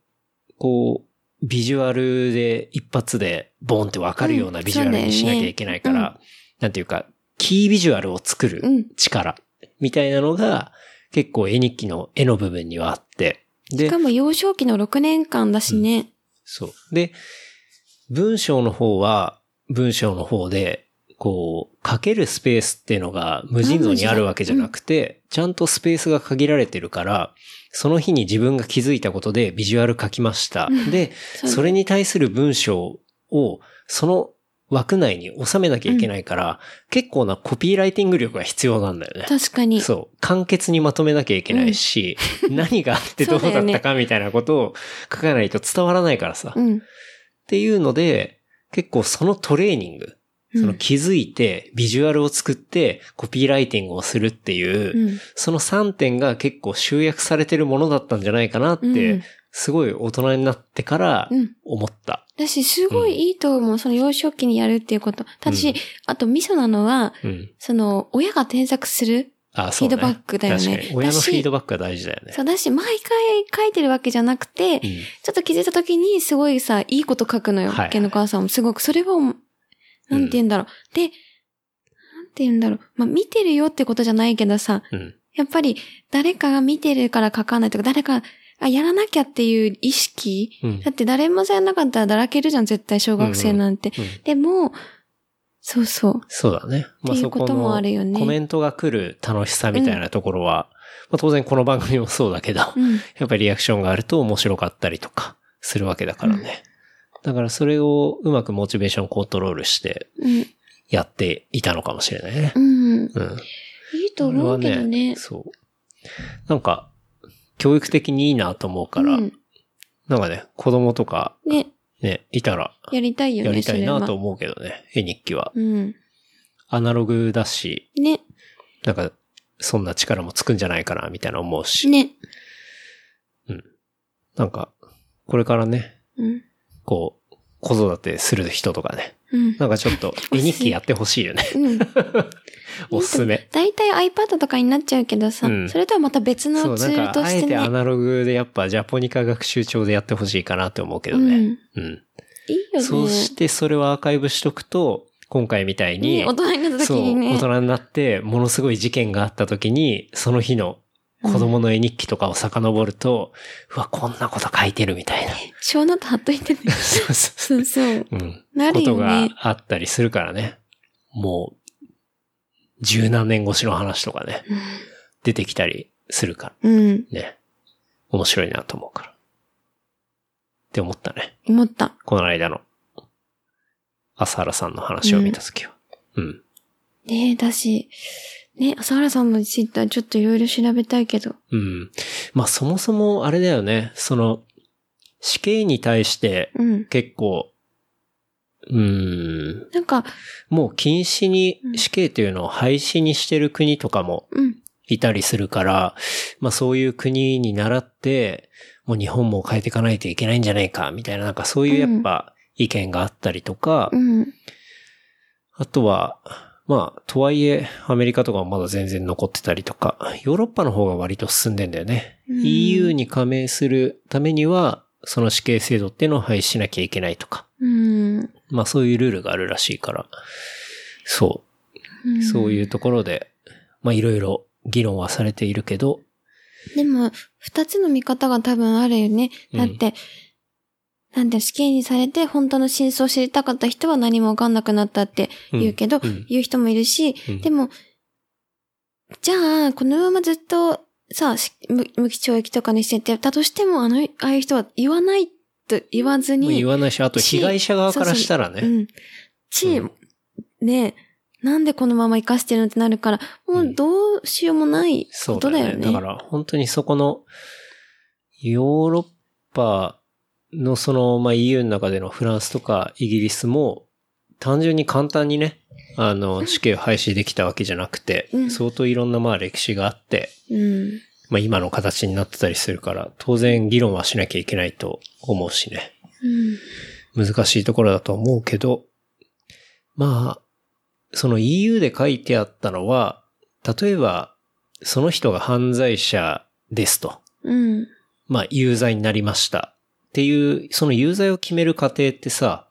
[SPEAKER 3] こう、ビジュアルで一発でボンってわかるような
[SPEAKER 4] うん
[SPEAKER 3] ビジュアルにしなきゃいけないから、なんていうか、キービジュアルを作る
[SPEAKER 4] うん
[SPEAKER 3] 力みたいなのが結構絵日記の絵の部分にはあって、
[SPEAKER 4] し
[SPEAKER 3] で
[SPEAKER 4] か、も幼少期の6年間だしね。
[SPEAKER 3] そう。で、文章の方は、文章の方で、こう、書けるスペースっていうのが無尽蔵にあるわけじゃなくて、ちゃんとスペースが限られてるから、その日に自分が気づいたことでビジュアル書きました。で、
[SPEAKER 4] う
[SPEAKER 3] それに対する文章を、その枠内に収めなきゃいけないから、結構なコピーライティング力が必要なんだよね。
[SPEAKER 4] 確かに。
[SPEAKER 3] そう。簡潔にまとめなきゃいけないし、何があってどうだ
[SPEAKER 4] そう
[SPEAKER 3] っ
[SPEAKER 4] だ
[SPEAKER 3] た
[SPEAKER 4] よ
[SPEAKER 3] かみたいなことを書かないと伝わらないからさ。
[SPEAKER 4] う
[SPEAKER 3] っ
[SPEAKER 4] ん。
[SPEAKER 3] ていうので、結構そのトレーニング、
[SPEAKER 4] うん
[SPEAKER 3] その気づいて、ビジュアルを作って、コピーライティングをするっていう、
[SPEAKER 4] うん。
[SPEAKER 3] その3点が結構集約されてるものだったんじゃないかなって、
[SPEAKER 4] うん
[SPEAKER 3] すごい大人になってから
[SPEAKER 4] うん
[SPEAKER 3] 思った。
[SPEAKER 4] だし、すごいいいと思う。その幼少期にやるっていうこと。ただし、
[SPEAKER 3] うん
[SPEAKER 4] あと、ミソなのは、
[SPEAKER 3] うん。
[SPEAKER 4] その、親が添削する。
[SPEAKER 3] あ、そうね。
[SPEAKER 4] フィードバックだよね
[SPEAKER 3] 確かに。親の
[SPEAKER 4] だ
[SPEAKER 3] フ
[SPEAKER 4] し
[SPEAKER 3] ィードバックが大事だよね。
[SPEAKER 4] そうだし、毎回書いてるわけじゃなくて、
[SPEAKER 3] う
[SPEAKER 4] ち
[SPEAKER 3] ん
[SPEAKER 4] ょっと気づいた時に、すごいさ、いいこと書くのよ。
[SPEAKER 3] はい
[SPEAKER 4] ケンの母さんも。すごく、それは、なんて言うんだろう。で、なんて言うんだろう。まあ、見てるよってことじゃないけどさ、
[SPEAKER 3] うん。
[SPEAKER 4] やっぱり、誰かが見てるから書かないとか、誰か、あ、やらなきゃっていう意識。
[SPEAKER 3] うん
[SPEAKER 4] だって誰もされなかったらだらけるじゃん、絶対小学生なんて。
[SPEAKER 3] うんうん
[SPEAKER 4] でも、そうそう。
[SPEAKER 3] そうだね。まあ、
[SPEAKER 4] ってい
[SPEAKER 3] そうこ
[SPEAKER 4] ことも
[SPEAKER 3] の
[SPEAKER 4] あるよね
[SPEAKER 3] コメントが来る楽しさみたいなところは、まあ当然この番組もそうだけど、
[SPEAKER 4] うん。
[SPEAKER 3] やっぱりリアクションがあると面白かったりとかするわけだからね。だからそれをうまくモチベーションコントロールして
[SPEAKER 4] うん。
[SPEAKER 3] やっていたのかもしれないね
[SPEAKER 4] う。ん。
[SPEAKER 3] うん。
[SPEAKER 4] いいと思うけど
[SPEAKER 3] これは
[SPEAKER 4] ね。
[SPEAKER 3] そう。なんか、教育的にいいなと思うから、
[SPEAKER 4] うん
[SPEAKER 3] なんかね、子供とか
[SPEAKER 4] ね、
[SPEAKER 3] ね、いたら
[SPEAKER 4] やりたいよね、
[SPEAKER 3] やりたいな
[SPEAKER 4] そ
[SPEAKER 3] と
[SPEAKER 4] れは。
[SPEAKER 3] 思うけどね、絵日記は。
[SPEAKER 4] うん。
[SPEAKER 3] アナログだし、
[SPEAKER 4] ね、
[SPEAKER 3] なんか、そんな力もつくんじゃないかな、みたいな思うし、
[SPEAKER 4] ね。
[SPEAKER 3] なんか、これからね、
[SPEAKER 4] うん。
[SPEAKER 3] こう、子育てする人とかね、
[SPEAKER 4] うん。
[SPEAKER 3] なんかちょっ と絵日記やってほしいよね。
[SPEAKER 4] うん。
[SPEAKER 3] おすすめ。
[SPEAKER 4] 大体 iPad とかになっちゃうけどさ、
[SPEAKER 3] うん
[SPEAKER 4] それとはまた別
[SPEAKER 3] そ
[SPEAKER 4] の
[SPEAKER 3] う、
[SPEAKER 4] ツ
[SPEAKER 3] な
[SPEAKER 4] ール
[SPEAKER 3] んか、
[SPEAKER 4] と
[SPEAKER 3] あ
[SPEAKER 4] し
[SPEAKER 3] え
[SPEAKER 4] て
[SPEAKER 3] て
[SPEAKER 4] ね。
[SPEAKER 3] アナログでやっぱジャポニカ学習帳でやってほしいかなって思うけど
[SPEAKER 4] うん。いい
[SPEAKER 3] ね。うん。
[SPEAKER 4] よね。
[SPEAKER 3] そうして、それをアーカイブしとくと、今回みたいに、
[SPEAKER 4] ね、大人になった時にね。
[SPEAKER 3] そう、大人になって、ものすごい事件があった時に、その日の子供の絵日記とかを遡ると、うわ、こんなこと書いてるみた いな。
[SPEAKER 4] 小ノート貼っと いてね。
[SPEAKER 3] そうそうそう
[SPEAKER 4] そうそ
[SPEAKER 3] う
[SPEAKER 4] う。
[SPEAKER 3] ん。
[SPEAKER 4] な
[SPEAKER 3] こ
[SPEAKER 4] る
[SPEAKER 3] と
[SPEAKER 4] よ
[SPEAKER 3] が
[SPEAKER 4] ね。
[SPEAKER 3] あったりするからね。もう、十何年越しの話とかね、出てきたりするから
[SPEAKER 4] うん。
[SPEAKER 3] ね。面白いなと思うから。って思ったね。
[SPEAKER 4] 思った。
[SPEAKER 3] この間の、朝原さんの話を見たときは。うん。
[SPEAKER 4] ねえ、だし、ね、朝原さんのツイッターちょっといろいろ調べたいけど。
[SPEAKER 3] うん。まあそもそもあれだよね。その、死刑に対して
[SPEAKER 4] うん。
[SPEAKER 3] 結構、うーん、
[SPEAKER 4] なんか、
[SPEAKER 3] もう禁止に
[SPEAKER 4] うん
[SPEAKER 3] 死刑というのを廃止にしてる国とかも
[SPEAKER 4] うん。
[SPEAKER 3] いたりするから、まあそういう国に倣って、もう日本も変えていかないといけないんじゃないか、みたいな、なんかそういうやっぱ意見があったりとか、
[SPEAKER 4] うん。
[SPEAKER 3] あとは、まあ、とはいえ、アメリカとかはまだ全然残ってたりとか、ヨーロッパの方が割と進んでんだよね。
[SPEAKER 4] うん
[SPEAKER 3] EU に加盟するためには、その死刑制度っていうのを廃止しなきゃいけないとか、
[SPEAKER 4] うん。
[SPEAKER 3] まあそういうルールがあるらしいから、そうう、
[SPEAKER 4] ん
[SPEAKER 3] そういうところで、まあいろいろ議論はされているけど、
[SPEAKER 4] でも、二つの見方が多分あるよね。
[SPEAKER 3] うん
[SPEAKER 4] だって、なんで死刑にされて本当の真相を知りたかった人は何もわかんなくなったって言うけ
[SPEAKER 3] う
[SPEAKER 4] ど、
[SPEAKER 3] んうん
[SPEAKER 4] 言う人もいるし、
[SPEAKER 3] うん
[SPEAKER 4] でも、じゃあ、このままずっと、さ、し無無期懲役とかにしてて、だとしても、あの、ああいう人は言わないと言わず
[SPEAKER 3] もう
[SPEAKER 4] に
[SPEAKER 3] 言、わないし、あと
[SPEAKER 4] し
[SPEAKER 3] 被害者側からしたら
[SPEAKER 4] う
[SPEAKER 3] ね、
[SPEAKER 4] ん。ち、
[SPEAKER 3] うん
[SPEAKER 4] ねなんでこのまま生かしてるのってなるから、もうどうしようもない
[SPEAKER 3] そ
[SPEAKER 4] こ
[SPEAKER 3] う
[SPEAKER 4] と
[SPEAKER 3] だ
[SPEAKER 4] だ
[SPEAKER 3] よ
[SPEAKER 4] よ
[SPEAKER 3] ね。
[SPEAKER 4] ね。
[SPEAKER 3] だから本当にそこの、ヨーロッパのその、まあ、EU の中でのフランスとかイギリスも、単純に簡単にね、あの、死刑を廃止できたわけじゃなくて、
[SPEAKER 4] うん
[SPEAKER 3] 相当いろんなまあ歴史があって、
[SPEAKER 4] うん。
[SPEAKER 3] まあ今の形になってたりするから、当然議論はしなきゃいけないと思うしね。
[SPEAKER 4] うん。
[SPEAKER 3] 難しいところだと思うけど、まあ、その EU で書いてあったのは、例えば、その人が犯罪者ですと。
[SPEAKER 4] うん。
[SPEAKER 3] まあ、有罪になりました。っていう、その有罪を決める過程ってさ、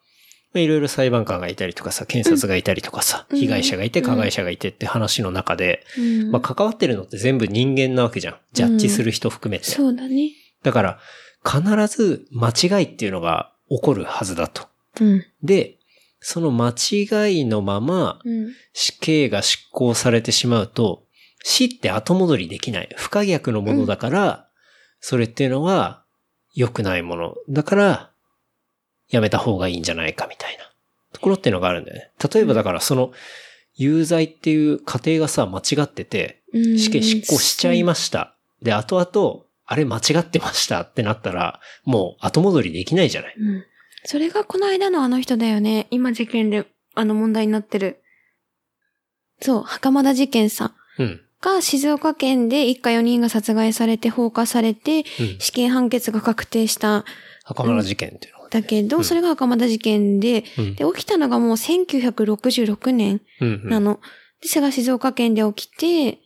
[SPEAKER 3] まあいろいろ裁判官がいたりとかさ、検察がいたりとかさ、
[SPEAKER 4] うん
[SPEAKER 3] 被害者がいて、加害者がいてって話の中で、
[SPEAKER 4] うん
[SPEAKER 3] まあ関わってるのって全部人間なわけじゃん。ジャッジする人含めて。
[SPEAKER 4] そうだね。
[SPEAKER 3] だから、必ず間違いっていうのが起こるはずだと。
[SPEAKER 4] うん。
[SPEAKER 3] で、その間違いのまま、
[SPEAKER 4] うん。
[SPEAKER 3] 死刑が執行されてしまうと、死って後戻りできない。不可逆のものだから、それっていうのは良くないもの。だから、やめた方がいいんじゃないかみたいなところっていうのがあるんだよね。例えばだからその、有罪っていう過程がさ、間違ってて、
[SPEAKER 4] うん
[SPEAKER 3] 死刑執行しちゃいました。で、後々、あれ間違ってましたってなったら、もう後戻りできないじゃない。
[SPEAKER 4] うん。それがこの間のあの人だよね。今事件で、あの問題になってる。そう、袴田事件さん
[SPEAKER 3] うん。
[SPEAKER 4] が静岡県で一家4人が殺害されて放火されて、
[SPEAKER 3] うん。
[SPEAKER 4] 死刑判決が確定した。
[SPEAKER 3] 袴田事件っていうのは、ね。
[SPEAKER 4] だけど、
[SPEAKER 3] うん
[SPEAKER 4] それが袴田事件で、
[SPEAKER 3] うん
[SPEAKER 4] で、起きたのがもう1966年
[SPEAKER 3] うんうん
[SPEAKER 4] なの。で、それが静岡県で起きて、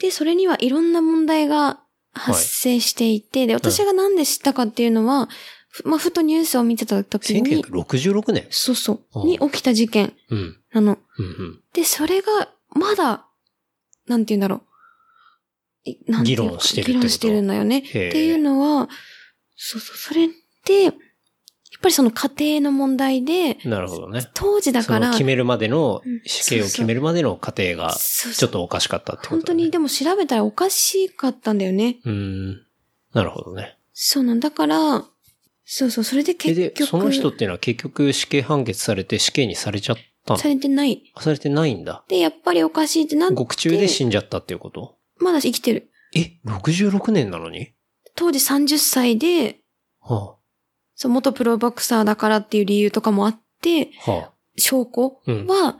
[SPEAKER 4] で、それにはいろんな問題が発生していて、で、私がなんで知ったかっていうのは、ふまあ、ふとニュースを見てた時に、
[SPEAKER 3] 1966年
[SPEAKER 4] そうそうう、
[SPEAKER 3] ん
[SPEAKER 4] に起きた事件
[SPEAKER 3] うん。
[SPEAKER 4] なの。
[SPEAKER 3] うんうん
[SPEAKER 4] で、それが、まだ、なんて言うんだろう。いなんていうの
[SPEAKER 3] 議論してるってこと
[SPEAKER 4] 議論してるんだよね。っ
[SPEAKER 3] へえ
[SPEAKER 4] ていうのは、そうそう、それって、やっぱりその家庭の問題で、
[SPEAKER 3] なるほどね。
[SPEAKER 4] 当時だ
[SPEAKER 3] そ
[SPEAKER 4] か
[SPEAKER 3] の
[SPEAKER 4] ら、
[SPEAKER 3] 決めるまでの
[SPEAKER 4] うん、
[SPEAKER 3] 死刑を決めるまでの過程が、
[SPEAKER 4] そう
[SPEAKER 3] ちょっとおかしかったってこ
[SPEAKER 4] 本
[SPEAKER 3] と
[SPEAKER 4] 当
[SPEAKER 3] だ、ね。
[SPEAKER 4] に、でも調べたらおかしかったんだよね。
[SPEAKER 3] うーん。なるほどね。
[SPEAKER 4] そうなんだから、そうそう、それで
[SPEAKER 3] え
[SPEAKER 4] 結
[SPEAKER 3] で、
[SPEAKER 4] 局、
[SPEAKER 3] その人っていうのは結局死刑判決されて死刑にされちゃったの
[SPEAKER 4] されてない。
[SPEAKER 3] されてないんだ。
[SPEAKER 4] で、やっぱりおかしいってなって、
[SPEAKER 3] 獄中で死んじゃったっていうこと
[SPEAKER 4] まだ生きてる。
[SPEAKER 3] え、66年なのに
[SPEAKER 4] 当時30歳で、
[SPEAKER 3] は
[SPEAKER 4] そう、元プロボクサーだからっていう理由とかもあって、
[SPEAKER 3] あ、はあ、
[SPEAKER 4] 証拠
[SPEAKER 3] うん
[SPEAKER 4] は、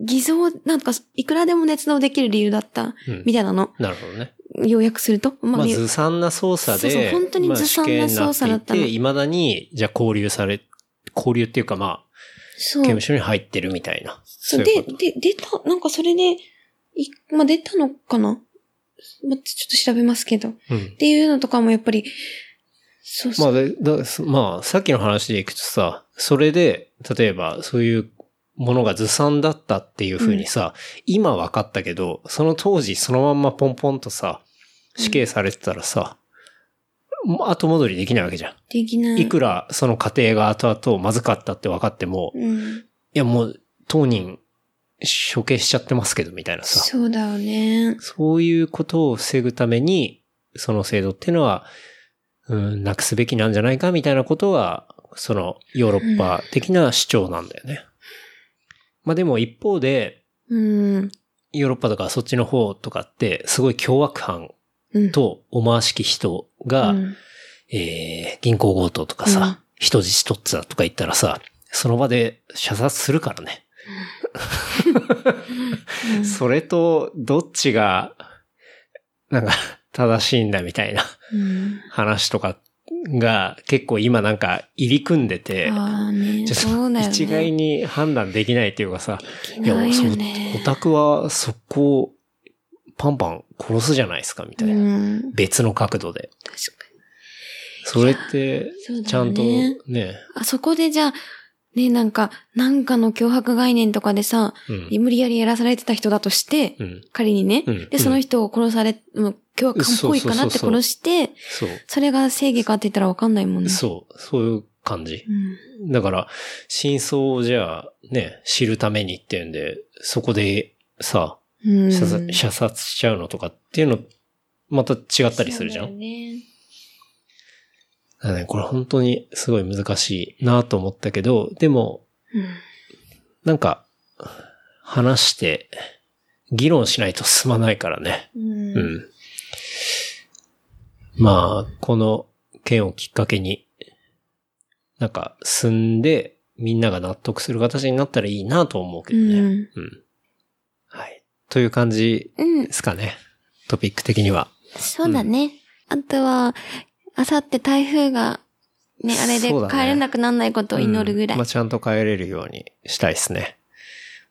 [SPEAKER 4] 偽造、なんか、いくらでも捏造できる理由だった、
[SPEAKER 3] うん
[SPEAKER 4] み。たいなの、
[SPEAKER 3] なるほどね。
[SPEAKER 4] 要約すると。ま
[SPEAKER 3] まあ、
[SPEAKER 4] 理由
[SPEAKER 3] ずさんな捜査で、
[SPEAKER 4] そうそう本当にずさんな捜査だった
[SPEAKER 3] まあ死刑になて
[SPEAKER 4] の
[SPEAKER 3] いて、未だに、じゃあ交留され、交留っていうかまあ、刑
[SPEAKER 4] そう
[SPEAKER 3] 務。所に入ってるみたいな。
[SPEAKER 4] そう
[SPEAKER 3] いう
[SPEAKER 4] で、
[SPEAKER 3] こと
[SPEAKER 4] で、出た、なんかそれで、いまあ、出たのかなまあ、ちょっと調べますけど。っ
[SPEAKER 3] うん。
[SPEAKER 4] ていうのとかもやっぱり、そうそう。
[SPEAKER 3] まあでだそまあ、さっきの話でいくとさ、それで、例えば、そういうものがずさんだったっていう風にさ、今分かったけど、その当時そのまんまポンポンとさ、死刑されてたらさ、もう後戻りできないわけじゃ。
[SPEAKER 4] できなんい。
[SPEAKER 3] いくらその過程が後々まずかったって分かっても、い
[SPEAKER 4] うん。
[SPEAKER 3] やもう当人処刑しちゃってますけどみたいなさ。
[SPEAKER 4] そうだよね。
[SPEAKER 3] そういうことを防ぐために、その制度っていうのは、うん、なくすべきなんじゃないかみたいなことは、そのヨーロッパ的な主張なんだよね。まあでも一方で、
[SPEAKER 4] うん。
[SPEAKER 3] ヨーロッパとかそっちの方とかって、すごい凶悪犯
[SPEAKER 4] うん。
[SPEAKER 3] と思わしき人が、
[SPEAKER 4] うん
[SPEAKER 3] えー銀行強盗とかさ、
[SPEAKER 4] うん
[SPEAKER 3] 人質とっつだとか言ったらさ、その場で射殺するからね。
[SPEAKER 4] うん
[SPEAKER 3] それと、どっちが、なんか、正しいんだみたい な
[SPEAKER 4] うん。
[SPEAKER 3] 話とかが結構今なんか入り組んでて、
[SPEAKER 4] ああね、
[SPEAKER 3] ちょっと
[SPEAKER 4] そうだよね。
[SPEAKER 3] 一概に判断できないっていうかさ、
[SPEAKER 4] できない
[SPEAKER 3] そ
[SPEAKER 4] よ
[SPEAKER 3] う、
[SPEAKER 4] ね。
[SPEAKER 3] オタクはそこをパンパン殺すじゃないですかみたいな。
[SPEAKER 4] うん。
[SPEAKER 3] 別の角度で。
[SPEAKER 4] 確か
[SPEAKER 3] それって
[SPEAKER 4] そうだよ、ね
[SPEAKER 3] ちゃんとね、
[SPEAKER 4] に。あそこでじゃあ、ね、なんか、なんかの脅迫概念とかでさ、
[SPEAKER 3] うん。
[SPEAKER 4] 無理やりやらされてた人だとして、
[SPEAKER 3] うん。
[SPEAKER 4] 仮にね、
[SPEAKER 3] うん
[SPEAKER 4] で、その人を殺され、もう脅迫犯っぽいかなって
[SPEAKER 3] そうそうそうそう
[SPEAKER 4] 殺して、
[SPEAKER 3] そう。
[SPEAKER 4] それが正義かって言ったらわかんないもんね。
[SPEAKER 3] そう。そういう感じ。
[SPEAKER 4] うん。
[SPEAKER 3] だから、真相をじゃあね、知るためにっていうんで、そこでさ、
[SPEAKER 4] うん。
[SPEAKER 3] 射殺射殺しちゃうのとかっていうの、また違ったりするじゃん。
[SPEAKER 4] そうだよね
[SPEAKER 3] だからねこれ本当にすごい難しいなと思ったけど、でも、なんか、話して、議論しないと進まないからね。
[SPEAKER 4] うん。
[SPEAKER 3] う
[SPEAKER 4] うん。
[SPEAKER 3] ん。まあ、この件をきっかけに、なんか、進んで、みんなが納得する形になったらいいなと思うけどね。
[SPEAKER 4] うん
[SPEAKER 3] うん。はい。という感じ
[SPEAKER 4] うん
[SPEAKER 3] で。すかね。トピック的には。
[SPEAKER 4] そうだね。あとは、あさって台風が、ね、あれで
[SPEAKER 3] そうだね
[SPEAKER 4] 帰れなくならないことを祈るぐ
[SPEAKER 3] う
[SPEAKER 4] らい。
[SPEAKER 3] んまあ、ちゃんと帰れるようにしたいですね。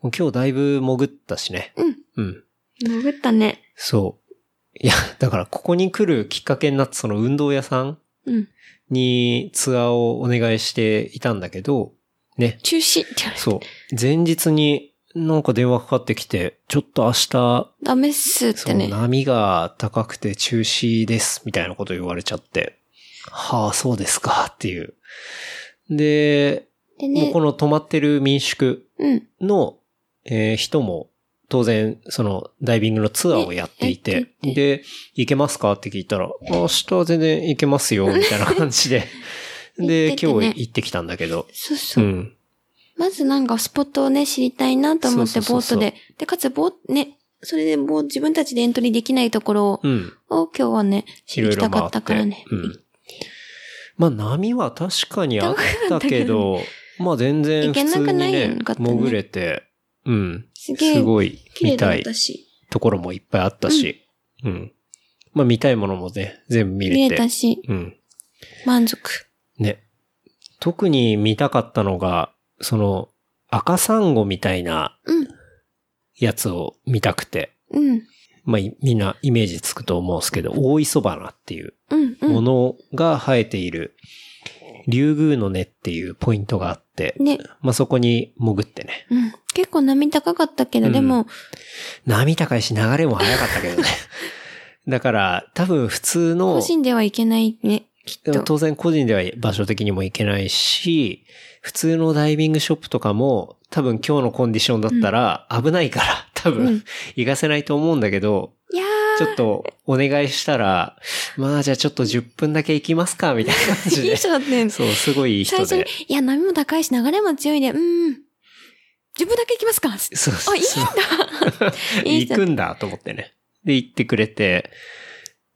[SPEAKER 3] もう今日だいぶ潜ったしね。
[SPEAKER 4] うん。
[SPEAKER 3] うん。
[SPEAKER 4] 潜ったね。
[SPEAKER 3] そう。いや、だからここに来るきっかけになったその運動屋さん
[SPEAKER 4] うん。
[SPEAKER 3] にツアーをお願いしていたんだけど、ね、
[SPEAKER 4] 中止って言われて。
[SPEAKER 3] そう。前日になんか電話かかってきて、ちょっと明日、
[SPEAKER 4] ダメっすっ
[SPEAKER 3] そ
[SPEAKER 4] て
[SPEAKER 3] う
[SPEAKER 4] ね。
[SPEAKER 3] 波が高くて中止です、みたいなこと言われちゃって、はあ、そうですか、っていう。で、も
[SPEAKER 4] で
[SPEAKER 3] う
[SPEAKER 4] ね
[SPEAKER 3] こ、の泊まってる民宿
[SPEAKER 4] うん。
[SPEAKER 3] の、えー人も、当然、その、ダイビングのツアーをやってい
[SPEAKER 4] ね
[SPEAKER 3] て
[SPEAKER 4] やっ、て
[SPEAKER 3] で、行けますかって聞いたら、あ明日は全然行けます よ、みたいな感じで。
[SPEAKER 4] 行
[SPEAKER 3] で
[SPEAKER 4] っ、ててね
[SPEAKER 3] 今日行ってきたんだけど、
[SPEAKER 4] そうそうう。
[SPEAKER 3] ん。
[SPEAKER 4] まずなんかスポットをね、知りたいなと思って、
[SPEAKER 3] そうそ
[SPEAKER 4] ボ
[SPEAKER 3] う
[SPEAKER 4] ー
[SPEAKER 3] そ
[SPEAKER 4] ト
[SPEAKER 3] うそう
[SPEAKER 4] で。で、かつ、ボート、ね、それでボー自分たちでエントリーできないところを
[SPEAKER 3] うん。
[SPEAKER 4] を今日はね、
[SPEAKER 3] いろ
[SPEAKER 4] 行
[SPEAKER 3] い
[SPEAKER 4] きた
[SPEAKER 3] ろ
[SPEAKER 4] か
[SPEAKER 3] 回
[SPEAKER 4] っ
[SPEAKER 3] ったて。
[SPEAKER 4] からね。
[SPEAKER 3] うん。まあ波は確かにあったけど、まあ全然普通に
[SPEAKER 4] 行けなく
[SPEAKER 3] ね
[SPEAKER 4] な、かったね
[SPEAKER 3] 潜れて、うん。
[SPEAKER 4] すげえ
[SPEAKER 3] す、ごい
[SPEAKER 4] 綺麗
[SPEAKER 3] 見
[SPEAKER 4] だ
[SPEAKER 3] た
[SPEAKER 4] っ
[SPEAKER 3] い
[SPEAKER 4] たし、
[SPEAKER 3] ところもいっぱいあったし、うん。まあ見たいものもね、全部見れて。
[SPEAKER 4] 見れたし、
[SPEAKER 3] うん。
[SPEAKER 4] 満足。
[SPEAKER 3] ね。特に見たかったのが、その、赤サンゴみたいな
[SPEAKER 4] うん、
[SPEAKER 3] やつを見たくて、
[SPEAKER 4] うん、
[SPEAKER 3] まあいみんなイメージつくと思うんですけど、大磯花っていう
[SPEAKER 4] うん、う
[SPEAKER 3] も
[SPEAKER 4] ん。
[SPEAKER 3] のが生えている、竜宮の根っていうポイントがあって、
[SPEAKER 4] ね、
[SPEAKER 3] まあ、そこに潜ってね。
[SPEAKER 4] うん。結構波高かったけど、
[SPEAKER 3] うん
[SPEAKER 4] でも、
[SPEAKER 3] 波高いし流れも速かったけど ね。だから、多分普通
[SPEAKER 4] 個
[SPEAKER 3] の、
[SPEAKER 4] 人ではいけないね、きっと。
[SPEAKER 3] 当然個人では場所的にも行けないし、普通のダイビングショップとかも、多分今日のコンディションだったら危ないから、 多分、
[SPEAKER 4] うん
[SPEAKER 3] 行かせないと思うんだけど、
[SPEAKER 4] いや
[SPEAKER 3] ちょっとお願いしたら、まあじゃあちょっと10分だけ行きますか、みたいな感
[SPEAKER 4] ー、
[SPEAKER 3] じ
[SPEAKER 4] いい
[SPEAKER 3] で。
[SPEAKER 4] 人だったよね。
[SPEAKER 3] そう、すごいいい人
[SPEAKER 4] 最
[SPEAKER 3] で。
[SPEAKER 4] 初に、いや、波も高いし、流れも強いで、うーん。自分だけ行きますかあ、
[SPEAKER 3] そうそう
[SPEAKER 4] いいん
[SPEAKER 3] そう
[SPEAKER 4] だいい
[SPEAKER 3] 行
[SPEAKER 4] 人
[SPEAKER 3] くんだと思ってね。で、行ってくれて、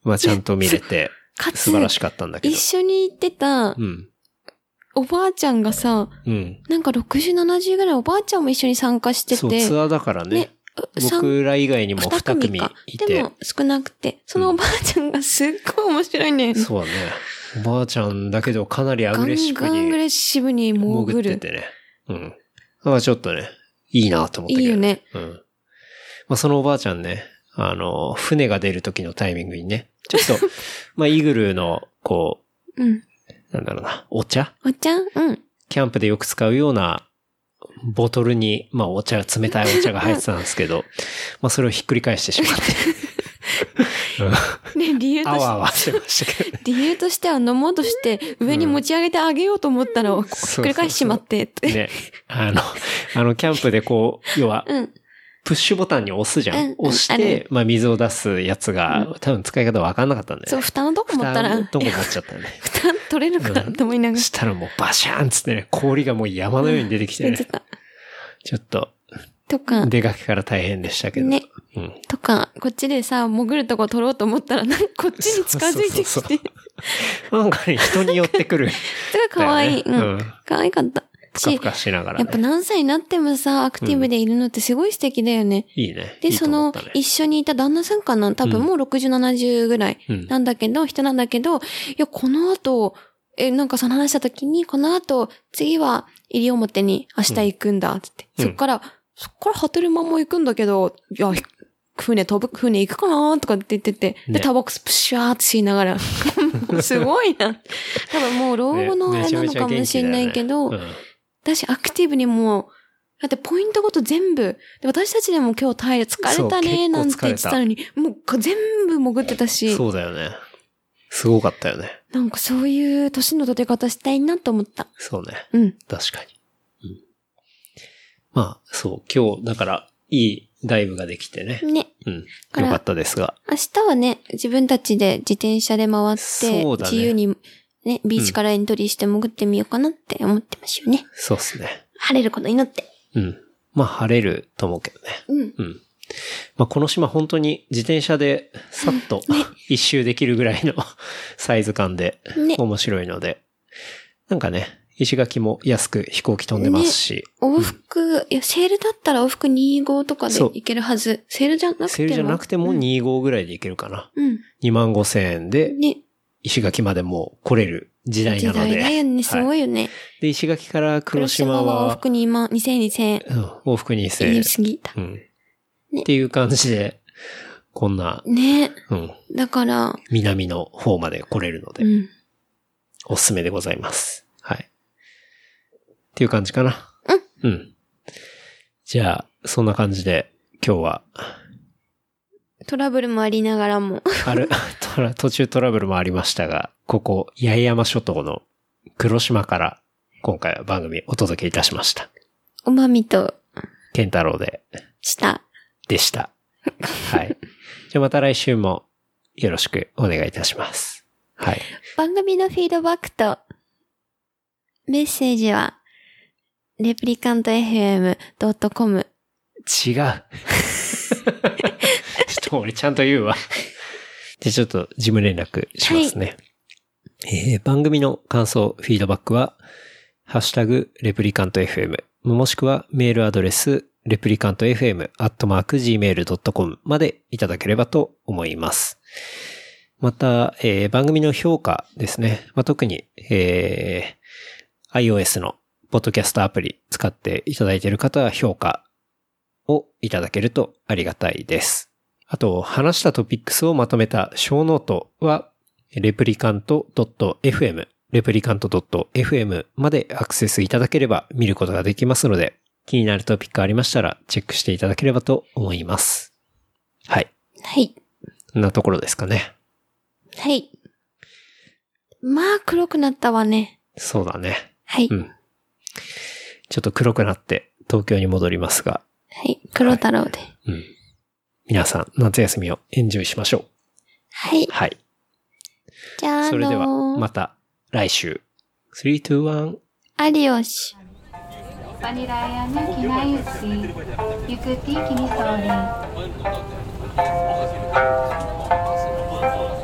[SPEAKER 3] まあちゃんと見れて、
[SPEAKER 4] かつ
[SPEAKER 3] 素晴らしかったんだけど
[SPEAKER 4] 一。緒に行ってた
[SPEAKER 3] う、ん。
[SPEAKER 4] おばあちゃんがさ、
[SPEAKER 3] うん。
[SPEAKER 4] なんか60、70ぐらいおばあちゃんも一緒に参加してて。
[SPEAKER 3] そう、ツアーだからね
[SPEAKER 4] ね。うさん
[SPEAKER 3] 僕ら以外にも
[SPEAKER 4] 二
[SPEAKER 3] 2組
[SPEAKER 4] か
[SPEAKER 3] い
[SPEAKER 4] で
[SPEAKER 3] て
[SPEAKER 4] も。少なくて、そのおばあちゃんがすっごい面白いね。
[SPEAKER 3] そうだね。おばあちゃんだけどかなりア
[SPEAKER 4] ガ
[SPEAKER 3] グレッシ
[SPEAKER 4] ン
[SPEAKER 3] ブ
[SPEAKER 4] ガンアグレ
[SPEAKER 3] に
[SPEAKER 4] ッシブに潜
[SPEAKER 3] 潜っ
[SPEAKER 4] る。
[SPEAKER 3] ててね。うん。まあちょっとね、いいなと思ったけど。
[SPEAKER 4] いいよね。
[SPEAKER 3] うん。まあそのおばあちゃんね、あの、船が出る時のタイミングにね、ちょ っと、まあイーグルの、こ
[SPEAKER 4] うん。
[SPEAKER 3] う、なんだろうな、お茶
[SPEAKER 4] おっちゃん うん。
[SPEAKER 3] キャンプでよく使うようなボトルに、まあお茶、冷たいお茶が入ってたんですけ ど、まあそれをひっくり返してしまって。うん
[SPEAKER 4] ね、理由と
[SPEAKER 3] あわあわ
[SPEAKER 4] し
[SPEAKER 3] してましたけど。
[SPEAKER 4] て、理由としては飲もうとして、上に持ち上げてあげようと思ったら、こうひっくり返してしまって、って。
[SPEAKER 3] ね。あの、あの、キャンプでこう、要は、
[SPEAKER 4] うん。
[SPEAKER 3] プッシュボタンに押すじゃ
[SPEAKER 4] うん
[SPEAKER 3] ん。押し
[SPEAKER 4] あ
[SPEAKER 3] て
[SPEAKER 4] れ、
[SPEAKER 3] まあ水を出すやつ
[SPEAKER 4] う
[SPEAKER 3] が、多分使い方わかんなかったんだよ
[SPEAKER 4] そう、
[SPEAKER 3] ね。
[SPEAKER 4] 蓋のとこ持ったら、
[SPEAKER 3] 蓋のとこ
[SPEAKER 4] 蓋
[SPEAKER 3] になっちゃったよね。
[SPEAKER 4] 取れるからと思いなが
[SPEAKER 3] そ
[SPEAKER 4] ら。
[SPEAKER 3] したらもうバシャーンっつってね、氷がもう山のように出てきて
[SPEAKER 4] 言っ
[SPEAKER 3] ね
[SPEAKER 4] て、た。
[SPEAKER 3] ちょっと
[SPEAKER 4] とか、
[SPEAKER 3] 出かけから大変でしたけど。
[SPEAKER 4] ね
[SPEAKER 3] うん。
[SPEAKER 4] とか、こっちでさ、潜るとこ取ろうと思ったら、なんかこっちに近づいて
[SPEAKER 3] そうそうそ
[SPEAKER 4] きて
[SPEAKER 3] う。なんかね、人によって くる。
[SPEAKER 4] それが可愛い。
[SPEAKER 3] だよね
[SPEAKER 4] う
[SPEAKER 3] うんん。
[SPEAKER 4] 可愛かった。
[SPEAKER 3] ふか
[SPEAKER 4] し
[SPEAKER 3] ふ、かしながら、
[SPEAKER 4] やっぱ
[SPEAKER 3] ね。
[SPEAKER 4] 何歳になってもさ、アクティブでいるのってすごい素敵だよね。
[SPEAKER 3] いいね。
[SPEAKER 4] で、
[SPEAKER 3] いいと
[SPEAKER 4] そ
[SPEAKER 3] 思
[SPEAKER 4] の
[SPEAKER 3] ったね、
[SPEAKER 4] 一緒にいた旦那さんかな多分もう60、70ぐらい
[SPEAKER 3] うん
[SPEAKER 4] なんだけど、人なんだけど、いや、この後、え、なんかその話した時に、この後、次は、西表に明日行くんだ、つって。
[SPEAKER 3] うん
[SPEAKER 4] そっから、そっから波照間も行くんだけど、いや、ひ船飛ぶ、船行くかなとかって言ってて、で、
[SPEAKER 3] ね
[SPEAKER 4] タバコプシュワーって吸いなが ら、もうすごいな。多分もう老後のあれなのかもしれないけど、
[SPEAKER 3] ねめちゃめちゃ元気だよね
[SPEAKER 4] 私アクティブにもう、だってポイントごと全部、で私たちでも今日タイで疲れた
[SPEAKER 3] そう結
[SPEAKER 4] ね、
[SPEAKER 3] 構
[SPEAKER 4] なんて言ってたのに、もうこ全部潜って
[SPEAKER 3] う
[SPEAKER 4] た
[SPEAKER 3] ん
[SPEAKER 4] し、
[SPEAKER 3] そうだよね。すごかったよね。
[SPEAKER 4] なんかそういう年の立て方したいなと思った。
[SPEAKER 3] そうね。
[SPEAKER 4] うん。
[SPEAKER 3] 確かに。うんまあ、そう。今日、だから、いいダイブができてね。
[SPEAKER 4] ね。
[SPEAKER 3] うん。
[SPEAKER 4] から
[SPEAKER 3] よかったですが。
[SPEAKER 4] 明日はね、自分たちで自転車で回って、
[SPEAKER 3] そうだね
[SPEAKER 4] 自由にね、ビーチからエントリーして潜ってみようかなって思ってますよね。
[SPEAKER 3] そうっすね。
[SPEAKER 4] 晴れること祈って。
[SPEAKER 3] うん。まあ、晴れると思うけどね。
[SPEAKER 4] うん。
[SPEAKER 3] うん。まあ、この島本当に自転車でさっと一周できるぐらいの サイズ感で
[SPEAKER 4] ね
[SPEAKER 3] 面白いので、なんかね、石垣も安く飛行機飛んでますし、
[SPEAKER 4] 往復、いや、セールだったら往復25とかで
[SPEAKER 3] そう
[SPEAKER 4] 行けるはず。セールじゃなくても。
[SPEAKER 3] セールじゃなくても2号ぐらいで行けるかな。
[SPEAKER 4] うん。
[SPEAKER 3] 2万5千円で
[SPEAKER 4] ね。
[SPEAKER 3] 石垣までもう来れる時代な
[SPEAKER 4] 時
[SPEAKER 3] の
[SPEAKER 4] 代
[SPEAKER 3] で。
[SPEAKER 4] だよね、すご
[SPEAKER 3] はい
[SPEAKER 4] よね。
[SPEAKER 3] いで、石垣から黒
[SPEAKER 4] 黒
[SPEAKER 3] 島
[SPEAKER 4] 島は往
[SPEAKER 3] は、
[SPEAKER 4] 復2万、2000円、2000円。
[SPEAKER 3] うん、往復2千
[SPEAKER 4] 言
[SPEAKER 3] 円
[SPEAKER 4] い。過ぎた。
[SPEAKER 3] うん。
[SPEAKER 4] ね
[SPEAKER 3] っていう感じで、こんな、
[SPEAKER 4] ね
[SPEAKER 3] うん、
[SPEAKER 4] だから、
[SPEAKER 3] 南の方まで来れるので、
[SPEAKER 4] うん。
[SPEAKER 3] おすすめでございます。はい。っていう感じかな。うん。うん。じゃあ、そんな感じで、今日は、
[SPEAKER 4] トラブルもありながらも。
[SPEAKER 3] あ る、トラ途中トラブルもありましたが、ここ、八重山諸島の黒島から、今回は番組お届けいたしました。
[SPEAKER 4] おまみと、
[SPEAKER 3] ケンタロウで、
[SPEAKER 4] した。
[SPEAKER 3] でした。はい。じゃあまた来週もよろしくお願いいたします。はい。
[SPEAKER 4] 番組のフィードバックとメッセージは、レプリカント
[SPEAKER 3] 違
[SPEAKER 4] FM.com。
[SPEAKER 3] う。ちょっと俺ちゃんと言うわ。で、ちょっと事務連絡しますね。えー番組の感想、フィードバックは、ハッシュタグ、レプリカント FM、もしくはメールアドレス、レプリカント FM、アットマーク、gmail.com までいただければと思います。また、えー番組の評価ですね。まあ、特に、えー iOS のポッドキャストアプリ使っていただいている方は評価をいただけるとありがたいです。あと、話したトピックスをまとめた小ノートは、replicant.fm、replicant.fm までアクセスいただければ見ることができますので、気になるトピックありましたらチェックしていただければと思います。はい。
[SPEAKER 4] はい。
[SPEAKER 3] こんなところですかね。
[SPEAKER 4] はい。まあ、黒くなったわね。
[SPEAKER 3] そうだね。
[SPEAKER 4] はい。
[SPEAKER 3] うん。ちょっと黒くなって東京に戻りますが、
[SPEAKER 4] はい。黒太郎で。
[SPEAKER 3] うん。皆さん、夏休みをエンジョイしましょ
[SPEAKER 4] はい。
[SPEAKER 3] う。はい。
[SPEAKER 4] じゃあ、あ
[SPEAKER 3] それでは、
[SPEAKER 4] のー
[SPEAKER 3] また来週。3、2、1。
[SPEAKER 4] アディオシ。
[SPEAKER 5] バニラやなきなゆし、ゆくてきにそり。